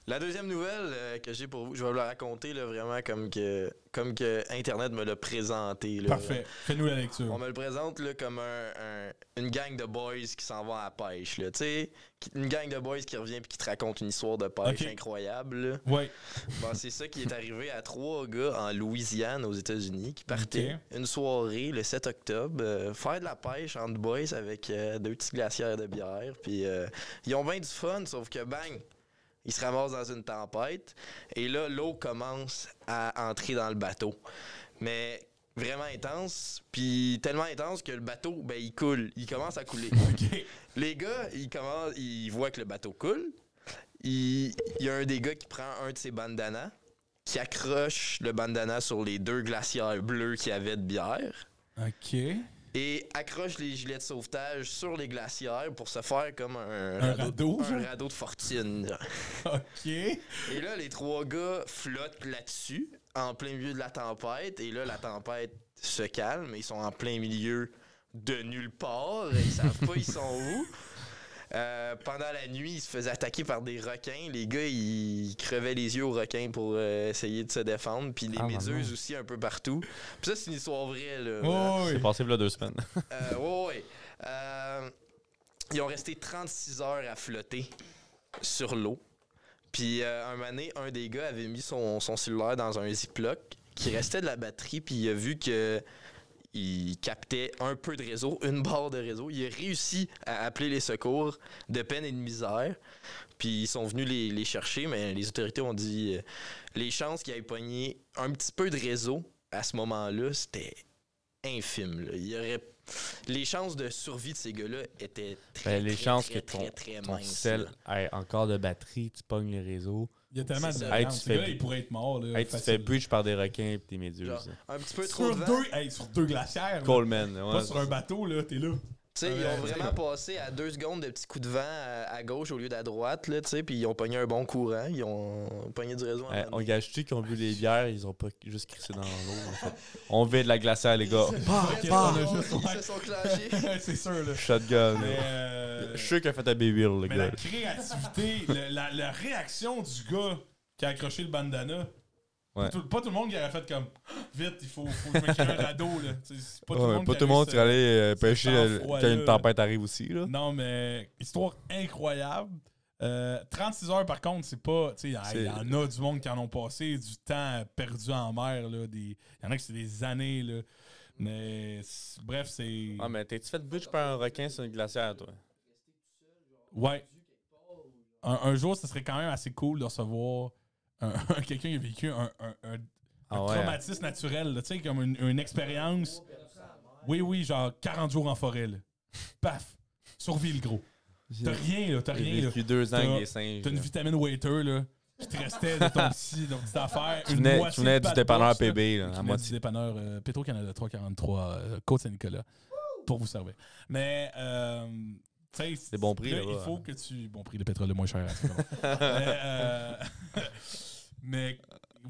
C: La deuxième nouvelle euh, que j'ai pour vous, je vais vous la raconter là, vraiment comme que, comme que Internet me l'a présenté. là.
A: Parfait. Fais-nous la
C: On
A: lecture.
C: me le présente là, comme un- un- une gang de boys qui s'en va à la pêche. là, tu sais. Qui- une gang de boys qui revient et qui te raconte une histoire de pêche
A: Ok.
C: incroyable. là.
A: Ouais.
C: Bon, c'est ça qui est arrivé à trois gars en Louisiane, aux États-Unis, qui partaient une soirée le 7 octobre euh, faire de la pêche entre boys avec euh, deux petits glacières de bière. Puis euh, ils ont bien du fun, sauf que bang! Ils se ramassent dans une tempête et là, l'eau commence à entrer dans le bateau. Mais vraiment intense, puis tellement intense que le bateau, ben, il coule. Il commence à couler.
A: Ok.
C: Les gars, ils commencent, ils voient que le bateau coule. Il, il y a un des gars qui prend un de ses bandanas, qui accroche le bandana sur les deux glacières bleus qu'il y avait de bière.
A: Ok.
C: et accroche les gilets de sauvetage sur les glacières pour se faire comme un,
A: Un radeau,
C: de, un
A: genre?
C: radeau de fortune. genre.
A: OK.
C: Et là, les trois gars flottent là-dessus, en plein milieu de la tempête. Et là, la tempête se calme. Ils sont en plein milieu de nulle part. Ils savent pas ils sont où. Euh, pendant la nuit, ils se faisaient attaquer par des requins. Les gars, ils crevaient les yeux aux requins pour euh, essayer de se défendre. Puis les
B: Ah,
C: méduses aussi, un peu partout. Puis ça, c'est une histoire vraie. Là,
A: Oh, oui.
B: C'est passé là deux semaines.
C: euh, ouais, ouais. Euh, ils ont resté 36 heures à flotter sur l'eau. Puis euh, un moment donné, un des gars avait mis son, son cellulaire dans un Ziploc qui restait de la batterie, puis il a vu que il captait un peu de réseau, une barre de réseau. Il a réussi à appeler les secours de peine et de misère. Puis ils sont venus les, les chercher, mais les autorités ont dit euh, les chances qu'il ait pogné un petit peu de réseau à ce moment-là, c'était infime. là. Il y aurait les chances de survie de ces gars-là étaient très,
B: Ben, les
C: très,
B: chances
C: très,
B: que
C: très, très
B: Ton
C: minces,
B: sel
C: là.
B: hey, encore de batterie, tu pognes le réseau.
A: Il y a tellement de
C: C'est ça.
B: Hey, tu
A: variantes. Ce
B: fais-
A: gars-là, il pourrait être mort. Là,
B: Hey, tu te
A: Euh, facile.
B: fais breach par des requins et des méduses.
C: Genre, un petit peu trop de
A: sur
C: vent.
A: deux, hey, sur deux glacières. là.
B: Coleman. ouais,
A: Pas sur un bateau, là, t'es là.
C: Tu sais,
A: Ouais,
C: ils ont
A: ouais,
C: vraiment
A: ouais.
C: passé à deux secondes de petits coups de vent à, à gauche au lieu d'à droite, là, tu sais, puis ils ont pogné un bon courant, ils ont pogné du réseau en
B: Hey,
C: avant.
B: Eh, on gage-tu qu'ils ont bu les bières, ils ont pas juste crissé dans l'eau. en fait? On vide la glacière, les gars.
A: Ok,
C: bah,
A: on a juste-
C: Ils se sont clashés.
A: C'est sûr, là.
B: Shotgun.
A: Mais,
B: Je
A: euh,
B: suis sûr qu'il a fait un B-Wheel, le
A: mais la
B: gars.
A: créativité, le- la, la réaction du gars qui a accroché le bandana.
B: Ouais.
A: Tout- pas tout le monde qui aurait fait comme vite, il faut, faut que je me crée un radeau. Là. Tu sais, c'est Pas
B: Ouais, mais pas tout le
A: aurait
B: monde
A: ce-
B: qui allait euh, pêcher
A: temps
B: euh,
A: froid,
B: quand une
A: là.
B: tempête arrive aussi. Là.
A: Non, mais histoire incroyable. Euh, 36 heures, par contre, c'est pas. tu sais, Il y en a du monde qui en ont passé, du temps perdu en mer. là, des- Il y en a qui c'est des années. Là. Mais c'est- bref, c'est.
B: Ah, mais t'es-tu fait butch par un requin sur une glacière, toi?
A: Ouais. Un, un jour, ce serait quand même assez cool de recevoir un- quelqu'un qui a vécu un, un- un- un
B: Ah ouais.
A: traumatisme naturel, là, tu sais, comme une, une expérience. Oui, oui, genre 40 jours en forêt. là. Paf! Survie, le gros. T'as rien, là, t'as
B: J'ai
A: rien. là.
B: vécu deux ans avec
A: T'as-
B: des singes.
A: T'as une
B: là.
A: vitamine waiter, là, qui te restait de ton petit, de ton petite affaire.
B: Tu
A: une
B: venais,
A: moitié
B: tu venais
A: de
B: du
A: Pat
B: dépanneur
A: Boss, là.
B: PB, là,
A: Qui
B: à
A: venait du
B: moitié.
A: dépanneur euh, Petro-Canada 343, euh, Côte-Saint-Nicolas, pour vous servir. Mais, euh, tu sais,
B: C'est bon prix,
A: là,
B: là-bas,
A: Il faut
B: hein.
A: que tu. Bon prix, le pétrole le moins cher. hein, à ce moment. mais, euh, mais,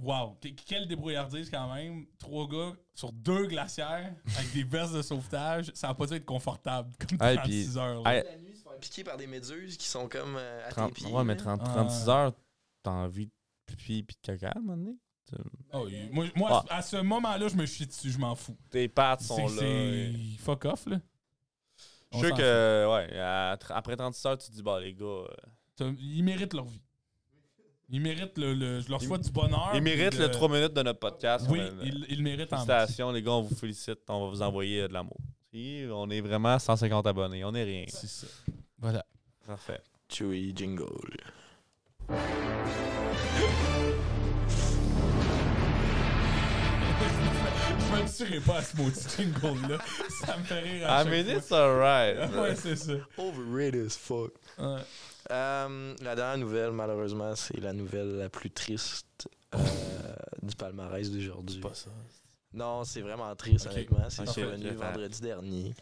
A: wow, que- quelle débrouillardise quand même. Trois gars sur deux glacières avec des vestes de sauvetage, ça va pas dû être confortable comme
B: Hey,
A: 36
B: puis-
A: heures. là.
B: Hey,
C: La nuit, se faire piquer par des méduses qui sont comme euh, à
B: 30,
C: tes pieds.
B: ouais, mais
C: là.
B: 30,
A: Ah.
B: 36 heures, t'as envie de pipi pis de caca à un moment donné.
A: Oh, il- moi, moi,
B: ah.
A: à ce moment-là, je me chie dessus, je m'en fous.
B: Tes pattes
A: C'est
B: sont là. et-
A: c'est- Fuck off, là.
B: Je
A: On
B: suis sûr
A: s'en
B: que, ouais, à tr- après 36 heures, tu te dis, bah, les gars, euh,
A: fout. Ils méritent leur vie. Ils méritent le. le- je leur
B: Ils-
A: souhaite du bonheur.
B: ils méritent
A: puis de-
B: le 3 minutes de notre podcast.
A: Oui,
B: on a-
A: ils, ils le méritent en masse.
B: Félicitations, les gars, on vous félicite. On va vous envoyer euh, de l'amour. Si, on est vraiment 150 abonnés. On est rien.
A: C'est ça. Voilà.
B: Parfait.
C: Chewy jingle.
A: je m'habituerai pas à ce maudit jingle-là. Ça me fait rire à
B: I
A: chaque
B: mean,
A: fois.
B: it's alright.
A: Ouais, c'est ça.
C: Overrated as fuck.
A: Ouais.
C: Euh, la dernière nouvelle, malheureusement, c'est la nouvelle la plus triste euh, du palmarès d'aujourd'hui.
B: pas ça.
C: Non, c'est vraiment triste,
A: Ok.
C: honnêtement. C'est
B: Ok,
C: survenu
B: ok, attends.
C: vendredi dernier.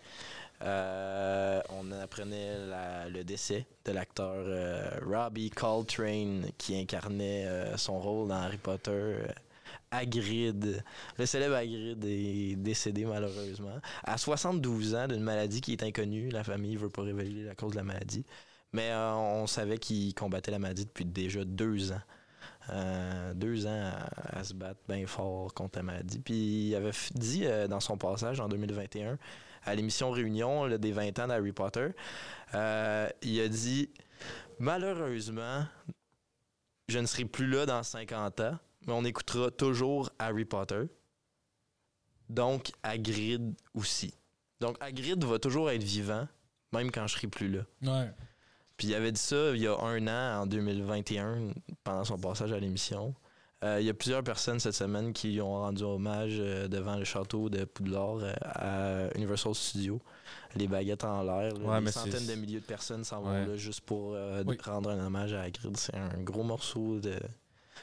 C: Euh, on apprenait la- le décès de l'acteur euh, Robbie Coltrane qui incarnait euh, son rôle dans Harry Potter. euh, Hagrid. Le célèbre Hagrid est décédé malheureusement. À 72 ans d'une maladie qui est inconnue, la famille ne veut pas révéler la cause de la maladie. Mais euh, on savait qu'il combattait la maladie depuis déjà deux ans. Euh, deux ans à, à se battre bien fort contre la maladie. Puis il avait f- dit euh, dans son passage en 2021 à l'émission Réunion là, des 20 ans d'Harry Potter, euh, il a dit Malheureusement, je ne serai plus là dans 50 ans, mais on écoutera toujours Harry Potter. Donc Hagrid aussi. Donc Hagrid va toujours être vivant, même quand je serai plus là.
A: Ouais.
C: Puis il avait dit ça il y a un an, en 2021, pendant son passage à l'émission. Euh, il y a plusieurs personnes cette semaine qui lui ont rendu hommage euh, devant le château de Poudlard euh, à Universal Studios. Les baguettes en l'air, là,
B: Ouais,
C: des
B: mais
C: centaines
B: c'est-
C: de milliers de personnes s'en
B: Ouais.
C: vont là juste pour euh,
A: Oui.
C: rendre un hommage à Hagrid. C'est un gros morceau de-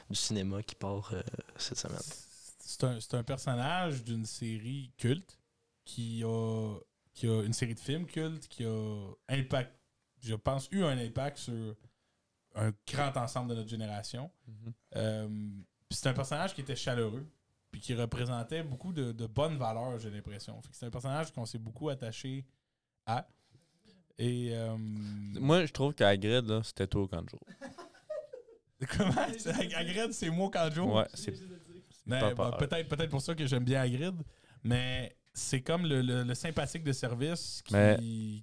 C: du cinéma qui part euh, cette semaine.
A: C'est un, c'est un personnage d'une série culte qui a, qui a une série de films cultes qui a impact, je pense, eu un impact sur un grand ensemble de notre génération.
B: Mhm.
A: Euh, puis c'est un personnage qui était chaleureux, puis qui représentait beaucoup de, de bonnes valeurs, j'ai l'impression. Fait que C'est un personnage qu'on s'est beaucoup attaché à. Et. euh,
B: Moi, je trouve qu'à Grid, là, c'était tout au Kanjo.
A: Comment Agrid, c'est moi quand jour.
B: Ouais, c'est
A: Mais,
B: pas
A: bah,
B: peur.
A: peut-être peut-être pour ça que j'aime bien Hagrid, mais c'est comme le, le- le sympathique de service qui,
B: Mais-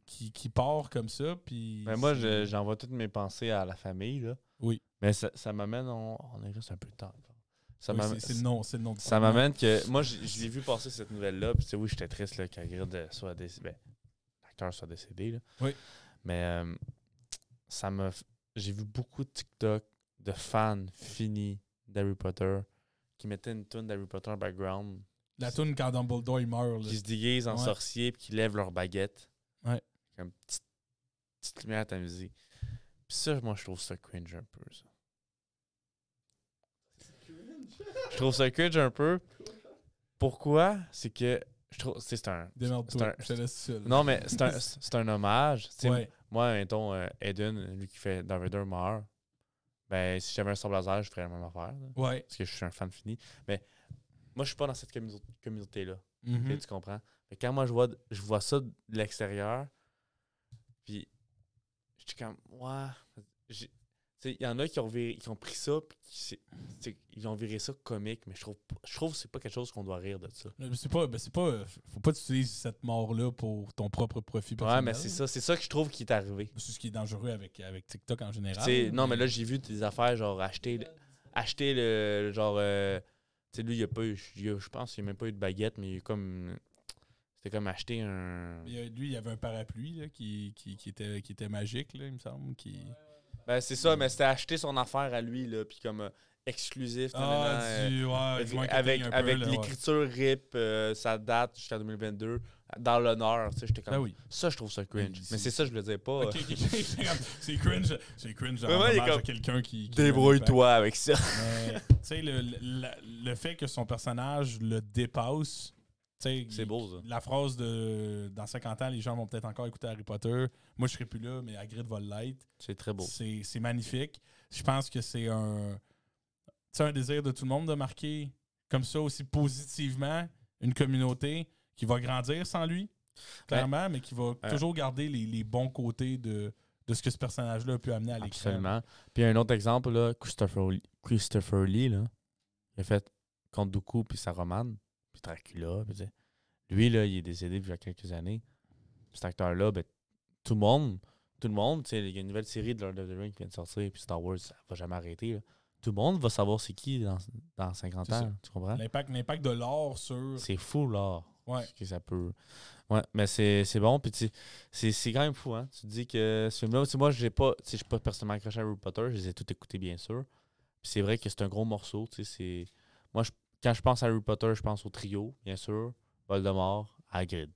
A: qui, qui part comme ça. Puis
B: Mais Ben, moi,
A: c'est-
B: je- j'envoie toutes mes pensées à la famille. Là.
A: Oui.
B: Mais ça, ça m'amène. On, on est juste un peu de temps. encore. Ça
A: Oui,
B: m'amène-
A: c'est- c'est le nom, c'est le nom. du
B: ça
A: film.
B: m'amène que. Moi, j- je l'ai vu passer cette nouvelle-là. Puis, tu sais, oui, j'étais triste là, qu'Agrid soit décédé. Ben, l'acteur soit décédé. Là.
A: Oui.
B: Mais euh, ça me. f- J'ai vu beaucoup de TikTok de fans finis d'Harry Potter qui mettaient une tune d'Harry Potter en background,
A: La toune quand Dumbledore il meurt. là.
B: qui se déguisent en
A: Ouais.
B: sorcier puis qui lèvent leur baguette.
A: Ouais.
B: Comme petite, petite lumière à ta musique. Puis ça, moi, je trouve ça cringe un peu, ça. Je trouve ça cringe un peu. Pourquoi? C'est que je trouve. c'est- C'est un.
A: Démerde-toi,
B: c'est un-
A: je te laisse seul.
B: Non, mais c'est un, c'est un hommage. Tu sais,
A: Ouais.
B: Moi, mettons, euh, Eden, lui qui fait Darth Vader meurt. Ben, si j'avais un sort laser, je ferais la même affaire. là,
A: Ouais.
B: parce que je suis un fan fini. Mais moi, je suis pas dans cette commu- communauté-là.
A: Mhm.
B: Ok, tu comprends? Fait que quand moi, je vois, je vois ça de l'extérieur, puis je suis comme, ouais. j'ai- tu sais, Il y en a qui ont, viré- qui ont pris ça, puis qui s'est- tu sais, ils ont viré ça comique, mais je trouve, pas- je trouve que c'est pas quelque chose qu'on doit rire de ça.
A: Mais C'est pas, ben, c'est pas. Faut pas que tu utilises cette mort-là pour ton propre profit
B: ouais,
A: personnel.
B: mais c'est ça, c'est ça que je trouve qui est arrivé.
A: C'est ce qui est dangereux avec, avec TikTok en
B: Tu
A: général.
B: sais, non, mais là, j'ai vu des affaires, genre, acheter, le- acheter le, genre, euh, tu sais, lui, il a pas eu, il a- je pense, qu'il a même pas eu de baguette, mais il a comme, c'était comme acheter un...
A: Il y a- Lui, il y avait un parapluie là, qui, qui, qui était, qui était magique, là, il me semble. Qui...
B: Ben, c'est ça, mais c'était acheter son affaire à lui, là, puis comme euh, exclusif, nanana, euh,
A: Ah, du, ouais,
B: avec
A: du marketing
B: avec,
A: un peu,
B: avec
A: là, ouais.
B: l'écriture RIP, euh, sa date jusqu'à 2022, dans l'honneur, tu sais, j'étais comme...
A: Ben oui.
B: Ça, je trouve ça cringe.
A: Oui, c'est-
B: Mais c'est ça, je le disais pas.
A: Ok,
B: euh,
A: ok, ok. C'est comme- c'est cringe. C'est cringe.
B: Ouais,
A: genre
B: ouais, il est
A: hommage à
B: comme,
A: quelqu'un qui. qui-
B: Débrouille-toi avec ça.
A: Mais, Tu sais, le, le- la- le fait que son personnage le dépasse. tu sais,
B: C'est
A: il-
B: beau, ça.
A: La phrase de dans 50 ans, les gens vont peut-être encore écouter Harry Potter. Moi, je serai plus là, mais Hagrid va l'être.
B: C'est très beau.
A: C'est c'est magnifique. Je pense que c'est un. C'est un désir de tout le monde de marquer comme ça aussi positivement une communauté qui va grandir sans lui, clairement, mais qui va toujours garder les, les bons côtés de, de ce que ce personnage-là a pu amener à l'écran.
B: Absolument. Puis un autre exemple, là, Christopher, Lee- Christopher Lee, là, il a fait Count Dooku, puis sa romane, puis Dracula. Puis, tu sais. lui, là, il est décédé il y a quelques années. Puis cet acteur-là, ben, tout le monde, tout le monde, tu sais, il y a une nouvelle série de Lord of the Rings qui vient de sortir, puis Star Wars, ça va jamais arrêter. là. Tout le monde va savoir c'est qui dans, dans 50
A: C'est
B: ans,
A: ça.
B: tu comprends?
A: L'impact, l'impact de l'art sur.
B: C'est fou, là.
A: Ouais.
B: Ce que ça peut. Ouais, mais c'est c'est bon. Puis tu- c'est c'est quand même fou, hein. Tu te dis que ce film-là, tu sais, moi, j'ai pas, tu sais, je suis pas personnellement accroché à Harry Potter, je les ai tous écoutés, bien sûr. Puis c'est vrai que c'est un gros morceau, tu sais. c'est- Moi, je- quand je pense à Harry Potter, je pense au trio, bien sûr. Voldemort, Hagrid.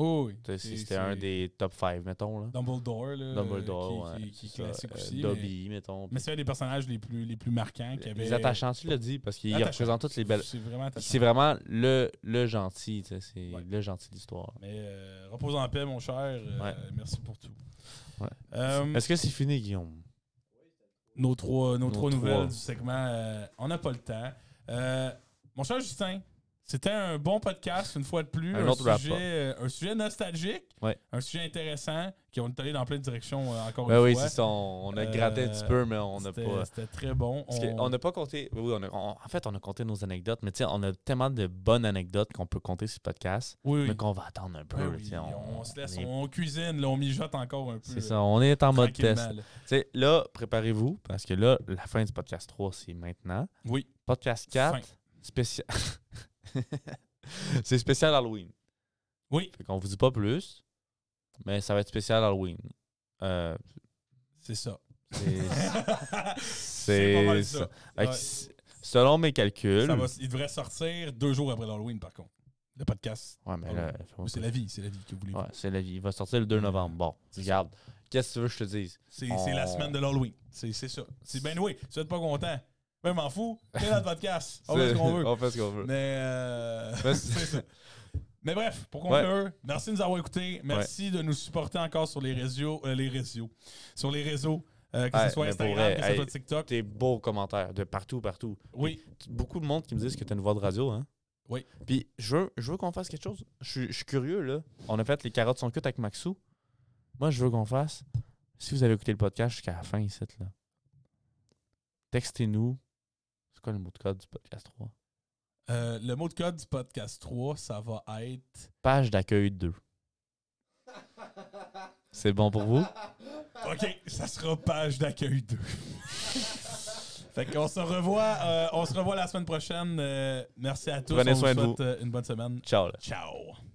A: Oh oui.
B: Tu
A: C'est-
B: sais, c'est-
A: c'est
B: C'était un des top 5, mettons, là.
A: Dumbledore, là,
B: Dumbledore,
A: qui,
B: ouais,
A: qui- qui est
B: c'est ça.
A: classique
B: Euh,
A: aussi. mais
B: Dobby, mettons.
A: mais c'est un des personnages les plus, les plus marquants qui avait.
B: Les attachants, tu l'as dit, parce qu'ils
A: Attachants.
B: représentent toutes les belles.
A: C'est vraiment attachant.
B: C'est vraiment le, le gentil, tu sais, c'est
A: Ouais.
B: le gentil de l'histoire.
A: Mais euh, repose en paix, mon cher. Euh,
B: Ouais.
A: Merci pour tout.
B: Ouais.
A: Euh,
B: Est-ce que c'est fini, Guillaume?
A: nos trois, nos
B: Nos
A: trois
B: trois.
A: nouvelles du segment. euh, on n'a pas le temps. Euh, mon cher Justin, c'était un bon podcast, une fois de plus.
B: Un autre
A: sujet,
B: wrap-up.
A: euh, un sujet nostalgique,
B: Ouais.
A: un sujet intéressant, qui on est allé dans plein de directions euh, encore
B: Ben
A: une
B: oui,
A: fois.
B: c'est ça. On, on a
A: Euh,
B: gratté un petit peu, mais on n'a
A: C'était-
B: pas.
A: C'était très bon.
B: parce que
A: On-
B: On n'a pas compté. Oui, on a- on- en fait, on a compté nos anecdotes, mais tu sais, on a tellement de bonnes anecdotes qu'on peut compter sur le podcast,
A: oui, oui.
B: mais qu'on va attendre un peu.
A: Ben
B: tu
A: oui,
B: sais,
A: on, se laisse,
B: est-
A: on cuisine, là, on mijote encore un peu. euh,
B: C'est ça, on est en mode test.
A: tranquillement, là.
B: Tu sais, là, préparez-vous, parce que là, la fin du podcast 3, c'est maintenant.
A: Oui.
B: Podcast 4, spécial. c'est spécial Halloween.
A: Oui.
B: Fait qu'on vous dit pas plus, mais ça va être spécial Halloween. Euh,
A: C'est ça.
B: c'est-
A: C'est pas mal ça.
B: Fait que
A: Ouais.
B: s- Selon mes calculs.
A: Ça va- il devrait sortir deux jours après l'Halloween, par contre. Le podcast.
B: Ouais, mais
A: Ah
B: là,
A: oui.
B: fais-moi
A: C'est
B: pas-
A: la vie, c'est la vie que vous voulez.
B: Ouais, c'est la vie. Il va sortir le 2 novembre. Bon,
A: C'est ça.
B: regarde. Qu'est-ce que tu veux que je te dise?
A: C'est c'est la
B: On-
A: semaine de l'Halloween. C'est c'est ça. C'est ben oui, si vous êtes pas content, ben m'en fous, c'est notre podcast. On fait
B: C'est-
A: ce qu'on veut.
B: On fait ce qu'on veut.
A: Mais euh,
B: Mais
A: c'est
B: c'est-
A: ça. Mais bref, pour conclure, merci de nous avoir écoutés. Merci de nous supporter encore sur les réseaux. euh, les réseaux. Sur les réseaux. euh, que
B: Ouais,
A: ce soit
B: mais pour
A: Instagram,
B: vrai,
A: que ce soit
B: hey,
A: TikTok.
B: Tes beaux commentaires de partout, partout.
A: Oui.
B: beaucoup de monde qui me disent que tu as une voix de radio, hein?
A: Oui.
B: Puis je veux, je veux qu'on fasse quelque chose. Je, suis- je suis curieux, là. On a fait les carottes sont cuites avec Maxou. Moi, je veux qu'on fasse. Si vous avez écouté le podcast jusqu'à la fin ici, là, textez-nous. C'est quoi le mot de code du podcast 3?
A: Euh, le mot de code du podcast 3, ça va être.
B: Page d'accueil 2. C'est bon pour vous?
A: OK, ça sera page d'accueil 2. fait qu'on se revoit. euh, on se revoit la semaine prochaine. Euh, merci à tous.
B: Prenez
A: on
B: soin de
A: vous
B: vous.
A: souhaite euh, une bonne semaine.
B: Ciao, là.
A: Ciao.